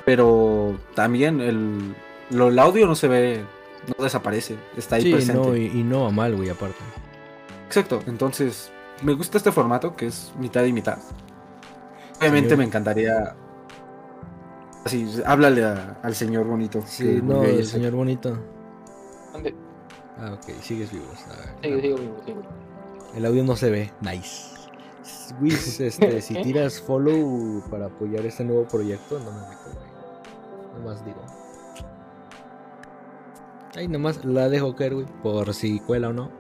Speaker 2: Pero también el, lo, el audio no se ve, no desaparece, está ahí
Speaker 1: Sí,
Speaker 2: presente.
Speaker 1: no, y, y no va mal, güey, aparte.
Speaker 2: Exacto, entonces me gusta este formato que es mitad y mitad. Obviamente
Speaker 1: Señor.
Speaker 2: me encantaría. Así, háblale a- al señor bonito.
Speaker 1: Sí,
Speaker 2: que
Speaker 1: no,
Speaker 2: vive ahí
Speaker 1: el
Speaker 2: cerca.
Speaker 1: señor bonito.
Speaker 3: ¿Dónde?
Speaker 1: Ah, ok, sigues vivo. está bien.
Speaker 3: Sigo, sigo, sigo, sigo.
Speaker 1: El audio no se ve, nice. Güey, este, si tiras follow para apoyar este nuevo proyecto, no me meto, güey. Nomás digo. Ay, nomás la dejo caer, güey, por si cuela o no.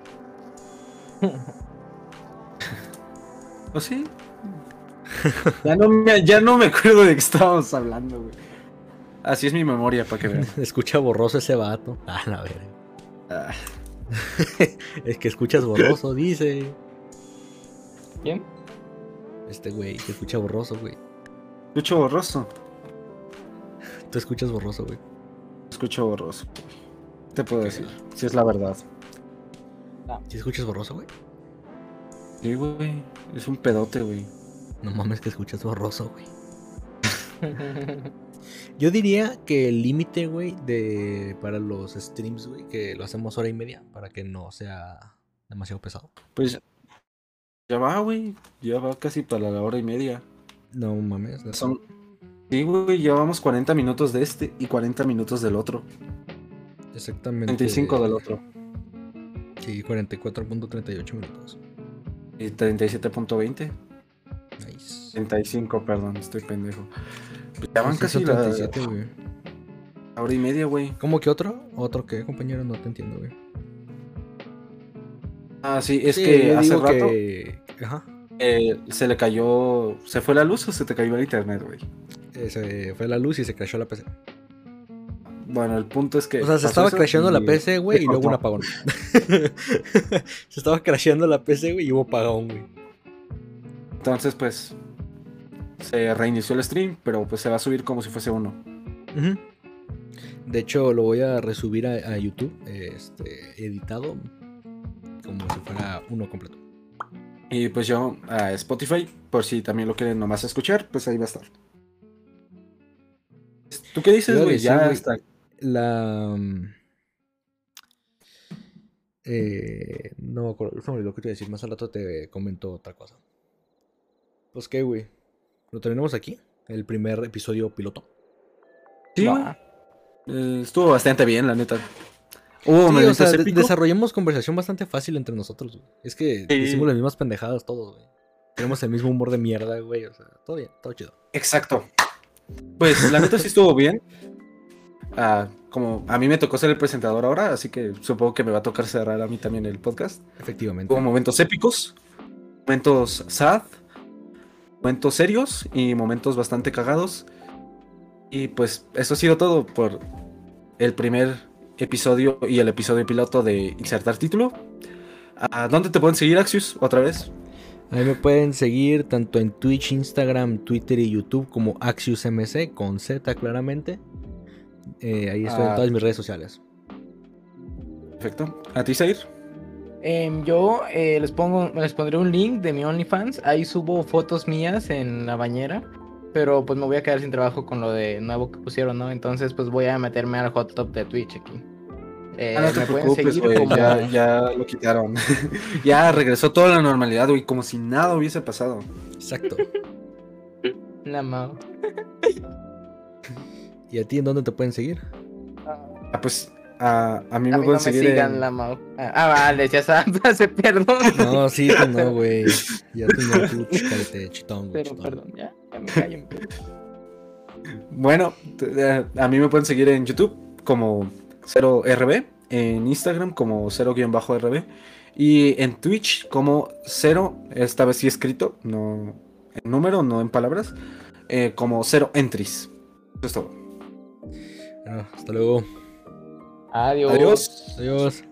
Speaker 2: ¿O Pues sí? ya, no me, ya no me acuerdo de qué estábamos hablando, güey. Así es mi memoria, para que vean.
Speaker 1: Escucha borroso ese vato. Ah, la verga.
Speaker 2: Ah,
Speaker 1: Es que escuchas borroso, dice.
Speaker 3: ¿Quién?
Speaker 1: Este güey, que escucha borroso, güey.
Speaker 2: escucho borroso.
Speaker 1: Tú escuchas borroso, güey.
Speaker 2: Escucho borroso. Te puedo
Speaker 1: Ok.
Speaker 2: decir, si es la verdad.
Speaker 1: ¿Sí escuchas borroso, güey?
Speaker 2: Sí, güey. Es un pedote, güey.
Speaker 1: No mames que escuchas borroso, güey. Yo diría que el límite, güey, de para los streams, güey, que lo hacemos hora y media para que no sea demasiado pesado.
Speaker 2: Pues ya va, güey. Ya va casi para la hora y media.
Speaker 1: No mames. no-
Speaker 2: Son. Sí, güey, llevamos 40 minutos de este y 40 minutos del otro.
Speaker 1: exactamente
Speaker 2: 35 del otro.
Speaker 1: Sí, 44.38 minutos.
Speaker 2: Y 37.20.
Speaker 1: Nice.
Speaker 2: 35, perdón, estoy pendejo. Pues ya van
Speaker 1: Pues
Speaker 2: casi
Speaker 1: hizo
Speaker 2: la
Speaker 1: 37, güey.
Speaker 2: la hora y media, güey.
Speaker 1: ¿Cómo que otro? ¿Otro que compañero? No te entiendo, güey.
Speaker 2: Ah, sí, es
Speaker 1: Sí,
Speaker 2: que
Speaker 1: yo
Speaker 2: hace
Speaker 1: digo
Speaker 2: rato
Speaker 1: que- Ajá.
Speaker 2: eh, se le cayó. ¿Se fue la luz o se te cayó el internet, güey?
Speaker 1: Eh, se fue la luz y se crashó la PC.
Speaker 2: Bueno, el punto es que.
Speaker 1: O sea, se
Speaker 2: Eh, pasó
Speaker 1: estaba
Speaker 2: eso
Speaker 1: crasheando la
Speaker 2: y-
Speaker 1: PC, güey, y
Speaker 2: cortó.
Speaker 1: luego un apagón. se estaba crasheando la PC, güey, y hubo apagón, güey.
Speaker 2: Entonces, pues. Se reinició el stream, pero pues se va a subir como si fuese uno.
Speaker 1: Ujú. De hecho, lo voy a resubir a, a YouTube, eh, este, editado, como si fuera uno completo.
Speaker 2: Y pues yo a Spotify, por si también lo quieren nomás escuchar, pues ahí va a estar. ¿Tú qué dices,
Speaker 1: Iba a
Speaker 2: güey?
Speaker 1: decir,
Speaker 2: Ya
Speaker 1: güey,
Speaker 2: está.
Speaker 1: La... mm, eh, no me acuerdo, se me olvidó que te iba a decir, más al rato te comento otra cosa. Pues qué, güey, lo terminamos aquí, el primer episodio piloto.
Speaker 2: Sí,
Speaker 3: Va.
Speaker 2: güey. Eh, estuvo bastante bien, la neta. Hubo
Speaker 1: Sí, o
Speaker 2: momentos
Speaker 1: sea, de-
Speaker 2: épicos.
Speaker 1: desarrollemos conversación bastante fácil entre nosotros, güey. Es que
Speaker 2: Sí.
Speaker 1: hicimos las mismas pendejadas todos, güey. Tenemos el mismo humor de mierda, güey. O sea, todo bien, todo chido.
Speaker 2: Exacto. Pues la neta sí estuvo bien. Ah, como a mí me tocó ser el presentador ahora, así que supongo que me va a tocar cerrar a mí también el podcast.
Speaker 1: Efectivamente.
Speaker 2: Hubo momentos épicos, momentos sad, momentos serios y momentos bastante cagados. Y pues eso ha sido todo por el primer episodio y el episodio piloto de Insertar Título. ¿A ¿Dónde te pueden seguir, Axius? Otra vez.
Speaker 1: A mí me pueden seguir tanto en Twitch, Instagram, Twitter y YouTube como AxiusMC con Z claramente. Eh, ahí estoy en
Speaker 2: Ah.
Speaker 1: todas mis redes sociales.
Speaker 2: Perfecto. ¿A ti, Sair?
Speaker 3: Em, yo eh, les pongo, les pondré un link de mi OnlyFans. Ahí subo fotos mías en la bañera. Pero pues me voy a quedar sin trabajo con lo de nuevo que pusieron, ¿no? Entonces pues voy a meterme al hot top de Twitch aquí. Eh,
Speaker 2: Ah, no te
Speaker 3: me pueden
Speaker 2: preocupes,
Speaker 3: seguir
Speaker 2: güey,
Speaker 3: como-
Speaker 2: ya, ya lo quitaron. ya regresó toda la normalidad, güey, como si nada hubiese pasado.
Speaker 1: Exacto.
Speaker 3: La mao.
Speaker 1: ¿Y a ti en dónde te pueden seguir?
Speaker 2: Ah, pues a, a mí
Speaker 3: A
Speaker 2: me
Speaker 3: mí no me
Speaker 2: pueden seguir en-
Speaker 3: sigan la mau. Ah, ah, vale, ya sabes, se perdón.
Speaker 1: No, sí, tú no, güey. Ya tú no, tú, chícate, chitón, güey.
Speaker 3: Pero
Speaker 1: chitón.
Speaker 3: perdón, ya, ya me callo. me callo.
Speaker 2: Bueno, t- eh, a mí me pueden seguir en YouTube como 0RB, en Instagram como 0-RB y en Twitch como 0, esta vez sí escrito, no en número, no en palabras, eh, como 0 entries. Eso es todo.
Speaker 1: Bueno, Ah, hasta luego.
Speaker 3: Adiós.
Speaker 2: Adiós.
Speaker 1: Adiós.